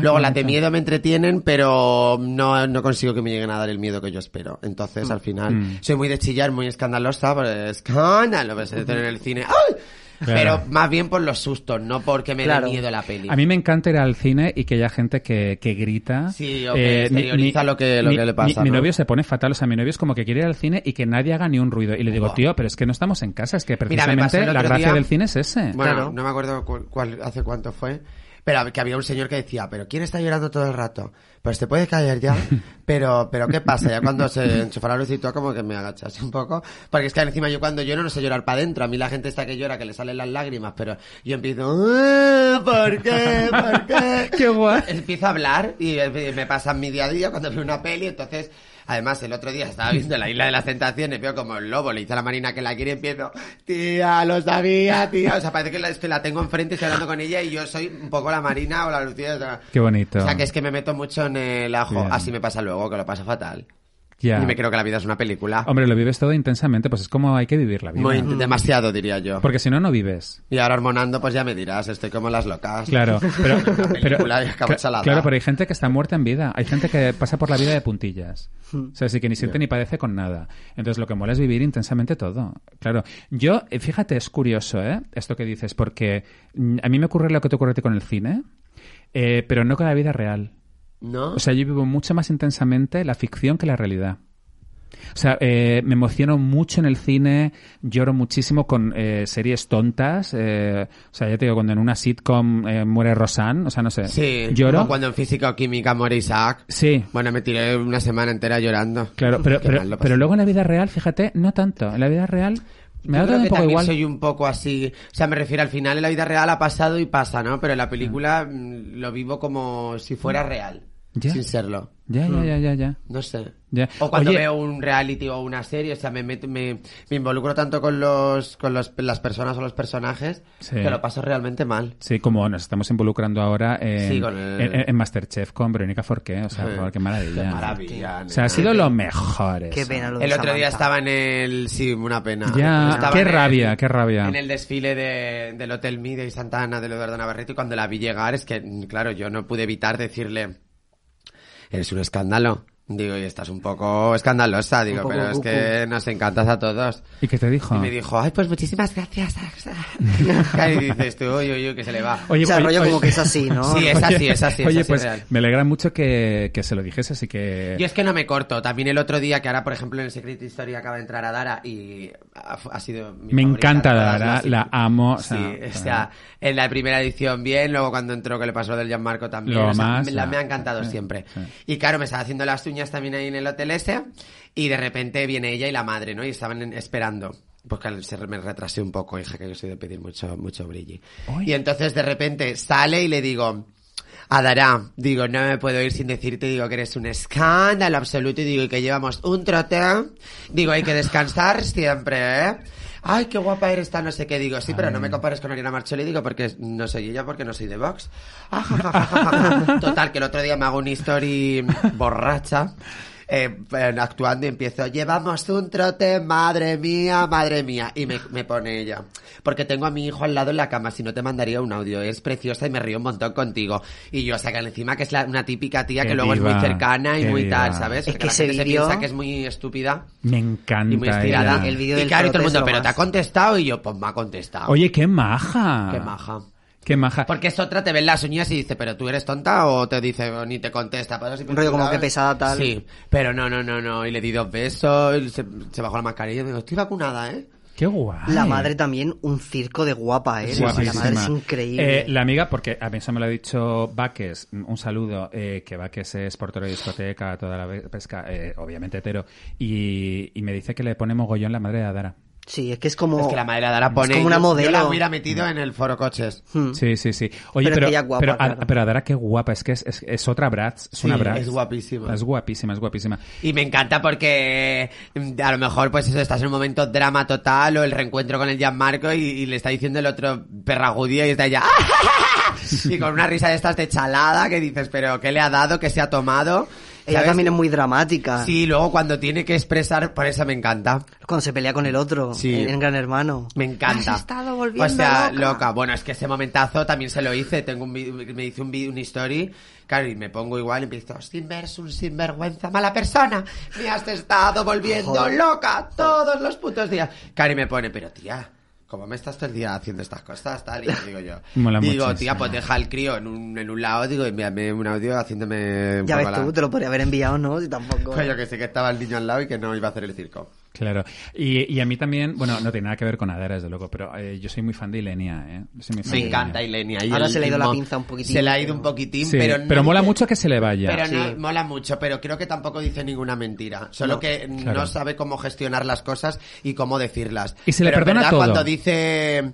D: Luego
B: Ah,
D: las de miedo me entretienen, pero no, no consigo que me lleguen a dar el miedo que yo espero. Entonces
B: Hmm.
D: al final soy muy de chillar, muy escandalosa, pero escándalo, pues tener en el cine. ¡Ay!
B: Claro.
D: Pero más bien por los sustos, no porque me
C: Claro.
D: dé miedo la peli.
B: A mí me encanta ir al cine y que haya gente que, que grita. Eh,
D: Sí, o que exterioriza lo que- lo
B: mi-
D: que le pasa,
B: Mi, mi
D: ¿no?
B: novio se pone fatal. O sea, mi novio es como que quiere ir al cine y que nadie haga ni un ruido. Y le digo,
D: Buah.
B: tío, pero es que no estamos en casa. Es que
D: Mira, me pasó
B: precisamente
D: el
B: la
D: otro
B: gracia
D: día-
B: del cine es ese.
D: Bueno,
C: Claro.
D: no me acuerdo cu- cuál, hace cuánto fue. Pero que había un señor que decía, pero ¿quién está llorando todo el rato? Pues te puedes callar
B: (laughs)
D: ya. Pero, pero ¿qué pasa? Ya cuando se enchufa la luz y todo, como que me agachas un poco. Porque es que encima yo cuando lloro no sé llorar para adentro. A mí la gente está que llora, que le salen las lágrimas, pero yo empiezo, "Ah, ¿por qué? ¿Por qué?
B: (laughs) Qué guay.
D: Empiezo a hablar y eh, me pasa mi día a día cuando veo una peli, entonces... Además, el otro día estaba viendo La Isla de las Tentaciones, veo como el lobo le dice a la marina que la quiere y empiezo, tía, lo sabía, tía. O sea, parece que la, es que la tengo enfrente y estoy hablando con ella y yo soy un poco la marina o la lucía. o sea,
B: Qué bonito.
D: O sea, que es que me meto mucho en el ajo.
B: Bien.
D: Así me pasa luego, que lo pasa fatal.
B: Ya.
D: Y me creo que la vida es una película.
B: Hombre, lo vives todo intensamente. Pues es como hay que vivir la vida.
D: Muy, demasiado, diría yo.
B: Porque si no, no vives.
D: Y ahora hormonando, pues ya me dirás, estoy como las locas.
B: Claro, pero,
D: La
B: pero-
D: película y acabo
B: cla-
D: chalada.
B: claro, pero hay gente que está muerta en vida. Hay gente que pasa por la vida de puntillas. O sea, así que ni siente ni padece con nada. Entonces, lo que mola es vivir intensamente todo. Claro, yo, eh, fíjate, es curioso, ¿eh? Esto que dices, porque mm, a mí me ocurre lo que te ocurre a ti con el cine, eh, pero no con la vida real.
D: ¿No?
B: O sea, yo vivo mucho más intensamente la ficción que la realidad. O sea, eh, me emociono mucho en el cine, lloro muchísimo con eh, series tontas. eh, o sea, ya te digo, cuando en una sitcom eh, muere Rosanne, o sea, no sé.
D: sí,
B: lloro.
D: como cuando en física o química muere Isaac.
B: Sí,
D: Bueno, me tiré una semana entera llorando.
B: claro, pero,
D: Qué mal lo
B: pero,
D: pasé.
B: pero luego en la vida real, fíjate, no tanto. En la vida real me da
D: Yo creo
B: todo un
D: que
B: poco
D: también
B: igual.
D: soy un poco así. O sea, me refiero al final en la vida real ha pasado y pasa, ¿no? Pero en la película mm, lo vivo como si fuera real.
B: Ya.
D: sin serlo.
B: Ya,
D: Mm.
B: ya, ya, ya, ya.
D: No sé.
B: Ya.
D: O cuando
B: Oye.
D: veo un reality o una serie, o sea, me, meto- me, me involucro tanto con los con los- las personas o los personajes
B: Sí.
D: que lo paso realmente mal.
B: Sí, como nos estamos involucrando ahora en,
D: Sí, con el-
B: en- en Masterchef con Verónica Forqué. O sea,
D: Sí.
B: por favor, qué maravilla.
D: Qué maravilla.
B: O sea, ha
D: nena.
B: sido lo mejor.
C: Qué
B: eso.
C: pena lo de
D: El otro día
C: Samantha.
D: estaba en el... Sí, una pena.
B: Ya,
D: Estaba
B: qué
D: en el-
B: rabia, qué rabia.
D: En el desfile de- del Hotel Mide y Santa Ana de Eduardo Navarrete y cuando la vi llegar es que, mm, claro, yo no pude evitar decirle... Eres un escándalo. Digo, y estás un poco escandalosa, digo,
C: poco
D: pero es
C: cucu.
D: que nos encantas a todos.
B: ¿Y qué te dijo?
D: Y me dijo, ay, pues
B: (laughs)
D: muchísimas gracias. Axa". y dices tú, oye, oye, que se le va.
C: O sea, rollo como que es así, ¿no?
D: Sí, es así, es así, es
B: Oye,
D: así,
B: pues
D: real.
B: me alegra mucho que, que se lo dijese, así que...
D: Yo es que no me corto. También el otro día, que ahora, por ejemplo, en el Secret History acaba de entrar a Dara y ha, ha sido. mi
B: Me
D: favorita
B: encanta
D: de todas
B: Dara,
D: las-
B: la amo, o
D: Sí,
B: sea,
D: o sea, en la primera edición bien, luego cuando entró que le pasó lo del Gianmarco también.
B: Lo
D: o sea,
B: más,
D: me- la,
B: la-
D: me ha encantado siempre. Y claro, me estaba haciendo las uñas también ahí en el hotel ese y de repente viene ella y la madre, ¿no? Y estaban en- esperando. Pues claro, se me retrasé un poco, hija, que yo soy de pedir mucho, mucho brilli.
B: Ay.
D: Y entonces de repente sale y le digo, a Dará, digo, no me puedo ir sin decirte, digo que eres un escándalo absoluto y digo y que llevamos un trote, digo, hay que descansar siempre, ¿eh? Ay, qué guapa eres, tan no sé qué, digo, sí, pero no me compares con Oriana Marcholi, digo, porque no soy ella, porque no soy de Vox. Ah, Ajajajaja. Total, que el otro día me hago una story borracha, eh, eh, actuando y empiezo, llevamos un trote, madre mía, madre mía. Y me, me pone ella, porque tengo a mi hijo al lado en la cama, si no te mandaría un audio, es preciosa y me río un montón contigo. Y yo, o sea, que encima que es la- una típica tía
B: Qué
D: que luego es
B: diva,
D: muy cercana y
B: qué
D: muy tal,
B: diva.
D: ¿sabes?
C: Es
D: Porque
C: que
D: la
C: ese
D: gente se
C: vídeo-
D: piensa que es muy estúpida
B: Me encanta.
D: y muy estirada.
B: ella.
C: El vídeo
D: y
C: del
D: claro, y todo el
C: trote es
D: mundo,
C: lo
D: pero te
C: más".
D: ha contestado y yo, pues me ha contestado.
B: Oye, ah. qué maja.
D: qué maja.
B: Qué maja.
D: Porque es otra, te ven las uñas y dice, pero tú eres tonta o te dice, o ni te contesta. pero si
C: Un rollo como que pesada, tal.
D: Sí, pero no, no, no, no. Y le di dos besos, y se, se bajó la mascarilla y me dijo, estoy vacunada, ¿eh?
B: Qué guay.
C: La madre también un circo de guapa, ¿eh? la
B: Guapísima.
C: madre es increíble.
B: Eh, la amiga, porque a mí eso me lo ha dicho Vaques, un saludo, eh, que Vaques es portero de discoteca, toda la ve- pesca, eh, obviamente hetero, y, y me dice que le pone mogollón la madre de Adara.
C: Sí, es que es como...
D: Es que la madre de la pone.
C: como una
D: yo-
C: modelo.
D: Yo la hubiera metido en el foro coches.
B: Sí, sí, sí. Oye,
C: Mm. Pero es
B: pero,
C: que ella es guapa,
B: pero,
C: claro.
B: a- pero Adara qué guapa, es que es, es- es otra Bratz, es
D: Sí,
B: una Bratz.
D: es guapísima.
B: Es guapísima, es guapísima.
D: Y me encanta porque mm, a lo mejor pues eso, estás en un momento drama total o el reencuentro con el Gianmarco y, y le está diciendo el otro perragudío y está ya (laughs) y con una risa de estas de chalada que dices, pero ¿qué le ha dado? ¿Qué se ha tomado?
C: Ella
D: ¿Sabes?
C: también es muy dramática.
D: Sí, luego cuando tiene que expresar, por eso me encanta.
C: Cuando se pelea con el otro,
D: Sí.
C: en, en Gran Hermano.
D: Me encanta. Pues
C: Has estado volviendo
D: o sea,
C: loca.
D: Bueno, es que ese momentazo también se lo hice. Tengo un vi- me hice un, vi- un story, claro, y me pongo igual y empiezo, sinvers, un sinvergüenza, mala persona, me has estado volviendo
C: Joder.
D: loca todos los putos días. Cari me pone, pero tía, ¿cómo me estás todo el día haciendo estas cosas? Tal, y yo digo yo.
B: (laughs) Mola
D: digo,
B: muchísimo.
D: tía, pues deja al crío en un, en un lado, digo, envíame un audio haciéndome... un
C: Ya
D: poco
C: ves
D: la- (laughs)
C: tú, te lo podría haber enviado, ¿no? Si tampoco... ¿eh?
D: Pues yo que sé que estaba el niño al lado y que no iba a hacer el circo.
B: Claro. Y, y a mí también, bueno, no tiene nada que ver con Adara, desde luego, pero eh, yo soy muy fan de Ilenia, ¿eh? Yo soy muy fan
D: Me
B: de
D: encanta
B: Ilenia.
D: Ilenia. y
C: Ahora
D: el-
C: se le ha ido
D: el
C: la
D: mo-
C: pinza un poquitín,
D: Se le ha ido
C: pero-
D: un poquitín,
B: Sí,
D: pero
B: pero,
D: no
B: mola
D: dice-
B: mucho que se le vaya.
D: Pero no,
C: Sí.
D: mola mucho, pero creo que tampoco dice ninguna mentira. Solo que
B: Claro.
D: no sabe cómo gestionar las cosas y cómo decirlas.
B: Y se le
D: Pero en
B: perdona
D: verdad,
B: todo.
D: cuando dice...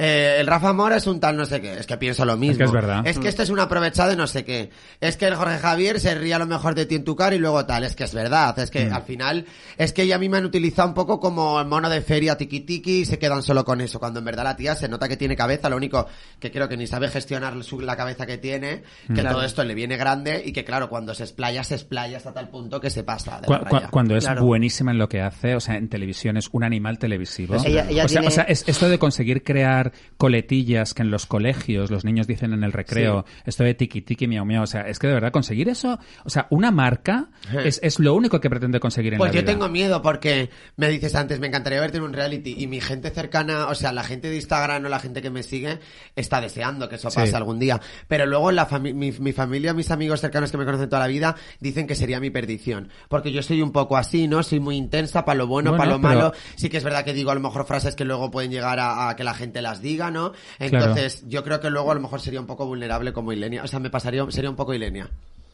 D: eh, el Rafa Mora es un tal no sé qué. Es que pienso lo mismo.
B: que es verdad.
D: Es que esto es un aprovechado de no sé qué. Es que el Jorge Javier se ría a lo mejor de ti en tu cara y luego tal. Es que es verdad. Es que al final, es que ella a mí me han utilizado un poco como el mono de feria tiki tiki y se quedan solo con eso. Cuando en verdad la tía se nota que tiene cabeza, lo único que creo que ni sabe gestionar su- la cabeza que tiene, que todo esto le viene grande y que claro, cuando se explaya, se explaya hasta tal punto que se pasa. De
B: Cu-
D: la
B: cu-
D: raya.
B: cuando es
C: Claro.
B: buenísima en lo que hace, o sea, en televisión es un animal televisivo.
D: Pues
C: Eso Ella- es. ella
B: o, sea,
C: tiene-
B: o sea, es- esto de conseguir crear coletillas que en los colegios los niños dicen en el recreo, esto de tiki tiki miau miau, o sea, es que de verdad conseguir eso, o sea, una marca es, es lo único que pretende conseguir en
D: Pues
B: la
D: yo
B: vida.
D: tengo miedo porque me dices antes, me encantaría verte en un reality y mi gente cercana, o sea, la gente de Instagram o la gente que me sigue está deseando que eso pase
B: Sí.
D: algún día. Pero luego la fami- mi, mi familia, mis amigos cercanos que me conocen toda la vida dicen que sería mi perdición. Porque yo soy un poco así, ¿no? Soy muy intensa para lo bueno,
B: Bueno,
D: para lo
B: pero-
D: malo. Sí que es verdad que digo a lo mejor frases que luego pueden llegar a, a que la gente las diga, ¿no? Entonces yo creo que luego a lo mejor sería un poco vulnerable como Ilenia. O sea, me pasaría, sería un poco Ilenia.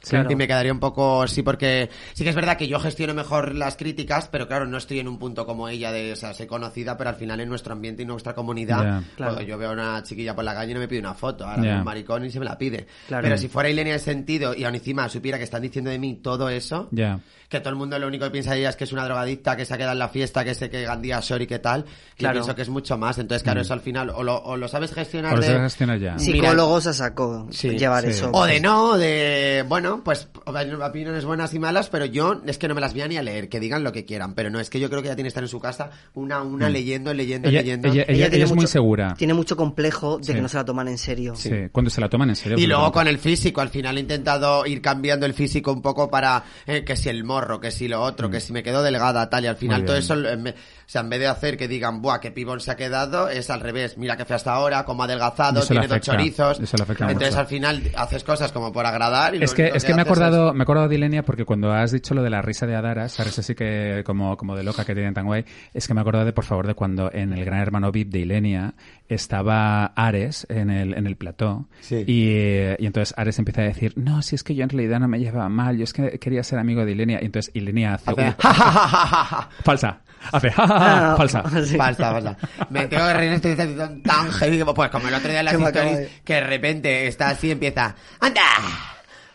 D: Claro. Y me quedaría un poco así porque sí que es verdad que yo gestiono mejor las críticas, pero claro, no estoy en un punto como ella de, o sea, soy conocida, pero al final en nuestro ambiente y nuestra comunidad,
B: Ya.
C: Claro.
D: cuando yo veo a una chiquilla por la calle y no me pide una foto, ahora
B: Ya. Mm.
D: veo un maricón y se me la pide.
C: Claro.
D: Pero si fuera Ilenia de sentido y aún encima supiera que están diciendo de mí todo eso,
B: Ya.
D: que todo el mundo lo único que piensa de ella es que es una drogadicta, que se ha quedado en la fiesta, que sé que Gandía, Shori, que tal,
C: Claro.
D: yo pienso que es mucho más. Entonces, claro, eso al final o lo, o lo sabes gestionar
B: Mm. O lo
D: de-
B: sabes gestionar ya.
D: Sí.
C: Psicólogos a saco
D: Sí,
C: llevar
B: sí.
C: eso.
D: O de no, o de. Bueno, pues opiniones buenas y malas, pero yo es que no me las voy a ni a leer, que digan lo que quieran. Pero no, es que yo creo que ya tiene que estar en su casa una a una leyendo, leyendo,
B: Mm. Ella-
D: leyendo.
B: ella- ella es muy segura.
C: Tiene mucho complejo de
B: Sí.
C: que no se la toman en serio.
B: Sí, cuando se la toman en serio.
D: Y luego
B: absolutamente.
D: con el físico, al final he intentado ir cambiando el físico un poco para eh, que si el morro, que si lo otro, que si me quedo delgada, tal, y al
B: Mm.
D: final
B: Muy
D: todo
B: bien.
D: eso, eh, me- o sea, en vez de hacer que digan, buah, qué pibón se ha quedado, es al revés, mira que fue hasta ahora, como ha adelgazado,
B: Eso le
D: tiene dos
B: afecta,
D: chorizos,
B: eso le afecta
D: entonces
B: mucho.
D: al final haces cosas como por agradar. Y lo
B: Es que,
D: único
B: es que me he
D: haces es-
B: acordado, me he acordado de Ilenia porque cuando has dicho lo de la risa de Adara, esa risa sí que como, como de loca que tienen tan guay, es que me he acordado de, por favor, de cuando en el Gran Hermano VIP de Ilenia estaba Ares en el, en el plató
E: Sí.
B: y, eh, y entonces Ares empieza a decir, no, si es que yo en realidad no me llevaba mal, yo es que quería ser amigo de Ilenia y entonces Ilenia hace...
D: (laughs) Hace-
B: falsa. Hace... "Ja, ja, ja",
C: Ah,
B: falsa.
C: (laughs) sí.
D: Falsa, falsa. Me tengo que reír en esta situación tan heavy como, pues como el otro día en las
C: Que me acaba
D: stories,
C: de-
D: que de repente está así y empieza, ¡Anda!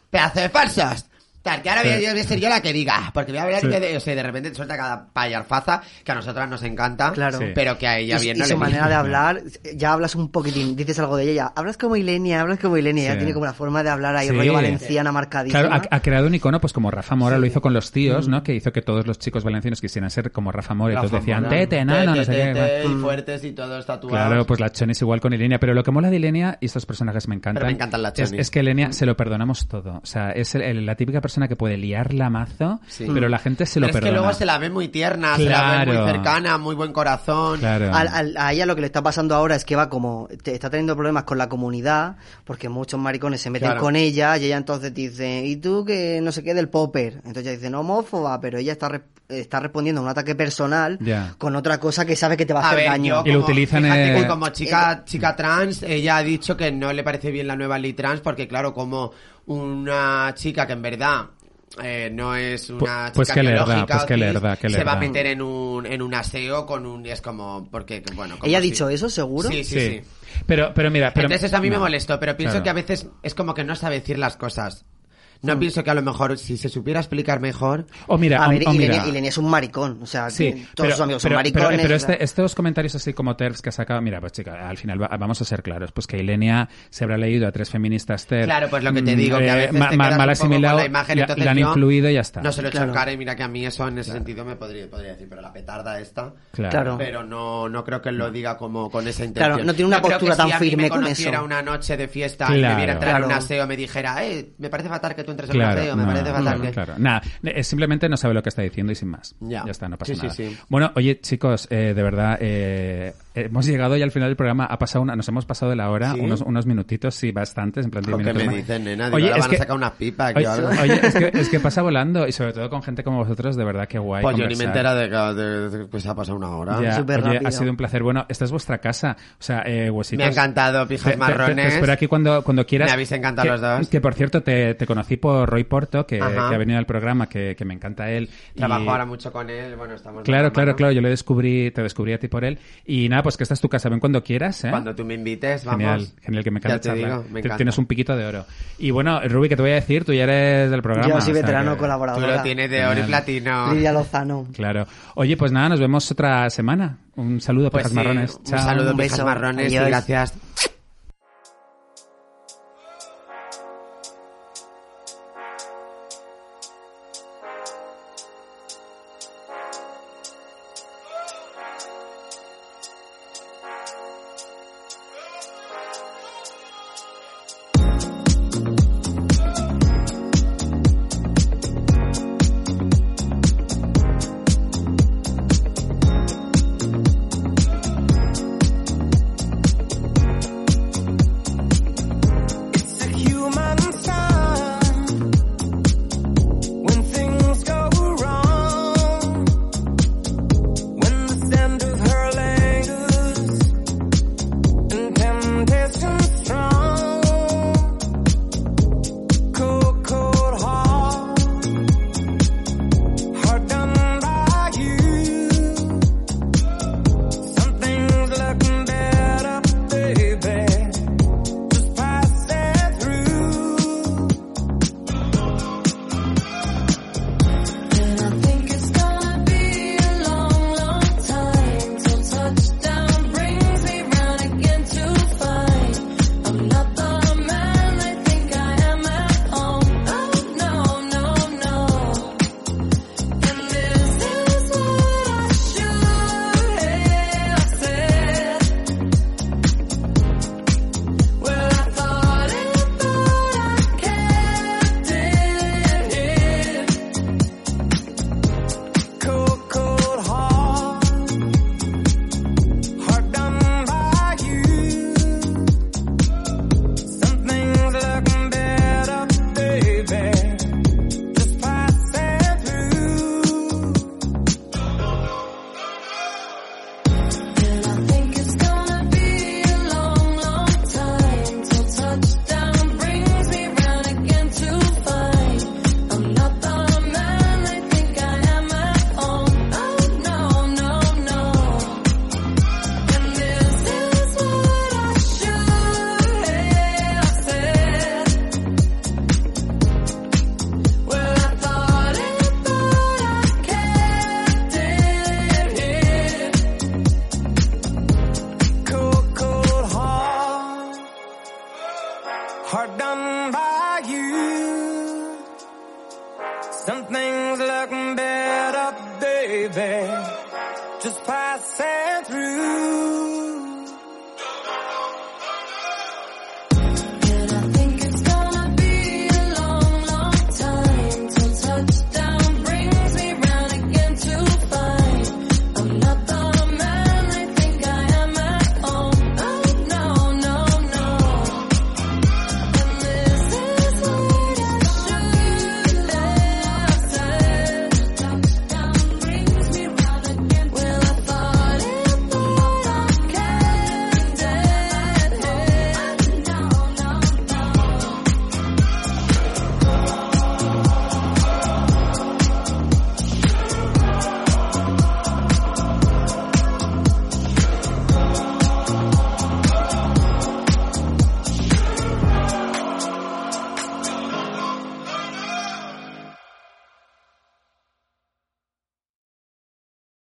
D: ¡Pedazo de falsos! Tal, que ahora voy, a-
B: Sí.
D: yo voy a ser yo la que diga, porque voy a hablar
B: Sí.
D: y yo de, o sea, de repente suelta cada payarfaza que a nosotras nos encanta,
C: Claro. Sí.
D: pero que a ella
C: y,
D: bien
C: y
D: no le
C: su manera
D: gusta.
C: de hablar, ya hablas un poquitín, dices algo de ella, hablas como Ilenia, hablas como Ilenia,
B: Sí.
C: ya tiene como la forma de hablar ahí,
B: Sí.
C: rollo valenciana marcadísima.
B: Claro, ha, ha creado un icono, pues como Rafa Mora lo hizo con los tíos, ¿no? Que hizo que todos los chicos valencianos quisieran ser como Rafa Mora. Y todos decían, tete, nano, no sé qué.
D: tete,
C: Mm.
D: Y fuertes y todos tatuados.
B: Claro, pues la Choni es igual con Ilenia, pero lo que mola de Ilenia, y estos personajes me encantan,
D: Pero me encantan Mm. las
B: es,
D: Chonis.
B: es que Ilenia se lo perdonamos todo. O sea, es el- el- la típica persona que puede liar la mazo,
D: Sí.
B: pero la gente se lo
D: Pero es que
B: perdona.
D: luego se la ve muy tierna, se la ve
B: Claro.
D: muy cercana, muy buen corazón.
B: Claro.
C: Al- al- a ella lo que le está pasando ahora es que va como te- está teniendo problemas con la comunidad porque muchos maricones se meten
D: Claro.
C: con ella y ella entonces dice y tú que no sé qué del popper entonces ella dice no homófoba pero ella está re- está respondiendo a un ataque personal
B: Ya.
C: con otra cosa que sabe que te va a,
D: A
C: hacer
D: ver,
C: daño
D: yo
B: Y lo
D: como-
B: utilizan,
D: fíjate
B: eh,
D: que como chica, chica trans, ella ha dicho que no le parece bien la nueva ley trans porque, claro, como una chica que en verdad eh, no es una
B: Pu- pues
D: chica
B: que lerda,
D: biológica
B: pues que
D: otis,
B: lerda, que
D: se va a
B: lerda.
D: meter en un, en un aseo con un... Es como... Porque, bueno... como
C: ella ha
D: si-
C: dicho eso seguro
D: Sí,
B: Sí.
D: sí, sí.
B: Pero, pero mira, pero,
D: Entonces eso a mí me
B: no.
D: molestó, pero pienso
B: Claro. Mm.
D: que a veces es como que no sabe decir las cosas. No pienso que a lo mejor si se supiera explicar mejor...
B: O mira,
C: a
B: o-
C: ver
B: o
C: Ilenia,
B: mira.
C: Ilenia es un maricón o sea
B: Sí,
C: todos sus amigos son maricones
B: pero- pero
C: o sea.
B: este- estos comentarios así como TERFs que ha sacado, mira, pues chica, al final va- vamos a ser claros, pues que Ilenia se habrá leído a tres feministas TERF.
D: Claro, pues lo que te digo, que a
B: Eh, mm, eh,
D: veces
B: ma-
D: te
B: ma-
D: quedas
B: mal
D: un poco con
B: asimilado,
D: la imagen,
B: la-
D: entonces
B: la han
D: yo
B: incluido y ya está.
D: No se lo he hecho
C: Claro.
D: en cara y mira que a mí eso en ese sentido me podría, podría decir, pero la petarda esta.
B: Claro.
C: Claro.
D: Pero no, no creo que lo diga como con esa intención.
C: Claro, no tiene una
D: creo
C: postura
D: que
C: tan
D: si a mí
C: firme
D: me
C: con
D: conociera
C: eso.
D: una noche de fiesta y
B: Claro.
D: me viera entrar en un
C: Claro.
D: aseo me dijera, eh, me parece fatal que tú entres en un
B: Claro,
D: aseo, me
B: no,
D: parece fatal
B: claro,
D: que...
B: claro. Nada, eh, simplemente no sabe lo que está diciendo y sin más. Ya,
D: Ya.
B: está, no pasa
D: Sí, sí,
B: nada.
D: sí.
B: Bueno, oye, chicos, eh, de verdad, eh, hemos llegado ya al final del programa. Ha pasado una, nos hemos pasado de la hora,
D: ¿Sí?
B: unos, unos minutitos, sí, bastantes, en plan diez
D: Lo que
B: minutos
D: me
B: más.
D: dicen, nena, digo, ahora
B: es
D: van a sacar unas pipas, que
B: Oye,
D: ahora-
B: oye, es,
D: (laughs)
B: que, es que pasa volando y sobre todo con gente como vosotros, de verdad, qué guay.
D: Pues yo ni me
B: conversar.
D: entera de que, de- de que se ha pasado una hora.
B: Ya,
C: Súper
B: oye, ha
C: rápido.
B: sido un placer. Bueno, esta es vuestra casa. O sea, eh, huesitos.
D: Me ha encantado,
B: Te-
D: pijas
B: te- te- Te,
D: marrones.
B: espero aquí cuando, cuando quieras.
D: Me habéis encantado
B: Que-
D: los dos.
B: Que por cierto, te, te conocí por Roy Porto, que, que
D: Ajá.
B: ha venido al programa, que, que me encanta él. y-
D: Trabajo ahora mucho con él, bueno, estamos... de
B: Claro,
D: la
B: claro,
D: mano.
B: claro. Yo le descubrí, te descubrí a ti por él. Y nada, pues que esta es tu casa. Ven cuando quieras, ¿eh?
D: Cuando tú me invites, vamos.
B: Genial, genial, que me encanta
D: Ya te
B: charlar.
D: digo, me
B: Te-
D: encanta.
B: Tienes un piquito de oro. Y bueno, Ruby, que te voy a decir, tú ya eres del programa.
C: yo
B: o
C: soy
B: sea
C: veterano
B: que-
D: Tú
C: colaboradora
D: lo tienes de oro y
B: Genial.
D: platino.
C: Lidia Lozano
B: Claro. Oye, pues nada, nos vemos otra semana. Un saludo,
D: Pues
B: pijas
D: sí,
B: marrones.
D: Un
B: Chao.
D: saludo,
C: Un
D: pijas
C: beso.
D: marrones, y
C: Adiós.
D: gracias.